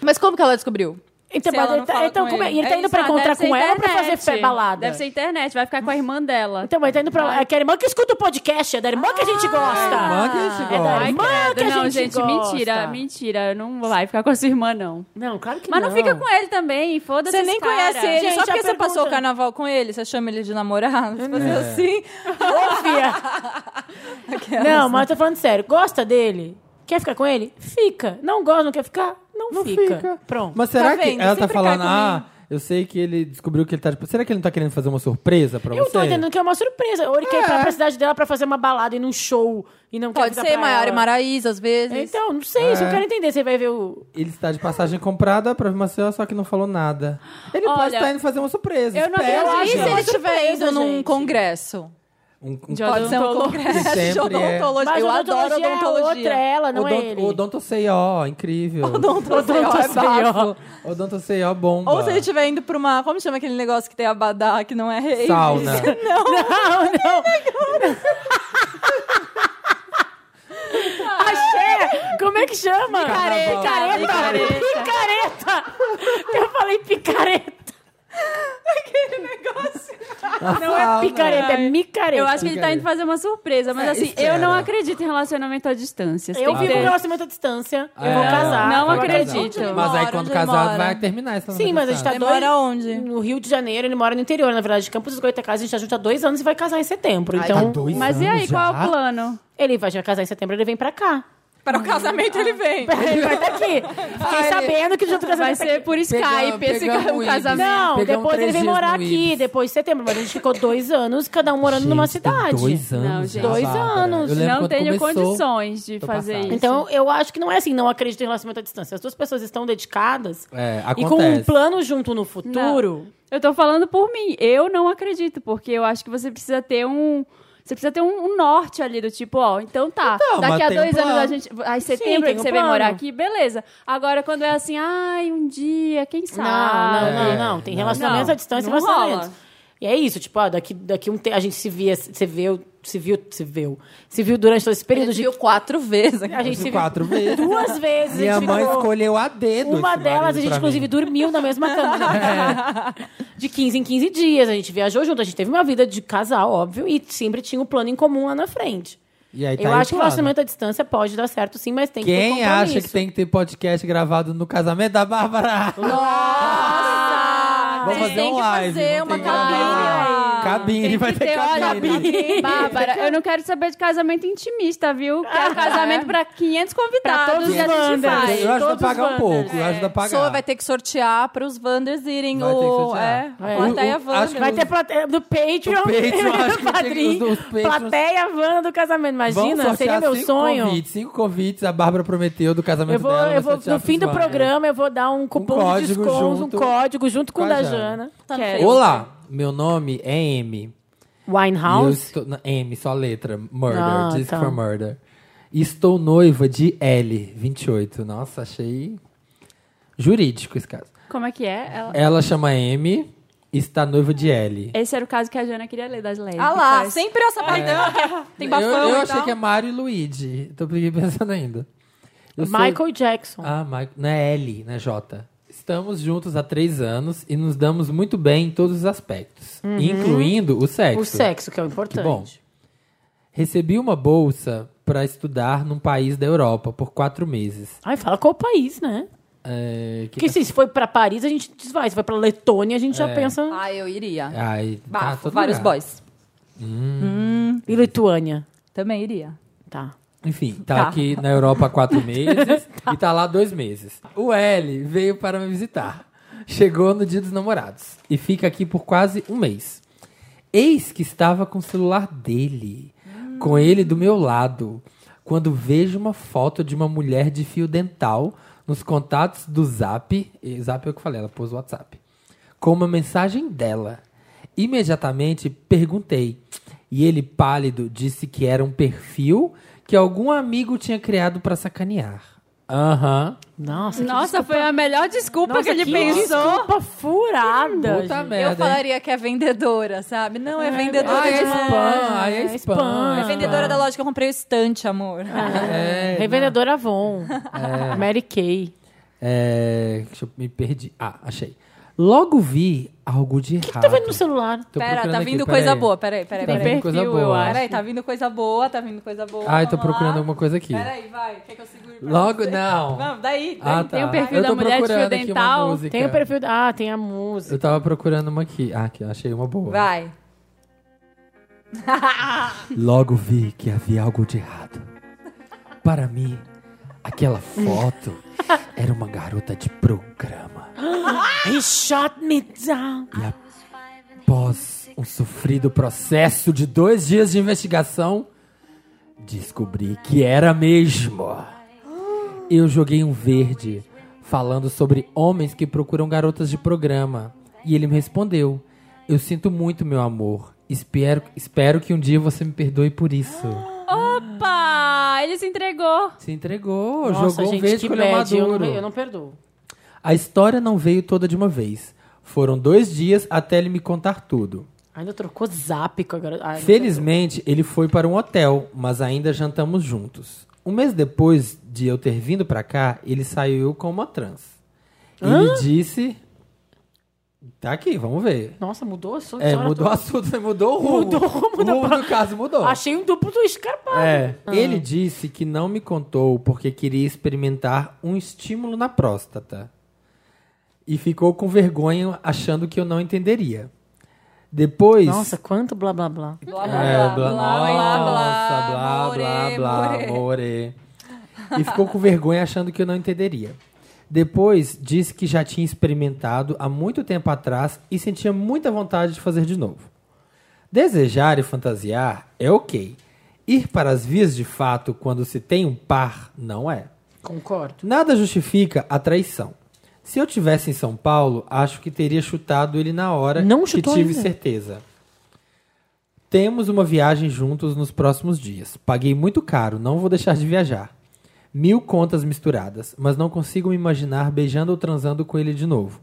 Mas como que ela descobriu? Então, Se mas ela ele não tá, fala então com como é- ele. ele tá É indo isso, pra ah, encontrar deve ser com ela pra internet. fazer fe- balada. Deve ser internet, vai ficar com a irmã dela. Então, mas tá indo pra lá. É que a irmã que escuta o podcast, é da irmã que a gente gosta. irmã que a gente É da gosta. irmã que a gente não, gente, gosta. mentira, mentira. Não vai ficar com a sua irmã, não. Não, claro que Mas não. não, fica com ele também, foda-se. Você nem esse cara. conhece ele, Gente, só porque a você passou pergunta- o carnaval com ele, você chama ele de namorado, você faz assim. Ô, fia. não, mas eu tô falando sério. Gosta dele? Quer ficar com ele? Fica. Não gosta, não quer ficar? Não, fica. Pronto. Mas será que vendo? ela tá Sempre falando, cai com ah, eu sei que ele descobriu que ele tá. tipo, Será que ele não tá querendo fazer uma surpresa pra eu você? tô entendendo que é uma surpresa. Ou ele quer ir pra, pra cidade dela pra fazer uma balada e num show e não quer Pode ficar ser pra Maiara e ela. Maraísa, às vezes. Então, não sei, isso eu É. quero entender. Você vai ver o. Ele está de passagem comprada pra Maceió, só que não falou nada. Ele pode Olha, estar indo fazer uma surpresa. eu não espera, Então, acredito. e se gente. ele estiver surpresa, indo num é gente. congresso? Um, um De Pode ser um Odontolo- congresso Sempre é. de odontologia. Mas Eu adoro odontologia É odontologia. outra, é ela, não é ele. odonto, odontoceió, incrível. Tá. Odontologia é bafo. Odontoceió bomba. Ou se ele estiver indo pra uma... Como chama aquele negócio que tem abadá, que não é rei? Sauna. Não, não. Achei! Como é que chama? Picareta, É, Picareta! Picareta! Eu falei picareta. Não é picareta, é micareta. Eu acho que ele tá Fica indo aí. fazer uma surpresa, mas É, assim, espera. eu não acredito em relacionamento à distância. assim. Você Eu tem que vivo ter- um relacionamento à distância. eu É, vou casar. não vai vou casar. acredito. Onde ele Mas aí mora? quando Onde ele casado mora? vai terminar essa Sim, mas a gente tá Ele dois... mora onde? No Rio de Janeiro, ele mora no interior, na verdade, de Campos dos Goitacazes. A gente tá junto há dois anos e vai casar em setembro. Tá então, dois Mas e anos aí, qual já? é o plano? ele vai, vai casar em setembro, ele vem pra cá. Para o casamento ele vem. Ele vai estar aqui. Fiquei sabendo que tá junto com Vai ser assim. por Skype esse pegamos ca- o eles. casamento. Não, Pegar um depois ele três vem dias morar no aqui, Ibis. depois de setembro. Mas a gente ficou dois anos, cada um morando numa Gente, tem cidade. Dois anos. Não, já, gente. Dois Bárbara. anos. Eu lembro não quando tenho começou. condições de Tô fazer passado. isso. Então, eu acho que não é assim, não acredito em relacionamento à distância. As duas pessoas estão dedicadas É, e com um acontece. plano junto no futuro. Eu tô falando por mim. Eu não acredito, porque eu acho que você precisa ter um. Você precisa ter um, um norte ali do tipo, ó, então tá. Então, mas daqui a tem um dois plano. anos a gente. Aí setembro tem que um você vai morar plano. aqui, beleza. Agora, quando é assim, ai, um dia, quem sabe? Não, não, É, não, não. Tem não. relacionamentos Não, à distância e não rola. relacionamentos. E é isso, tipo, ó, daqui, daqui um tempo a gente se via, se viu, se viu, se viu, se viu durante todo esse período Ele de. viu quatro vezes. A gente se viu Quatro vezes. duas vezes. a Minha gente mãe ficou- escolheu a dedo. Uma esse delas, marido a gente pra inclusive mim. É. dormiu na mesma cama. De 15 em 15 dias, a gente viajou junto, a gente teve uma vida de casal, óbvio, e sempre tinha um plano em comum lá na frente. E aí tá Eu aí o acho que o plano. relacionamento à distância pode dar certo sim, mas tem que ter Quem compromisso. acha que tem que ter podcast gravado no casamento da Bárbara? Nossa! Vamos fazer tem um que live. fazer vamos uma ter que gravar. Cabine, vai ter cabine. Bárbara, eu não quero saber de casamento intimista, viu? Quero casamento pra 500 convidados Ah. Pra todos e a os gente Wanders. vai. Eu ajudo a todos pagar os um pouco. Wanders. Eu ajudo a pagar. Pessoa É. vai ter que sortear para os Wanders irem. Vai ter que ou, sortear. é, É. a O- plateia o- Wander. acho que Vai ter plateia do Patreon, O Patreon, acho que padrinho, tem os- os Patreons. plateia Vanda do casamento. Vamos Imagina, seria sortear meu cinco sonho. Convites, cinco convites, a Bárbara prometeu do casamento Eu vou, dela. vai eu vou sortear no fim pros do Wanders. programa eu vou dar um cupom de código desconto, junto um código junto com, com o a da Jana. Jana. é Tá no Quero. Facebook. Olá, meu nome é M. E eu Winehouse. estou- não, M, só letra. Murder, Ah, Disc tá. for Murder. E Estou noiva de L, 28. Nossa, achei jurídico esse caso. Como é que é? Ela- Ela chama M e está noiva de L. Esse era o caso que a Jana queria ler das lésbicas. Ah lá, sempre É. essa é Tá paredão. Tem bafão eu então. eu e achei tal. que é Mário e Luigi. Tô pensando ainda. Eu sou- Michael Jackson. Ah, Michael. Não é L, né, J? Estamos juntos há três anos e nos damos muito bem em todos os aspectos, incluindo o sexo. Uhum. O sexo, que é o Que importante. bom. Recebi uma bolsa para estudar num país da Europa por quatro meses. Ai, fala qual país, né? É, que É. Porque se se foi pra Paris, a gente desvai. Se foi pra Letônia, a gente já pensa Ah, eu iria. Ai, tá Bafo, todo vários lugar. boys. em Lituânia. Também iria. Tá. Enfim, tá, Tá. aqui na Europa há quatro meses e tá lá dois meses. O L veio para me visitar. Chegou no dia dos namorados e fica aqui por quase um mês. Eis que estava com o celular dele, com ele do meu lado, quando vejo uma foto de uma mulher de fio dental nos contatos do Zap. e Zap é o que eu falei, ela pôs o WhatsApp. Com uma mensagem dela. Imediatamente perguntei. E ele, pálido, disse que era um perfil que algum amigo tinha criado para sacanear. Aham. Nossa, Nossa, foi a melhor desculpa que ele pensou. Desculpa furada. Puta gente. merda. hein? eu falaria que é vendedora, sabe? Não, é vendedora Ah, é de spam. Ah, é É spam. spam. é É vendedora da loja que eu comprei o estante, amor. É, Revendedora Avon. Mary Kay. É, deixa eu me perdi. Ah, achei. Logo vi algo de errado. Tá vendo no celular? Tô Pera, procurando tá aqui, vindo peraí. coisa boa. Peraí, peraí, Tá peraí. vindo coisa perfil, eu boa. acho. Peraí, tá vindo coisa boa, tá vindo coisa boa. Ai, tô vamos procurando lá. alguma coisa aqui. Peraí, vai. Quer que eu segure pra Logo, você? não. Vamos, um daí. daí. Ah, tá. tem o perfil Eu da tô mulher de fio procurando aqui uma dental. música. Tem o perfil. da- Ah, tem a música. Eu tava procurando uma aqui. Ah, aqui, achei uma boa. Vai. Logo vi que havia algo de errado. Para mim, aquela foto era uma garota de programa. He shot me down. E após um sofrido processo de dois dias de investigação, descobri que era mesmo. Eu joguei um verde falando sobre homens que procuram garotas de programa. E ele me respondeu: Eu sinto muito, meu amor. Espero, espero que um dia você me perdoe por isso. Opa! Ele se entregou. Se entregou, Nossa, jogou um gente, verde que colheu bad. Eu maduro. não, eu não perdoo. A história não veio toda de uma vez. Foram dois dias até ele me contar tudo. Ainda trocou zap com a garota. Ai, não Felizmente, ele foi para um hotel, mas ainda jantamos juntos. Um mês depois de eu ter vindo para cá, ele saiu com uma trans. Ele disse. Tá aqui, vamos ver. perdoo. Nossa, mudou a sua É, história mudou o toda. assunto, mudou o rumo. Mudou o rumo da O pa- do caso mudou. Achei um duplo escarpado. É. Ah. Ele disse que não me contou porque queria experimentar um estímulo na próstata. E ficou com vergonha achando que eu não entenderia. Depois. Nossa, quanto blá blá blá. Blá, blá, É, blá, blá, nossa, blá, blá, more, blá, more. more. E ficou com vergonha achando que eu não entenderia. Depois, disse que já tinha experimentado há muito tempo atrás e sentia muita vontade de fazer de novo. Desejar e fantasiar é ok. Ir para as vias de fato quando se tem um par, não é. Concordo. Nada justifica a traição. Se eu tivesse em São Paulo, acho que teria chutado ele na hora Não que chutou tive ainda. certeza. Temos uma viagem juntos nos próximos dias. Paguei muito caro, não vou deixar de viajar. Mil contas misturadas, mas não consigo me imaginar beijando ou transando com ele de novo.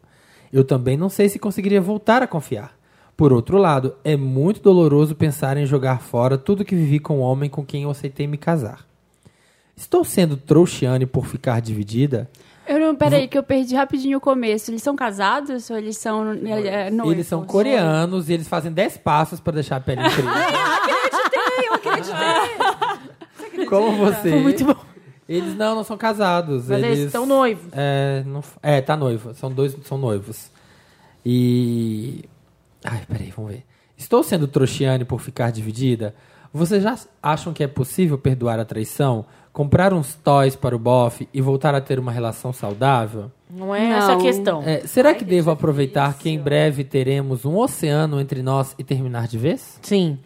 Eu também não sei se conseguiria voltar a confiar. Por outro lado, é muito doloroso pensar em jogar fora tudo que vivi com o homem com quem eu aceitei me casar. Estou sendo trouxiane por ficar dividida? Eu não, peraí, que eu perdi rapidinho o começo. Eles são casados ou eles são é, é, noivos? Eles são coreanos e eles fazem 10 passos para deixar a pele incrível. acreditei, eu acreditei. Como você? Foi muito bom. Eles não, não são casados. Mas eles estão noivos. É, não, f- é, tá noivo. São dois, são noivos. E... Ai, peraí, vamos ver. Estou sendo trouxiane por ficar dividida? Vocês já acham que é possível perdoar a traição? Comprar uns toys para o bofe e voltar a ter uma relação saudável? Não é essa a Não. questão. É, será que devo aproveitar que em breve teremos um oceano entre nós e terminar de vez? Sim.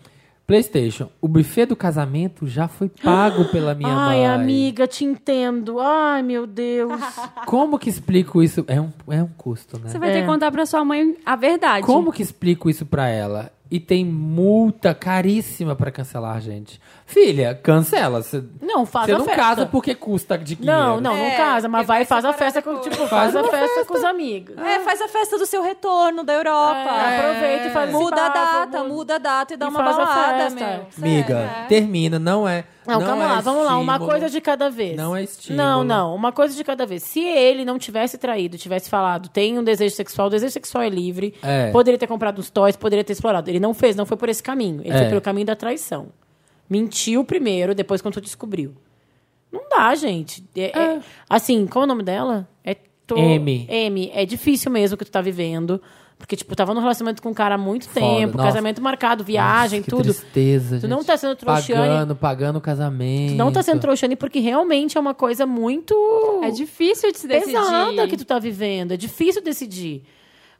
PlayStation, o buffet do casamento já foi pago pela minha Ai, mãe. amiga, te entendo. Ai, meu Deus. Como que explico isso? É um, é um custo, né? Você vai ter que contar pra sua mãe a verdade. Como que explico isso pra ela? E tem multa caríssima pra cancelar, gente. Filha, cancela. Você Não, faz a não festa. casa porque custa de dinheiro. Não, não, não É, casa, mas porque vai vai e faz a separar festa com, depois. tipo, Faz faz a uma festa com os amigos. É, faz a festa do seu retorno da Europa. É, aproveita e faz esse Muda a bafo, data, muda a data e dá E uma faz a balada, festa. meu. Amiga, termina, não é. Não, calma é lá, vamos lá, uma estímulo. coisa de cada vez. Não é estímulo. Não, não, uma coisa de cada vez. Se ele não tivesse traído, tivesse falado, tem um desejo sexual, o desejo sexual é livre, É. poderia ter comprado os toys, poderia ter explorado. Ele não fez, não foi por esse caminho. Ele É. foi pelo caminho da traição. Mentiu primeiro, depois quando tu descobriu. Não dá, gente. É- é- assim, qual é o nome dela? É to... M. M. É difícil mesmo o que tu tá vivendo. Porque, tipo, tava num relacionamento com um cara há muito Foda, tempo, nossa. casamento marcado, viagem, Nossa, que tudo. tristeza, Tu não gente. tá sendo trouxiane. Pagando, pagando o casamento. Tu não tá sendo trouxane porque realmente é uma coisa muito É difícil de se decidir. pesada que tu tá vivendo. É difícil decidir.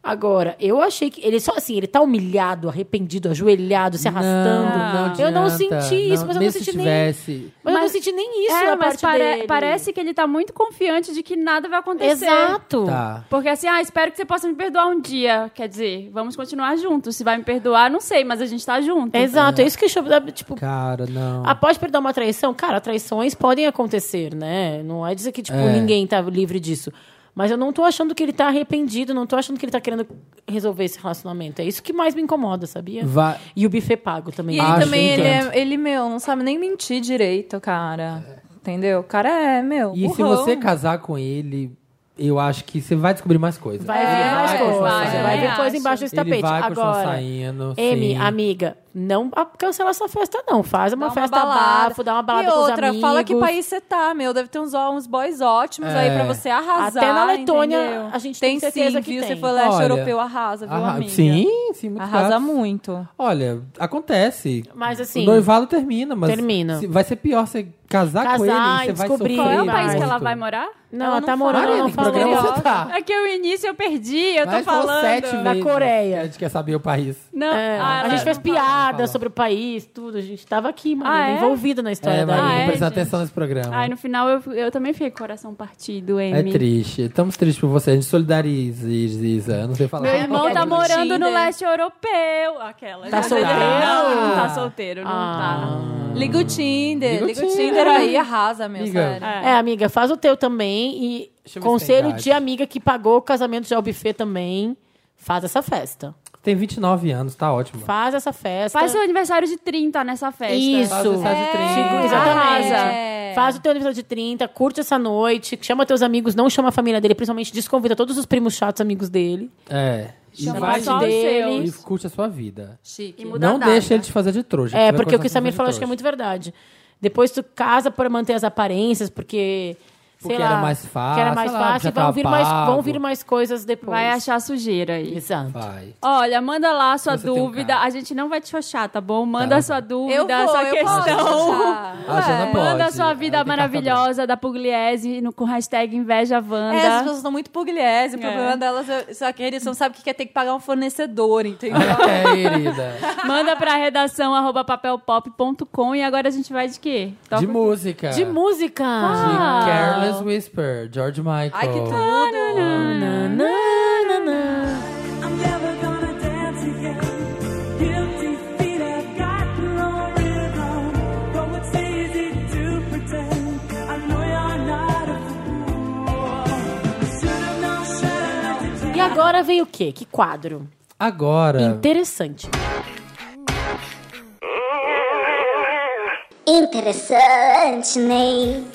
Agora, eu achei que. Ele só assim, ele tá humilhado, arrependido, ajoelhado, se arrastando. Não, não eu não adianta. senti isso, Não, mas eu não mesmo se senti nem. tivesse, Mas, eu não Mas- senti nem isso é, na mas parte pare- dele. parece que ele tá muito confiante de que nada vai acontecer. Exato. Tá. Porque assim, ah, espero que você possa me perdoar um dia. Quer dizer, vamos continuar juntos. Se vai me perdoar, não sei, mas a gente tá junto. Exato. É isso que eu chamo. da- Tipo, Cara, não. Após perdoar uma traição, cara, traições podem acontecer, né? Não é dizer que, tipo, É. ninguém tá livre disso. Mas eu não tô achando que ele tá arrependido, não tô achando que ele tá querendo resolver esse relacionamento. É isso que mais me incomoda, sabia? Vai... E o buffet pago também. E Acho ele também, ele, encanto. é, ele, meu, não sabe nem mentir direito, cara. Entendeu? O cara é, meu. E se burrão. você casar com ele, eu acho que você vai descobrir mais coisas. É, Vai ver mais vai, coisas. vai, Vai, vai eu ver acho. coisa embaixo desse Ele tapete. vai continuar Agora, saindo. M, sim. amiga, não a- cancela essa festa, não. Faz uma Dá festa balada. bafo, dá uma balada E com os outra, amigos. fala que país você tá, meu. Deve ter uns, ó- uns boys ótimos É. aí pra você arrasar. Até na Letônia, entendeu? a gente tem certeza que sim, viu? tem. Se for leste Olha, europeu, arrasa, viu, Arra- amiga? Sim, Tá. sim, muito Arrasa fácil. muito. Olha, acontece. Mas, assim, O noivado termina, mas. termina. se- vai ser pior você casar, Casar com ele. e Você vai sofrer. descobrir. Qual é o Sim, país vai. que ela muito. vai morar? Não, Ela ela não tá morando, Olha, ela não que programa falou. você tá? É que o início eu perdi, eu Mas tô foram falando. sete Na vezes Coreia. que A gente quer saber o país. Não, É, ah, a ela- gente fez piada fala. sobre o país, tudo. A gente tava aqui, Ah, Marina, é? envolvida na história é, da Marina, Ah, é, presta gente? atenção nesse programa. Ai, no final eu, eu também fiquei com o coração partido, Amy. É triste. Estamos tristes por você. A gente solidariza. Eu não sei falar. Meu irmão qualquer tá coisa. morando no Tinder. leste europeu. Aquela. Tá solteiro? Não, Ah. não tá solteiro, não Ah. tá. Liga o Tinder, Hum. Liga liga, o o Tinder. Tinder aí, arrasa, meu, Liga. sério. É, amiga, faz o teu também. E Deixa eu ver se tem conselho idade. de amiga que pagou o casamento já o buffet também. Faz essa festa. Tem 29 anos, tá ótimo. Faz essa festa. Faz seu aniversário de 30 nessa festa. É. Faz o Isso. estágio 30. Sim, Exatamente. Arrasa. Faz o teu aniversário de 30, curte essa noite, chama teus amigos, não chama a família dele, principalmente desconvida todos os primos chatos amigos dele. É. E Chama vai só os e seus. curte a sua vida. Chique. E muda a Não data. deixa ele te fazer de trouxa. É, Você vai porque o que o continuar Samir sendo de falou, acho que trouxa. é muito verdade. Depois tu casa para manter as aparências, porque. Porque sei lá, era mais fácil, Que era mais sei lá, fácil. já e vão tava vir, mais, pago. vão vir mais coisas depois. Vai achar sujeira aí. Exato. Vai. Olha, manda lá a sua Você tem um dúvida. carro. a gente não vai te xoxar, tá bom? Manda Tá. a sua dúvida, Eu a vou, sua eu questão. posso achar. A Jana pode. Manda a sua Ela vida tem carta maravilhosa da Pugliese no, com hashtag É, as invejavanda. pessoas estão muito pugliese. O problema delas é só que eles não sabem o que é ter que pagar um fornecedor, entendeu? branca. É, querida. Manda pra redação arroba papelpop.com e agora a gente vai de quê? Toca- De música. De música! De Ah. Careless Whisper, George Michael. Ai, que Ah, tudo! Na, na, na, na. I'm never gonna dance again. Guilty feet have got no rhythm. Though it's easy to pretend, I know you're not a fool. Should've known, should've known. E agora vem o quê? Que quadro? Agora. Interessante. Interessante, Ney.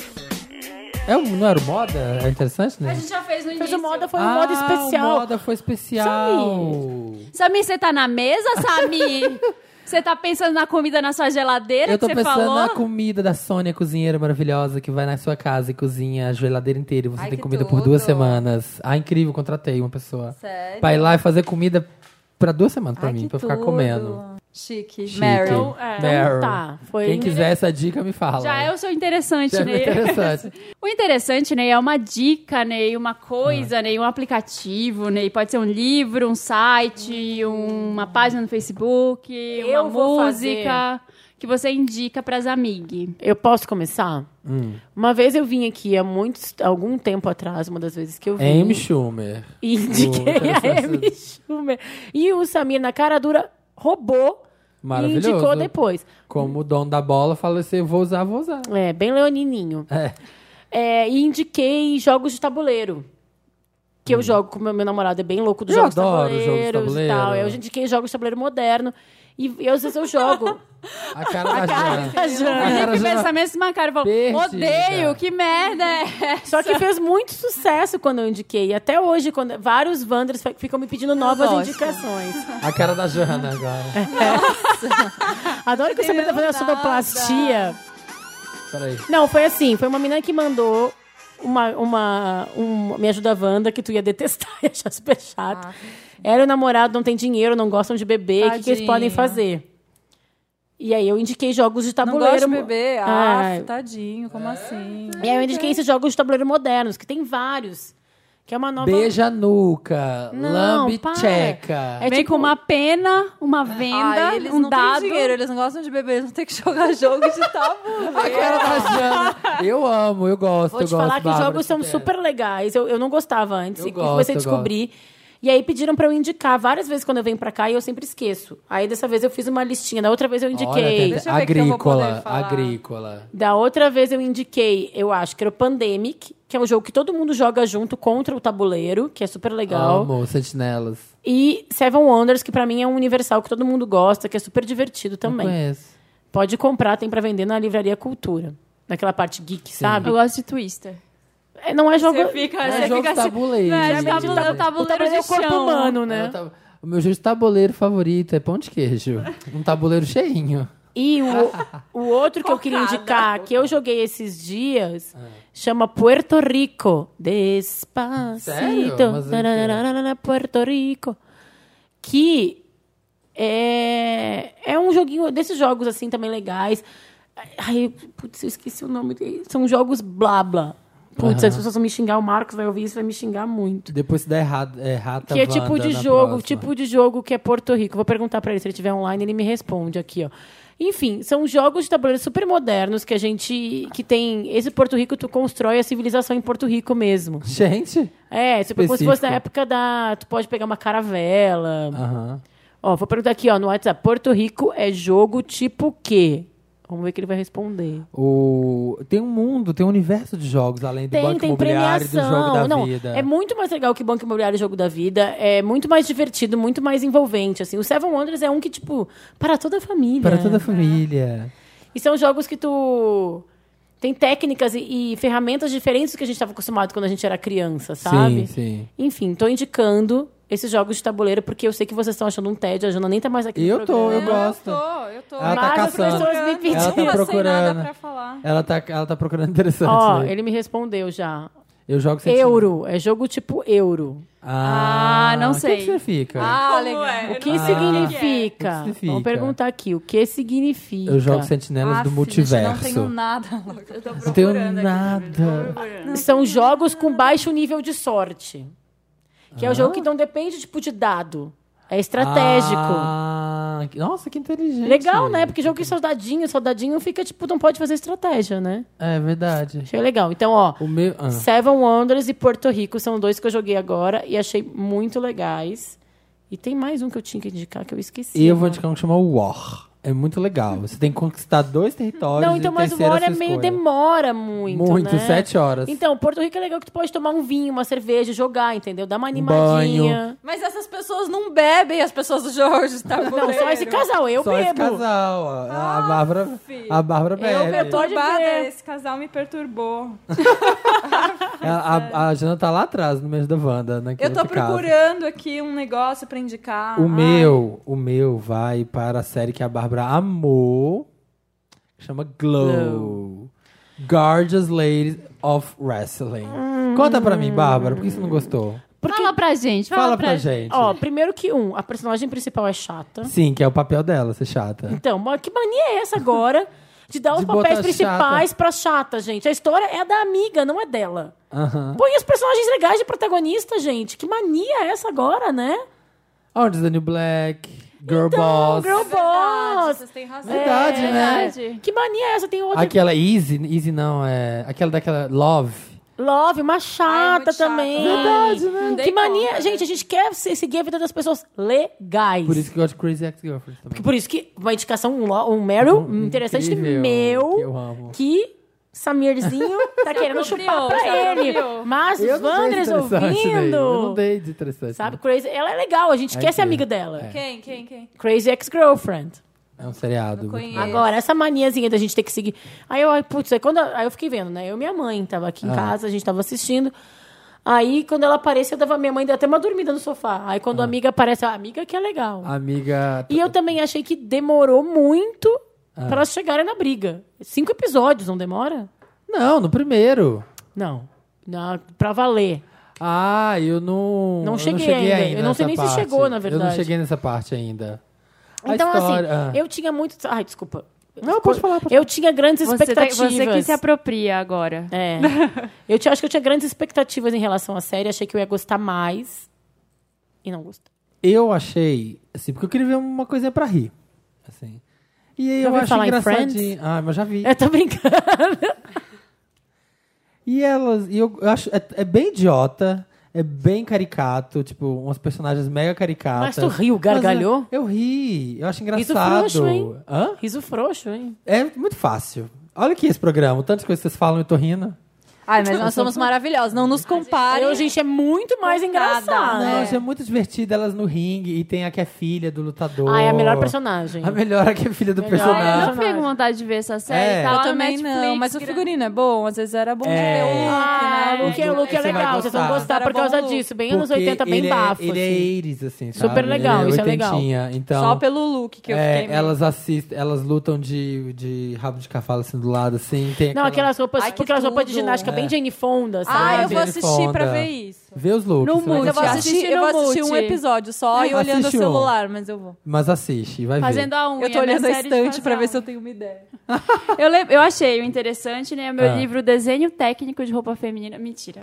É, um- não era o moda? É interessante, né? A gente já fez no Mas início. o moda foi um Ah, modo especial. O moda foi especial. Samir, você tá na mesa, Samir? Você tá pensando na comida na sua geladeira Eu tô que você pensando falou? na comida da Sônia, cozinheira maravilhosa, que vai na sua casa e cozinha a geladeira inteira. E você Ai, tem que comida por duas tudo. semanas. Ah, incrível, contratei uma pessoa. Sério? Pra ir lá e fazer comida pra duas semanas pra Ai, mim, que pra eu ficar tudo. comendo. Chique. Chique. Mary. Então, é, Meryl. então tá, foi- Quem quiser essa dica, me fala. Já é o seu interessante, Já é Ney. interessante. O interessante, Ney, é uma dica, Ney, uma Ah. coisa, Ney, um aplicativo, Ney. Pode ser um livro, um site, uma página no Facebook, Eu uma vou música que você indica pras amig. Eu posso começar? Hum. Uma vez eu vim aqui, há muito, algum tempo atrás, uma das vezes que eu vim. Amy Schumer. E indiquei O a interessante- Amy Schumer. E o Samir, na cara dura, roubou e Maravilhoso. indicou depois. Como o dono da bola falou assim, vou usar, vou usar. É, bem leonininho. É. É, e indiquei jogos de tabuleiro. Que eu jogo com meu, meu namorado, é bem louco dos Hum. Eu jogos de adoro jogos de tabuleiros e tal. tabuleiro. Eu indiquei jogos de tabuleiro moderno. E, e às vezes eu jogo. A cara da Jana. A Jana. Cara, Felipe já- Pensamento se marcaram e falou, Perdida. odeio, que merda é essa? Só que fez muito sucesso quando eu indiquei. E até hoje, quando vários Wanders fi- ficam me pedindo novas gosto. indicações. A cara da Jana agora. Adoro que você me tá fazendo Meu a nada. sonoplastia. Peraí. Não, foi assim. Foi uma menina que mandou uma, uma, um Me Ajuda Wanda que tu ia detestar e achar super chato. Ah, Era o namorado, não tem dinheiro, não gostam de beber. O que, que eles Tadinho. podem fazer? E aí eu indiquei jogos de Não tabuleiro. gosto de beber? Ah, Ai. tadinho, como assim? E aí eu indiquei esses jogos de tabuleiro modernos, que tem vários. Que é uma nova... Beija a nuca, Não, lambe para. tcheca. É Vem tipo com uma pena, uma Ai, venda, eles um não dado. têm dinheiro, eles não gostam de beber, eles vão ter que jogar jogo de tabu. A cara da Jana. Eu amo, eu gosto, Vou eu te gosto, falar que os Bárbara, jogos são te quero. super legais. Eu, eu não gostava antes. Eu e gosto, comecei a eu descobrir. E aí pediram pra eu indicar várias vezes quando eu venho pra cá e eu sempre esqueço. Aí dessa vez eu fiz uma listinha. Da outra vez eu indiquei. Olha, Deixa tem- eu ver o que eu vou poder agrícola, falar. agrícola. da outra vez eu indiquei, eu acho que era o Pandemic, que é um jogo que todo mundo joga junto contra o tabuleiro, que é super legal. Amo, sentinelas. E Seven Wonders, que pra mim é um universal que todo mundo gosta, que é super divertido Não também. conheço. Pode comprar, tem pra vender na Livraria Cultura. Naquela parte geek, sabe? Eu gosto de Twister. É, Não é jogo. Você fica, É você jogo fica de tabuleiro, Assim, gente. é, tabuleiro, tabuleiro, O tabuleiro é o de corpo chão. humano, É, o né? tab- O meu jogo de tabuleiro favorito é pão de queijo. Um tabuleiro cheinho. E o, o outro que eu queria indicar, que eu joguei esses dias, Ah. chama Puerto Rico. Sério? Despacito. Mas é Nananana, Puerto Rico. Que é, é um joguinho desses jogos assim também legais. Ai, putz, eu esqueci o nome. dele. São jogos blá blá. Putz, Aham. as pessoas vão me xingar, o Marcos vai ouvir isso, vai me xingar muito. Depois se dá errado, é rata Que é Wanda tipo de na jogo, próxima. tipo de jogo que é Porto Rico. Vou perguntar pra ele se ele estiver online, ele me responde aqui, ó. Enfim, são jogos de tabuleiro super modernos que a gente que tem esse Porto Rico tu constrói a civilização em Porto Rico mesmo. Gente? É, tipo, como se fosse na Específico. época da, tu pode pegar uma caravela. Aham. Ó, vou perguntar aqui, ó, no WhatsApp, Porto Rico é jogo tipo quê? Vamos ver o que ele vai responder. O... Tem um mundo, tem um universo de jogos, além do Tem, banco tem imobiliário e do jogo da premiação. Não, vida. é muito mais legal que Banco Imobiliário e Jogo da Vida. É muito mais divertido, muito mais envolvente. Assim. O Seven Wonders é um que, tipo, para toda a família. Para toda a família. E são jogos que tu. Tem técnicas e, e ferramentas diferentes do que a gente estava acostumado quando a gente era criança, Sim, sabe? sim. Enfim, tô indicando esses jogos de tabuleiro porque eu sei que vocês estão achando um tédio. A Jana nem tá mais aqui. no Eu tô, programa. eu gosto. tô, eu tô. Ela tá Mas as caçando. pessoas me Ela pediram. tá Eu não sei procurando. nada pra falar. Ela tá, ela tá procurando interessante. Ó, né? ele me respondeu já. Eu jogo sem Euro. É jogo tipo euro. Ah, Ah, não O que, sei. que significa? Ah, Como legal. é? O que Ah, significa? o que significa? Vamos perguntar aqui. O que significa? eu jogo Sentinelas Ah, do gente, Multiverso. Não tenho nada. né? Eu tô Não tenho procurando aqui. nada. São jogos com baixo nível de sorte. Que é o jogo que não depende tipo, de dado. É estratégico. Ah, que- nossa, que inteligente. Legal, né? Porque jogo que soldadinho, soldadinho fica, tipo, não pode fazer estratégia, né? É verdade. Achei legal. Então, ó, O meu. ah. Seven Wonders e Porto Rico são dois que eu joguei agora e achei muito legais. E tem mais um que eu tinha que indicar que eu esqueci. né? E eu vou agora. indicar um que chama War. É muito legal. Você tem que conquistar dois territórios. Não, então, e mas o terceiro War a é sua meio escolha. demora muito. Muito, né? sete horas. Então, Porto Rico é legal que tu pode tomar um vinho, uma cerveja, jogar, entendeu? Dar uma Um banho. animadinha. Mas essas pessoas não bebem, as pessoas do jogo de tabuleiro. Não, só esse casal, eu Só esse bebo. Ah, casal. ó. A Bárbara. A Bárbara bebe. pode Perturbada, ver. esse casal me perturbou. A, a, a Jana tá lá atrás, no meio da Wanda. naquele Eu tô outro caso. procurando aqui um negócio pra indicar. é O Ai, meu, o meu vai para a série que a Bárbara amou, que chama Glow. Gorgeous Ladies of Wrestling. Conta pra Hum. mim, Bárbara, por que você não gostou? Fala pra gente, fala, Fala pra gente. Ó, primeiro que um, a personagem principal é chata. Sim, que é o papel dela, ser chata. Então, mas que mania é essa agora? De dar os De papéis botar principais pra chata, gente. A história é da amiga, não é dela. Aham. Põe os personagens legais de protagonista, gente. Que mania é essa agora, né? Orange is the New Black, Girl Boss. Então, É Girl é Verdade, Boss. É vocês têm razão. Verdade, né? Verdade. Que mania é essa? Tem outra. Aquela Easy, Easy não, é. Aquela daquela Love. Love, uma Ai, é chata muito chato, também. né? Verdade, né? Não dei Que mania. conta, gente, a gente quer se- seguir a vida das pessoas legais. Por isso que eu gosto de Crazy Ex-Girlfriend também. Hum, Por isso que uma indicação, um, Lo- um Meryl interessante Incrível, meu. que eu amo. que Samirzinho tá querendo chupar pra ele. Mas os Eu não dei de Wanders interessante, Ney, Eu não ouvindo. dei de interessante. Sabe, Crazy. Ela é legal, a gente É quer ser incrível. amiga dela. Quem, quem, quem? Crazy Ex-Girlfriend. É um seriado. muito conheço. bom. Agora, essa maniazinha da gente ter que seguir. Aí eu, ai, putz, aí, quando, aí eu fiquei vendo, né? Eu e minha mãe tava aqui em Ah. casa, a gente tava assistindo. Aí, quando ela aparece, eu dava, minha mãe deu até uma dormida no sofá. Aí, Ah. quando a amiga aparece, a amiga que é legal. Amiga. E eu também achei que demorou muito Ah. pra elas chegarem na briga. Cinco episódios, não demora? Não, no primeiro. Não. Na, pra valer. Ah, eu não. Não eu cheguei ainda. Eu não sei nessa nem se chegou, na Eu não verdade. cheguei nessa parte ainda. A Então, história- ah. assim, eu tinha muito. Ai, desculpa. Não, pode falar, pode Eu tinha grandes Você, tá- expectativas. você que se apropria agora. É. eu tinha- acho que eu tinha grandes expectativas em relação à série. Achei que eu ia gostar mais. E não gostei. Eu achei, assim, porque eu queria ver uma coisinha pra rir. Assim. E aí Já eu ouviu acho falar em É engraçadinho. Ah, mas já vi. Eu tô brincando. E elas. E eu, eu acho. É, é bem idiota. É bem caricato, tipo, umas personagens mega caricatas. Mas tu riu, Ah, gargalhou? tá. Mas é- Eu, eu ri, eu acho Riso engraçado. frouxo, hein? Hã? Riso frouxo, hein? É muito fácil. Olha aqui esse programa, tantas coisas que vocês falam, eu tô rindo. Ai, mas nós somos maravilhosos. Não nos comparem. Eu, gente, é muito mais engraçada. Não, achei muito divertido elas no ringue. E tem a que é filha do lutador. Ah, é a melhor personagem. A melhor a que é filha do Ah, eu personagem. não fiquei com vontade de ver essa série. É. Tá Eu lá no também Netflix, não, mas o gra- figurino é bom. Às vezes era bom de É. ter um look, Ah, né? o que é, o look é Você vai legal. Vocês vão gostar. gostar por Era bom causa look. disso. Bem anos Porque 80, bem ele bafo. É, ele é assim. Eiris, assim, sabe? Super legal, Ele isso é legal. oitentinha, Então, Só pelo look que eu é, fiquei. meio- elas assistem, elas lutam de, de rabo de cavalo assim do lado, assim. Tem Não, aquela- aquelas roupas, Ai, que porque aquelas roupas de tudo. ginástica bem Jane Fonda, assim, Ah, sabe? eu vou Jane assistir pra Fonda. ver isso. Vê os looks. No você vai Mood, Eu vou gostar. assisti assistir, eu no vou assistir um Multi. episódio só e Assiste olhando o um. celular, mas eu vou. Mas assiste, vai Fazendo ver. a unha. Eu tô olhando minha a série de estante pra fazer a ver se unha. eu tenho uma ideia. Eu, lem- eu achei o interessante, né? Meu Ah. livro Desenho Técnico de Roupa Feminina. Mentira.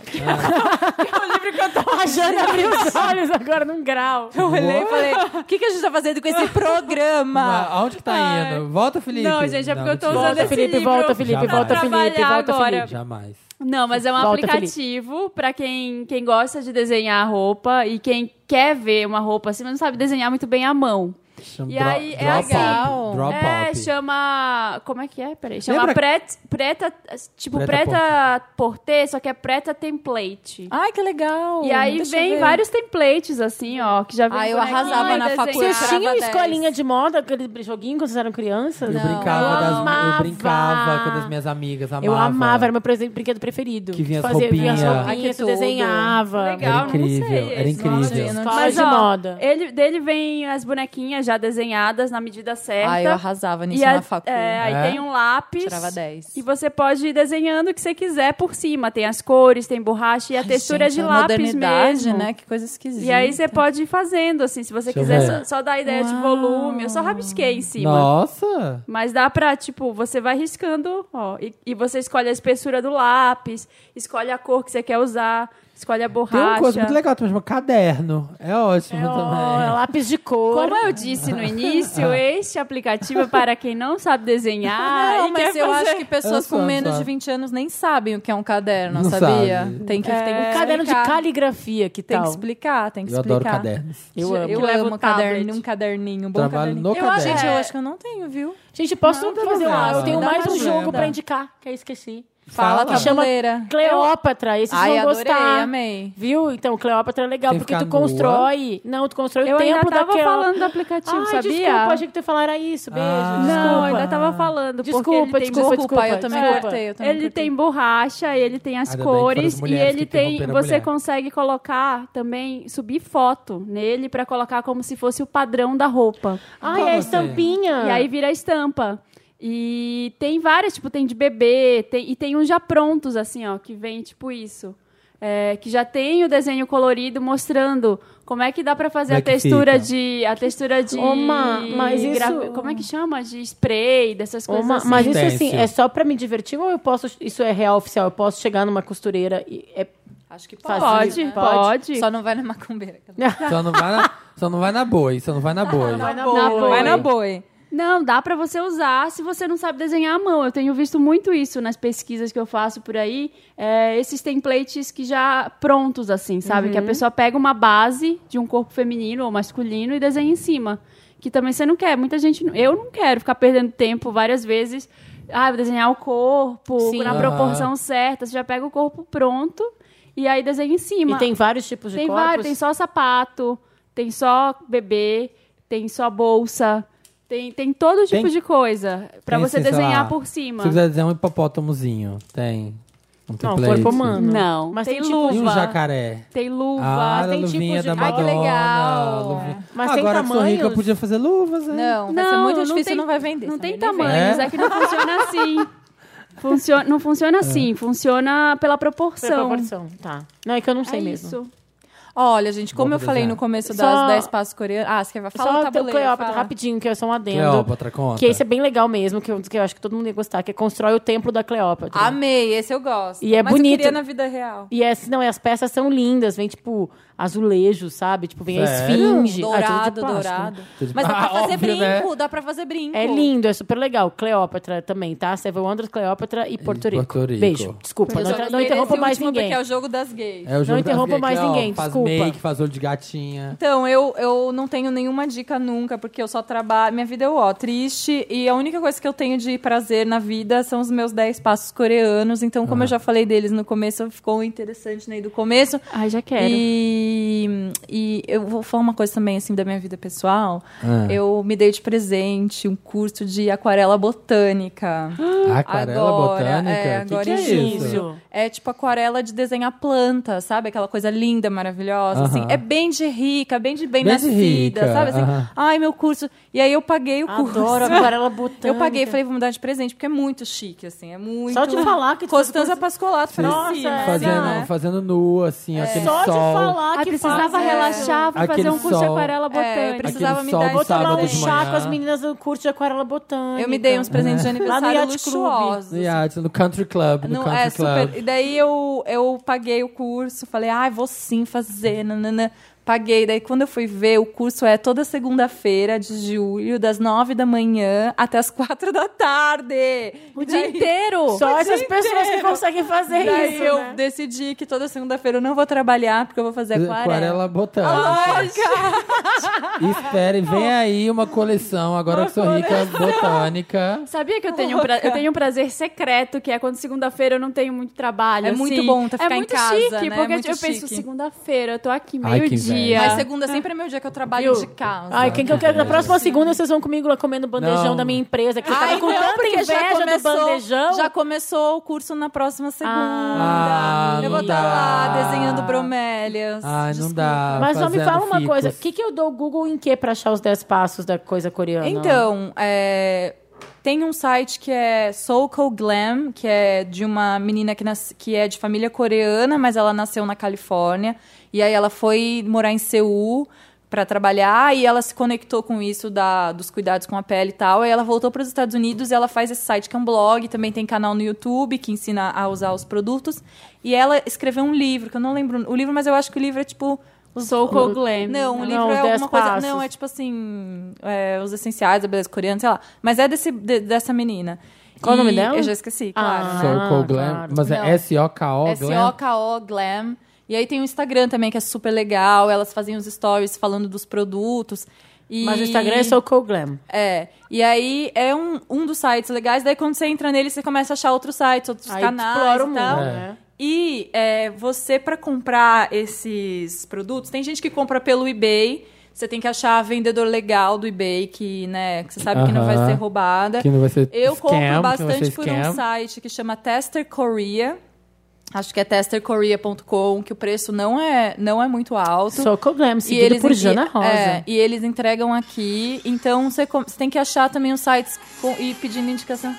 A Jana abriu os olhos agora num grau. Eu olhei e falei, o que, que a gente tá fazendo com esse programa? Mas Aonde que tá Ai. indo? Volta, Felipe. Não, gente, é porque eu tô mentira. usando Volta, esse Felipe, livro volta, Felipe, pra volta, Felipe, trabalhar volta, agora. Felipe. Jamais. Não, mas é um Volta, aplicativo pra quem, quem gosta de desenhar roupa e quem quer ver uma roupa assim, mas não sabe desenhar muito bem à mão. Chama- E aí, é drop legal. Up, drop é, up. chama. Como é que é? Peraí. Chama Lembra- pret- preta. Tipo, Preta preta, portê, só que é preta template. Ai, que legal. e aí Ah, Deixa eu vem ver. vários templates, assim, ó, que já vem. Ah, eu bonequinho arrasava na desenhado. faculdade. Vocês tinham Tirava dez. escolinha de moda, aquele joguinho quando vocês eram crianças? Eu Não. brincava, Eu das, amava. eu brincava quando as minhas amigas amavam. Eu amava, era meu presen- brinquedo preferido. Que vinha as Fazia- vinha as roupinhas. Ai, que roupinhas, tu tudo. desenhava. Legal. Era não incrível, sei, era esse incrível. imagina. Escola de ó, moda. Ele, dele vem as bonequinhas já desenhadas na medida certa. Ai, Ah, eu arrasava nisso E a- na faculdade. é, aí É? tem um lápis. Tirava 10. E você pode ir desenhando o que você quiser por cima. Tem as cores, tem borracha e a Ai, textura é gente, de a lápis modernidade, mesmo. né? Que coisa esquisita. E aí você pode ir fazendo, assim, se você Deixa eu quiser ver. só, só dar ideia de Uau. volume. Eu só rabisquei em cima. Nossa! Mas dá pra, tipo, você vai riscando, ó. E, e você escolhe a espessura do lápis, escolhe a cor que você quer usar, escolhe a Tem borracha. uma coisa muito legal também, chama caderno. É ótimo É, ó, é também. lápis de cor. Como é? eu disse no início, este aplicativo é para quem não sabe desenhar. Não, e mas quer eu fazer- acho que pessoas Eu com sou, menos sabe? de 20 anos nem sabem o que é um caderno, Não sabia? sabe. Tem que, tem que Um caderno de explicar. caligrafia, que Tem tal? que É. explicar, tem que Eu explicar. adoro cadernos. Eu amo. Eu, Que leva amo o um tablet. caderninho, um caderninho, um bom Trabalho caderninho. no eu acho, caderno. gente, eu acho que eu não tenho, viu? Gente, posso fazer uma... nada. Eu tenho Não mais um ajuda. jogo pra indicar, que eu esqueci. Fala, Fala. tabuleira. Cleópatra, esses Ai, vão adorei, gostar. amei. Viu? Então, Cleópatra é legal, Tem que porque ficar tu nua. constrói... Não, tu constrói Eu o tempo ainda tava daquela... falando do aplicativo, sabia? Ai, desculpa, achei que tu ia falar era isso. Beijo, Ah. desculpa. Não, eu ainda tava falando. porque Desculpa, ele tem É. desculpa, bo- desculpa. eu também desculpa. cortei, eu também Ele cortei. tem borracha, ele tem as Ainda bem que foram as cores e mulheres ele que tem. interromperam a Você mulher. consegue colocar também, subir foto nele pra colocar como se fosse o padrão da roupa. Ai, Como é a assim? estampinha. E aí vira a estampa. E tem várias, tipo, tem de bebê, tem, e tem uns já prontos, assim, ó, que vem tipo isso. É, que já tem o desenho colorido mostrando como é que dá pra fazer Como a é que textura fica? de. A textura de. Ô, Ma, mas isso- Como é que chama? De spray, dessas coisas. Uma- assim. mas isso assim, Stencil. é só pra me divertir ou eu posso. Isso é real oficial? Eu posso chegar numa costureira e. É, Acho que pode. Pode, pode. Só não vai na macumbeira. Só não vai na, só não vai na boi, só não vai na boi. vai na Na boa. boa. Vai na boi. Não, dá pra você usar se você não sabe desenhar à mão. Eu tenho visto muito isso nas pesquisas que eu faço por aí. é, esses templates que já prontos, assim, sabe? Uhum. Que a pessoa pega uma base de um corpo feminino ou masculino e desenha em cima. Que também você não quer. Muita gente... não- Eu não quero ficar perdendo tempo várias vezes. Ah, vou desenhar o corpo Sim. na Aham. proporção certa. Você já pega o corpo pronto e aí desenha em cima. E tem vários tipos de Tem corpos. vários, tem só sapato, tem só bebê, tem só bolsa, tem, tem todo tipo Tem- de coisa pra tem, assim, você sei desenhar lá, por cima. Se quiser dizer um hipopótamozinho, tem. Um Não, template. corpo humano. Não, Mas tem, tem tipo, E um luva. jacaré. Tem luva, Ah, a tem luvinha tipos de da Ai, que Madonna. legal. a luvinha. Mas tem Agora que sou rica, eu tamanhos? podia fazer luvas, né? hein? Não, vai ser muito difícil, não vai vender. Não sabe? tem Nem vende. tamanhos, É? é. que não funciona assim. Funciona, não funciona assim, funciona pela proporção. Pela proporção. Tá. Não, é que eu não sei é mesmo. isso. Olha, gente, como Vou eu falei desenhar. no começo Só- das 10 passos coreanos. Ah, você quer falar? Fala só o o teu tabuleiro. Cleópatra fala. rapidinho, que é só um adendo. Cleópatra, conta. Que esse é bem legal mesmo, que eu, que eu acho que todo mundo ia gostar, que é constrói o templo da Cleópatra. Ah, Amei, esse eu gosto. E é Mas bonito. Eu queria na vida real. E as, não, e as peças são lindas, vem tipo azulejo, sabe? Tipo, vem a Sério? esfinge. Ah, tudo de Dourado, plástico. dourado. Tudo de Mas dá pra plástico. fazer Ah, óbvio, brinco, né? dá pra fazer brinco. É lindo, é super legal. Cleópatra também, tá? Seven Wonders, Cleópatra e Porto Rico. Porto Rico. Beijo. Desculpa, Eu não, só tra- não gostei interrompa desse mais último, ninguém. Porque é o jogo das gays. É o jogo Não das interrompa gays, mais que, ó, ninguém, faz desculpa. make, faz olho de gatinha. Então, eu, eu não tenho nenhuma dica nunca, porque eu só trabalho. Minha vida é ó, triste. E a única coisa que eu tenho de prazer na vida são os meus 10 passos coreanos. Então, Ah. como eu já falei deles no começo, ficou interessante né, do começo. Ai, já quero. E, e eu vou falar uma coisa também, assim, da minha vida pessoal. Ah. Eu me dei de presente um curso de aquarela botânica. Aquarela Agora, Ah, botânica? é, que agora que em é julho. isso? É tipo aquarela de desenhar planta, sabe? Aquela coisa linda, maravilhosa, Aham. assim. É bem de rica, bem de Bem bem, de nascida, rica, sabe? Assim, aham. ai, meu curso. E aí eu paguei o curso. Adoro aquarela botânica. Eu paguei, falei, vou me dar de presente, porque é muito chique, assim, é muito... Só de falar que... Costanza Pascolato, pra Nossa, cima, é. assim, Fazendo, né? fazendo nua, assim, É. aquele Só de sol. falar Ah, Ai, que precisava faz- é. relaxar, fui fazer Aquele um curso de sol. aquarela botânica. É, eu precisava Aquele me sol dar do Vou esse tomar sábado de um manhã. presente. chá com as meninas do curso de aquarela botânica. Eu me dei uns presentes de aniversário Yacht Club. luxuosos. No iate, ah, no country club, no Não, country é, club. super. E daí eu, eu paguei o curso, falei, ai, vou sim fazer, nananã. Paguei. Daí quando eu fui ver, o curso é toda segunda-feira de julho, das nove da manhã até as quatro da tarde. O dia inteiro. Só essas pessoas que conseguem fazer é, Daí isso, eu né? decidi que toda segunda-feira eu não vou trabalhar, porque eu vou fazer aquarela. Aquarela botânica. Ai, cara, Espere, vem aí uma coleção, agora que sou rica, botânica. Sabia que eu tenho, um pra- eu tenho um prazer secreto, que é quando segunda-feira eu não tenho muito trabalho. É assim. muito bom tá É ficar em muito casa, chique, né? É porque muito eu penso, chique. segunda-feira, eu tô aqui Ai, que meio-dia. inveja. Mas segunda sempre é meu dia que eu trabalho Viu? de casa. Ai, quem que eu quero? Na próxima segunda vocês vão comigo lá comendo bandejão Não. da minha empresa, que eu Ai, tava com não, tanta porque já tá inveja do bandejão. Já começou o curso na próxima segunda. Ah, eu não vou estar lá dá. desenhando bromélias. Ai, Ah, não Desculpa. dá. Mas só me fazendo fala uma ficus. coisa, o que, que eu dou Google em que pra achar os 10 passos da coisa coreana? Então, é, tem um site que é Soulco Glam, que é de uma menina que, nas- que é de família coreana, mas ela nasceu na Califórnia. E aí ela foi morar em Seul para trabalhar e ela se conectou com isso da, dos cuidados com a pele e tal. Aí ela voltou para os Estados Unidos e ela faz esse site que é um blog, também tem canal no YouTube que ensina a usar os produtos. E ela escreveu um livro, que eu não lembro o livro, mas eu acho que o livro é tipo Sou com o Glam. não, o Não, livro os é dez alguma coisa. passos. Não, é tipo assim. é, os essenciais da beleza coreana, sei lá. Mas é desse, de- dessa menina. Qual o E nome dela? Eu já esqueci, claro. Ah, né? Soul Cold Glam, claro. mas Não. é S-O-K-O Glam. S-O-K-O Glam. E aí tem o Instagram também, que é super legal. Elas fazem os stories falando dos produtos. E... Mas o Instagram é só o Glam. É. E aí é um, um dos sites legais. Daí quando você entra nele, você começa a achar outros sites, outros Aí canais. explora o e mundo, tal. né? E é, você, para comprar esses produtos, tem gente que compra pelo eBay. Você tem que achar vendedor legal do eBay, que, né, que você sabe que não vai Aham. ser roubada. Que não vai ser Eu scam, que não vai compro bastante ser por scam. um site que chama Tester Korea. Acho que é testerkorea.com, que o preço não é, não é muito alto. Só o Glam, seguido por envi- Jana Rosa. é, e eles entregam aqui. Então você com- você tem que achar também os sites com- e pedindo indicação.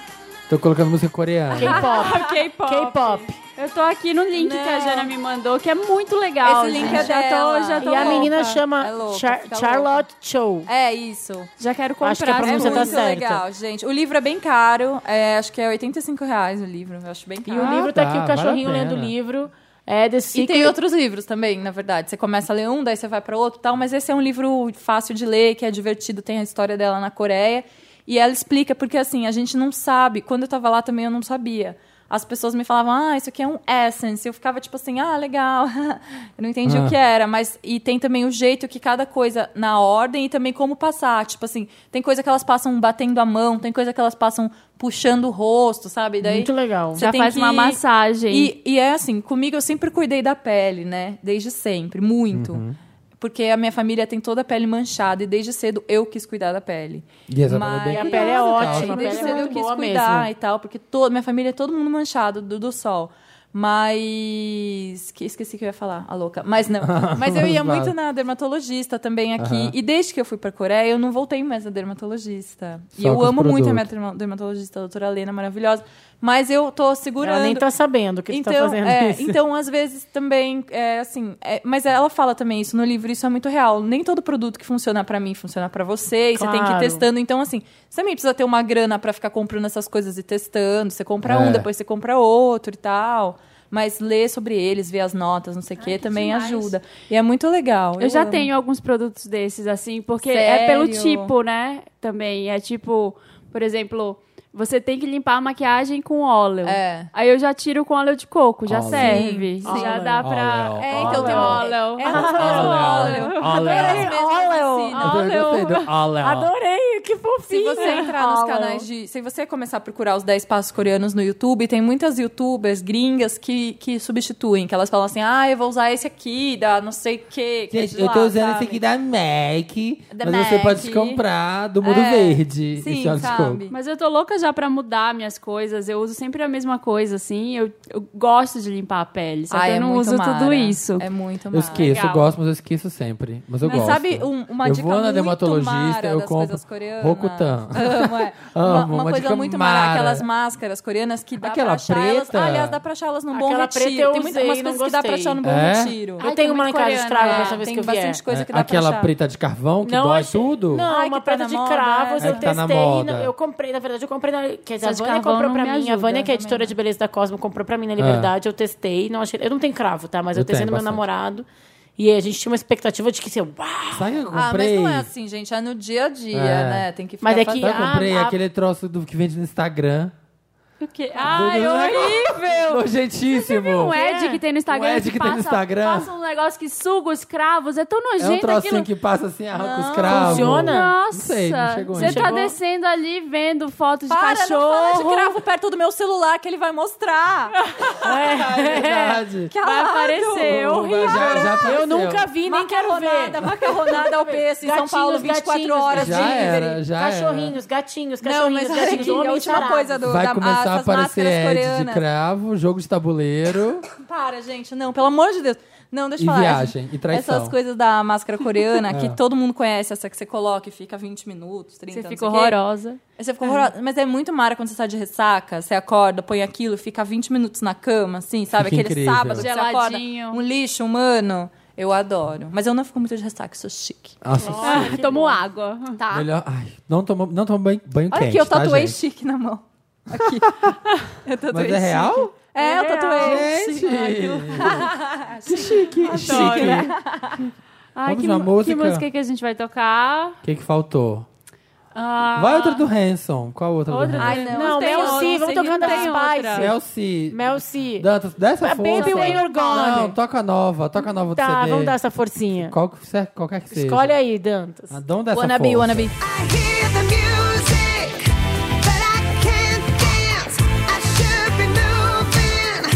Tô colocando música coreana. K-pop. K-pop. K-pop. Eu tô aqui no link que a Jana me mandou, que é muito legal. Esse link gente. é já dela. tô, já tô E a louca. menina chama É louca, fica louca. Charlotte Cho. É isso. Já quero comprar. Acho que a pronúncia é Você tá muito certa. legal, gente. O livro é bem caro. é, acho que é 85 reais o livro. Eu acho bem E caro. o Ah, livro tá, tá, aqui, o vale a cachorrinho pena. lendo o livro. É The E Secret. tem outros livros também, na verdade. Você começa a ler um, daí você vai para outro e tal. Mas esse é um livro fácil de ler, que é divertido. Tem a história dela na Coreia. E ela explica, porque assim, a gente não sabe. Quando eu tava lá também, eu não sabia. As pessoas me falavam, ah, isso aqui é um essence. Eu ficava tipo assim, ah, legal. eu não entendi Ah. o que era. Mas, e tem também o jeito que cada coisa na ordem e também como passar. Tipo assim, tem coisa que elas passam batendo a mão, tem coisa que elas passam puxando o rosto, sabe? Daí, Muito legal. Você Já tem faz que- uma massagem. e, e é assim, comigo eu sempre cuidei da pele, né? Desde sempre, muito. Porque a minha família tem toda a pele manchada e desde cedo eu quis cuidar da pele. E essa banda é bem E a pele é curiosa, ótima, tá? a pele desde é cedo eu muito quis boa cuidar mesmo. e tal, porque to- minha família é todo mundo manchado do, do sol. Mas. que- esqueci o que eu ia falar, a louca. Mas não. Mas eu ia muito na dermatologista também aqui. Aham. E desde que eu fui pra Coreia, eu não voltei mais na dermatologista. e Só eu com os amo muito a minha produtos. derma- dermatologista, a doutora Lena, maravilhosa. Mas eu tô segurando. Ela nem tá sabendo que Então, tu tá fazendo é, isso. então às vezes também é assim, é, mas ela fala também isso no livro, isso é muito real. Nem todo produto que funciona pra mim funciona pra você, e você tem que ir Claro. testando. Então assim, você também precisa ter uma grana pra ficar comprando essas coisas e testando. Você compra É. um, depois você compra outro e tal. Mas ler sobre eles, ver as notas, não sei o quê, também demais. ajuda. E é muito legal. Eu já amo. tenho alguns produtos desses, assim, porque é pelo Sério? tipo, né? Também. É tipo, por exemplo, você tem que limpar a maquiagem com óleo. É. Aí eu já tiro com óleo de coco, já Óleo. serve. Sim, Já sim. dá pra. Óleo, É, então tem um óleo. óleo. É, elas mesmas Óleo, óleo. óleo. Elas mesmas ensinam. Eu Olha, gostei do- olha, ó. Adorei, que Se fofinho. você entrar nos canais de. Se você começar a procurar os 10 passos coreanos no YouTube, tem muitas youtubers gringas que, que substituem, que elas falam assim: ah, eu vou usar esse aqui, da não sei o quê. que é Gente, de eu tô lá", usando sabe? esse aqui da MAC, Da mas você MAC. pode comprar do Mundo É, Verde. sim, esse óleo de sabe? coco. Mas eu tô louca já pra mudar minhas coisas. Eu uso sempre a mesma coisa, assim. Eu, eu gosto de limpar a pele, só Ah, que eu é não muito uso mara. tudo isso. É muito Eu mara. esqueço, eu legal. gosto, mas eu esqueço sempre. Mas eu Mas gosto. sabe um- uma eu dica vou na muito dermatologista, mara eu das compro coisas coreanas? Rokutan. Amo, é. Amo, uma, uma uma coisa dica muito mara, mara. aquelas máscaras coreanas que dá Aquela pra achar elas. preta? Aliás, dá pra achar elas num bom Aquela preta retiro. eu tem usei, umas não coisas que dá pra gostei. achar num bom É? retiro. Ah, Eu Ai, tenho tem uma lá em muito casa, coreano, estrago né? a próxima vez tem que eu vier. bastante coisa que É, dá aquela pra achar. preta de carvão que Não, dói achei- tudo? Não, Ai, que uma tá preta na de moda, cravos, né? É eu que tá testei. na na- moda. eu comprei, na verdade, eu comprei na. Quer dizer, a Essas de Vânia carvão comprou não pra me mim. A ajuda né, Vânia, que é também, editora de beleza da Cosmo, comprou pra mim na Liberdade. Eu testei. Não achei, eu não tenho cravo, tá? Mas É. eu, Eu tenho testei no meu bastante. namorado. E a gente tinha uma expectativa de que assim, ser. Uau! Sabe o que eu Ah, mas comprei? não é assim, gente. É no dia a dia, É. né? Tem que ficar Mas é que- Sabe o fazendo. que eu Ah, comprei? ah. Aquele troço do que vende no Instagram. Porque... Ah, Ai, é horrível! Nojentíssimo. Um é Ed que tem no Instagram. Um Ed que tem no passa- Instagram. Passa um negócio que suga os cravos. É tão É um nojento trocinho aquilo. que passa assim, arranca os cravos. Funciona? Nossa! Não sei, não chegou Você ainda. tá Chegou? descendo ali vendo foto de Para, não fala de cachorro. cravo perto do meu celular que ele vai mostrar. É verdade. Vai aparecer. É Então, horrível. Já, já Eu apareceu. nunca vi, nem quero ver. Macarronada, macarronada ao peso em São Gatinhos, Paulo, 24 gatinhos, horas de Já delivery. era, já era. Cachorrinhos, gatinhos, Não, cachorrinhos, mas olha gatinhos. aqui, a homens última tarados. coisa do, Vai da, começar a essas aparecer Ed máscaras de coreanas. cravo, jogo de tabuleiro. Para, gente, não, pelo amor de Deus. Não, deixa eu E falar. viagem, e traição. Essas coisas da máscara coreana, que É. todo mundo conhece, essa que você coloca e fica 20 minutos, 30 Você não fica sei o quê. horrorosa. Aí Você fica horrorosa. Mas é muito mara quando você tá de ressaca, você acorda, põe aquilo, fica 20 minutos na cama, assim, sabe? Fica Aquele incrível. sábado que você acorda, Geladinho. um lixo humano. Eu adoro. Mas eu não fico muito de ressaca, eu sou chique. Nossa, Ah, Ah, Tomo água. Tá. melhor. Ai, não toma, não toma banho, banho Olha quente. aqui, eu tatuei tá, gente? chique na mão. Aqui. Eu tatuei Mas é real? chique. É, eu tatuei. Gente! que chique. Que chique. Ai, Vamos que, na mu- música. que música que a gente vai tocar? O que, que faltou? Ah, Vai outra do Hanson. Qual outra, Outra do do- Hanson? Ai, não. Não, tem um Mel outra, C, não vamos sei tocando que da tem outra. Spice. Mel C. Mel C. Dá, dá essa A força. Baby When You're Gone. Não, toca nova. Toca nova do Tá, CD. vamos dar essa forcinha. Qual que, se- qualquer que seja. Escolhe aí, Dantas. Ah, Dão dessa Wannabe, força. wannabe. I hear the music, but I can't dance. I should be moving,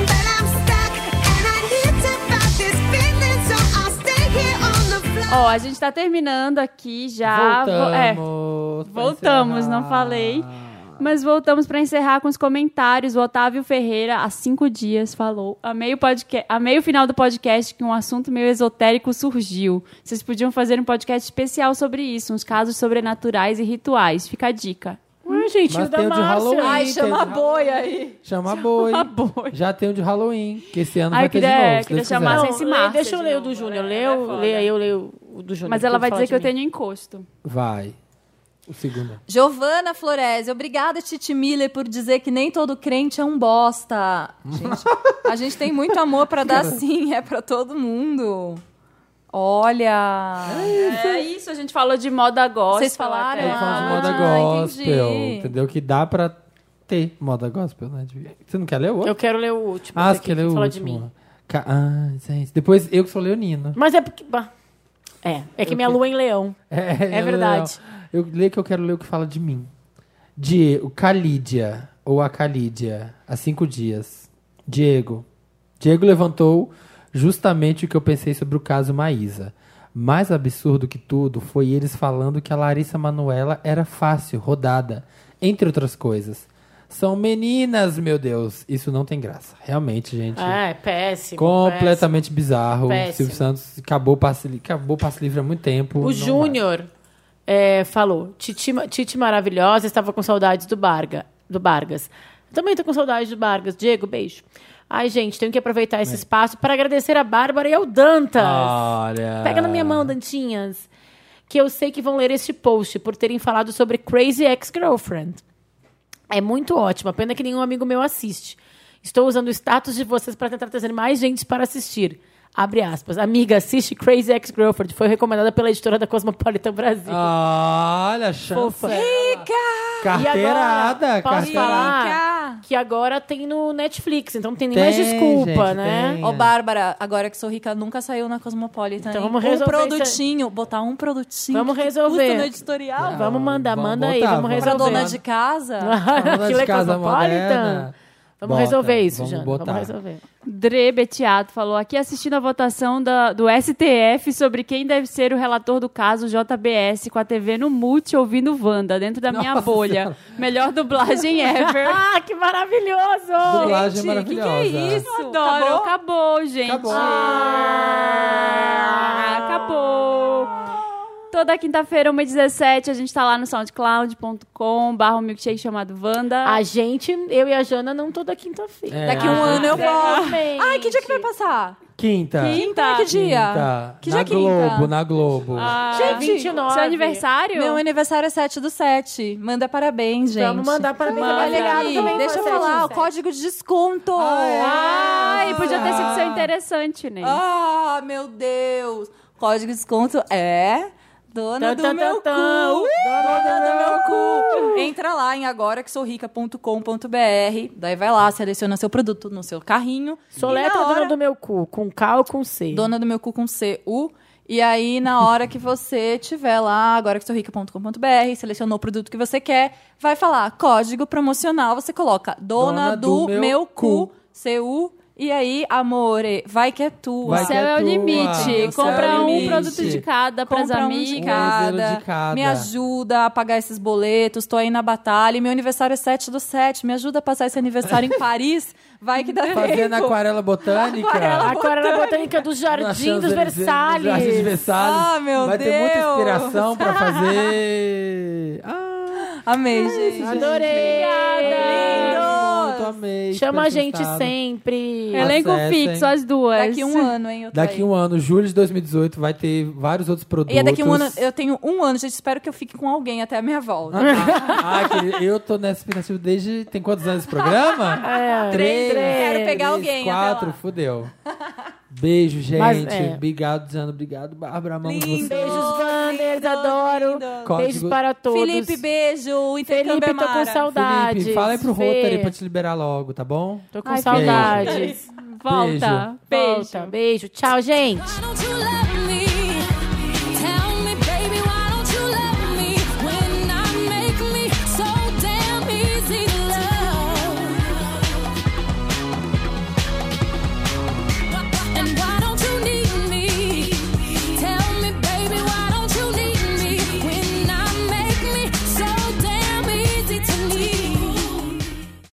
but I'm stuck and I need to fight this feeling, so I'll stay here on the floor. Ó, a gente tá terminando aqui já. Vo- é, Voltamos. pra voltamos, encerrar. não falei. Mas voltamos pra encerrar com os comentários. O Otávio Ferreira, há cinco dias, falou: amei o, podca- amei o final do podcast que um assunto meio esotérico surgiu. Vocês podiam fazer um podcast especial sobre isso, uns casos sobrenaturais e rituais. Fica a dica. Ai, gente, Mas o da tem o de Halloween. Márcia. Ai, Ih, chama a teve- boi aí. Chama boi. Uma boa. Já tem o de Halloween, que esse ano Ai, vai ter de queria- novo. se queria Deus quiser. chamar Não, sem se lê- massa deixa eu de ler o novo, do é Júnior. né? Leia eu, leia eu, leio o do Júnior. Mas ela porque vai fala dizer de que eu mim. tenho encosto. Vai. O segundo. Giovana Flores, obrigada, Titi Miller, por dizer que nem todo crente é um bosta. Gente, a gente tem muito amor pra dar sim, é pra todo mundo. Olha. É isso, a gente falou de moda gospel. Vocês falaram? Aí até. falando É, de Ah, moda gospel, entendi. entendeu? Que dá pra ter moda gospel, né? De- Você não quer ler o outro? Eu quero ler o último. ah, esse você aqui, quer ler o fala último. de mim. Ca- Ah, gente. Depois eu que sou leonino. Mas é porque... bah. É, é que minha lua é em leão. É, É eu- verdade. Eu, leio que eu quero ler o que fala de mim. Diego, Calídia, ou a Calídia, há cinco dias. Diego. Diego levantou justamente o que eu pensei sobre o caso Maísa. Mais absurdo que tudo foi eles falando que a Larissa Manuela era fácil, rodada, entre outras coisas. São meninas, meu Deus. Isso não tem graça. Realmente, gente. Ah, é péssimo. péssimo. Completamente bizarro. Péssimo. O Silvio Santos acabou o passe, li- acabou o passe livre há muito tempo. O tipo, Não Júnior é, falou: Titi, Titi maravilhosa, estava com saudades do, Barga, do Bargas. Também estou com saudades do Bargas. Diego, beijo. Ai, gente, tenho que aproveitar esse espaço para agradecer a Bárbara e ao Dantas. Ah, Olha. Pega na minha mão, Dantinhas. Que eu sei que vão ler este post por terem falado sobre Crazy Ex-Girlfriend. É muito ótimo, pena que nenhum amigo meu assiste. Estou usando o status de vocês para tentar trazer mais gente para assistir. Abre aspas. Amiga, assiste Crazy Ex-Girlfriend. Foi recomendada pela editora da Cosmopolitan Brasil. Ah, Olha, chance. Fofa. Carteirada, E agora, posso carteirada. falar que agora tem no Netflix, então não tem nem Tem, mais desculpa, gente, né? tem. Ó, Bárbara, agora que sou rica, nunca saiu na Cosmopolitan. Então hein? vamos resolver Um isso aí. produtinho, botar um produtinho. Vamos que resolver. Custa no editorial. Ah, vamos mandar, vamos manda aí, botar, vamos vamos Pra resolver. dona de casa. Dona de Que lê casa Cosmopolitan. moderna. Vamos Bota, resolver isso, vamos Jana. botar. Vamos resolver. Dre Betiato falou aqui assistindo a votação da- do STF sobre quem deve ser o relator do caso JBS com a TV no mute ouvindo Wanda, dentro da minha Nossa bolha. Senhora. Melhor dublagem ever. Ah, que maravilhoso! Dublagem Gente, que que é maravilhosa. isso? Adoro. Acabou, gente. Acabou. Ah, acabou. Toda quinta-feira, 1h17, a gente tá lá no soundcloud.com barra um milkshake chamado Wanda. A gente, eu e a Jana, não toda quinta-feira. É. Daqui um ano eu volto. Realmente. Ai, que dia que vai passar? Quinta. Quinta. Que dia? Quinta. Que na dia é é quinta? Globo, na Globo. Dia 29. Seu aniversário? Meu aniversário é 7 do 7. Manda parabéns, gente. Vamos mandar parabéns. Manda. Tá ligado Ih, também, Deixa eu foi falar, o 717. código de desconto. Ai, podia ter sido seu Ah. interessante, né? Ah, meu Deus. Código de desconto é... Dona Tan, tan, do meu tan, tan. cu. Uh! Dona do meu cu. Entra lá em agoraquesourica.com.br. Daí vai lá, seleciona seu produto no seu carrinho. Soletra E na hora- dona do meu cu, com K ou com C. Dona do meu cu com C-U. E aí, na hora que você tiver lá, agora que sou rica.com.br, selecionou o produto que você quer, vai falar código promocional, você coloca Dona, do, meu, cu, C-U, e aí, amore, vai que é tua. O Vai que céu é o tua. limite. Meu céu Compra é o um limite. produto de cada pras Compra um amigas. de zero cada, de cada. Me ajuda a pagar esses boletos, tô aí na batalha. E meu aniversário é 7 do 7. Me ajuda a passar esse aniversário em Paris. Vai que dá Fazendo tempo. aquarela botânica. A Aquarela Botânica do Jardim dos Versalhes. Jardim dos Versalhes. Ah, meu Vai ter muita Deus. inspiração pra fazer. Ah, Amei, gente. Adorei. Lindo. muito amei. Chama a espero gente ter gostado. sempre. Elenco Acessem. fixo, as duas. Daqui um ano, hein? eu tô aí. Daqui um ano, julho de 2018, vai ter vários outros produtos. E é daqui um ano, eu tenho um ano, gente. Espero que eu fique com alguém até a minha volta. Ah, querido, eu tô nessa expectativa desde. Tem quantos anos esse programa? É, Três. Quero pegar Três, alguém Quatro, até lá. fudeu. Beijo, gente. Mas, é. Obrigado, Diana. Obrigado, Bárbara. Amamos vocês. Lindo. Beijos, Wanders, lindo, adoro. lindo. Beijos Código- para todos. Felipe, beijo. Intercâmbio Felipe, é tô com mara. saudades. Felipe, fala aí pro Fê, Rotary pra te liberar logo, tá bom? Tô com Ai, saudades. Volta. Volta. Beijo. Tchau, gente. Why don't you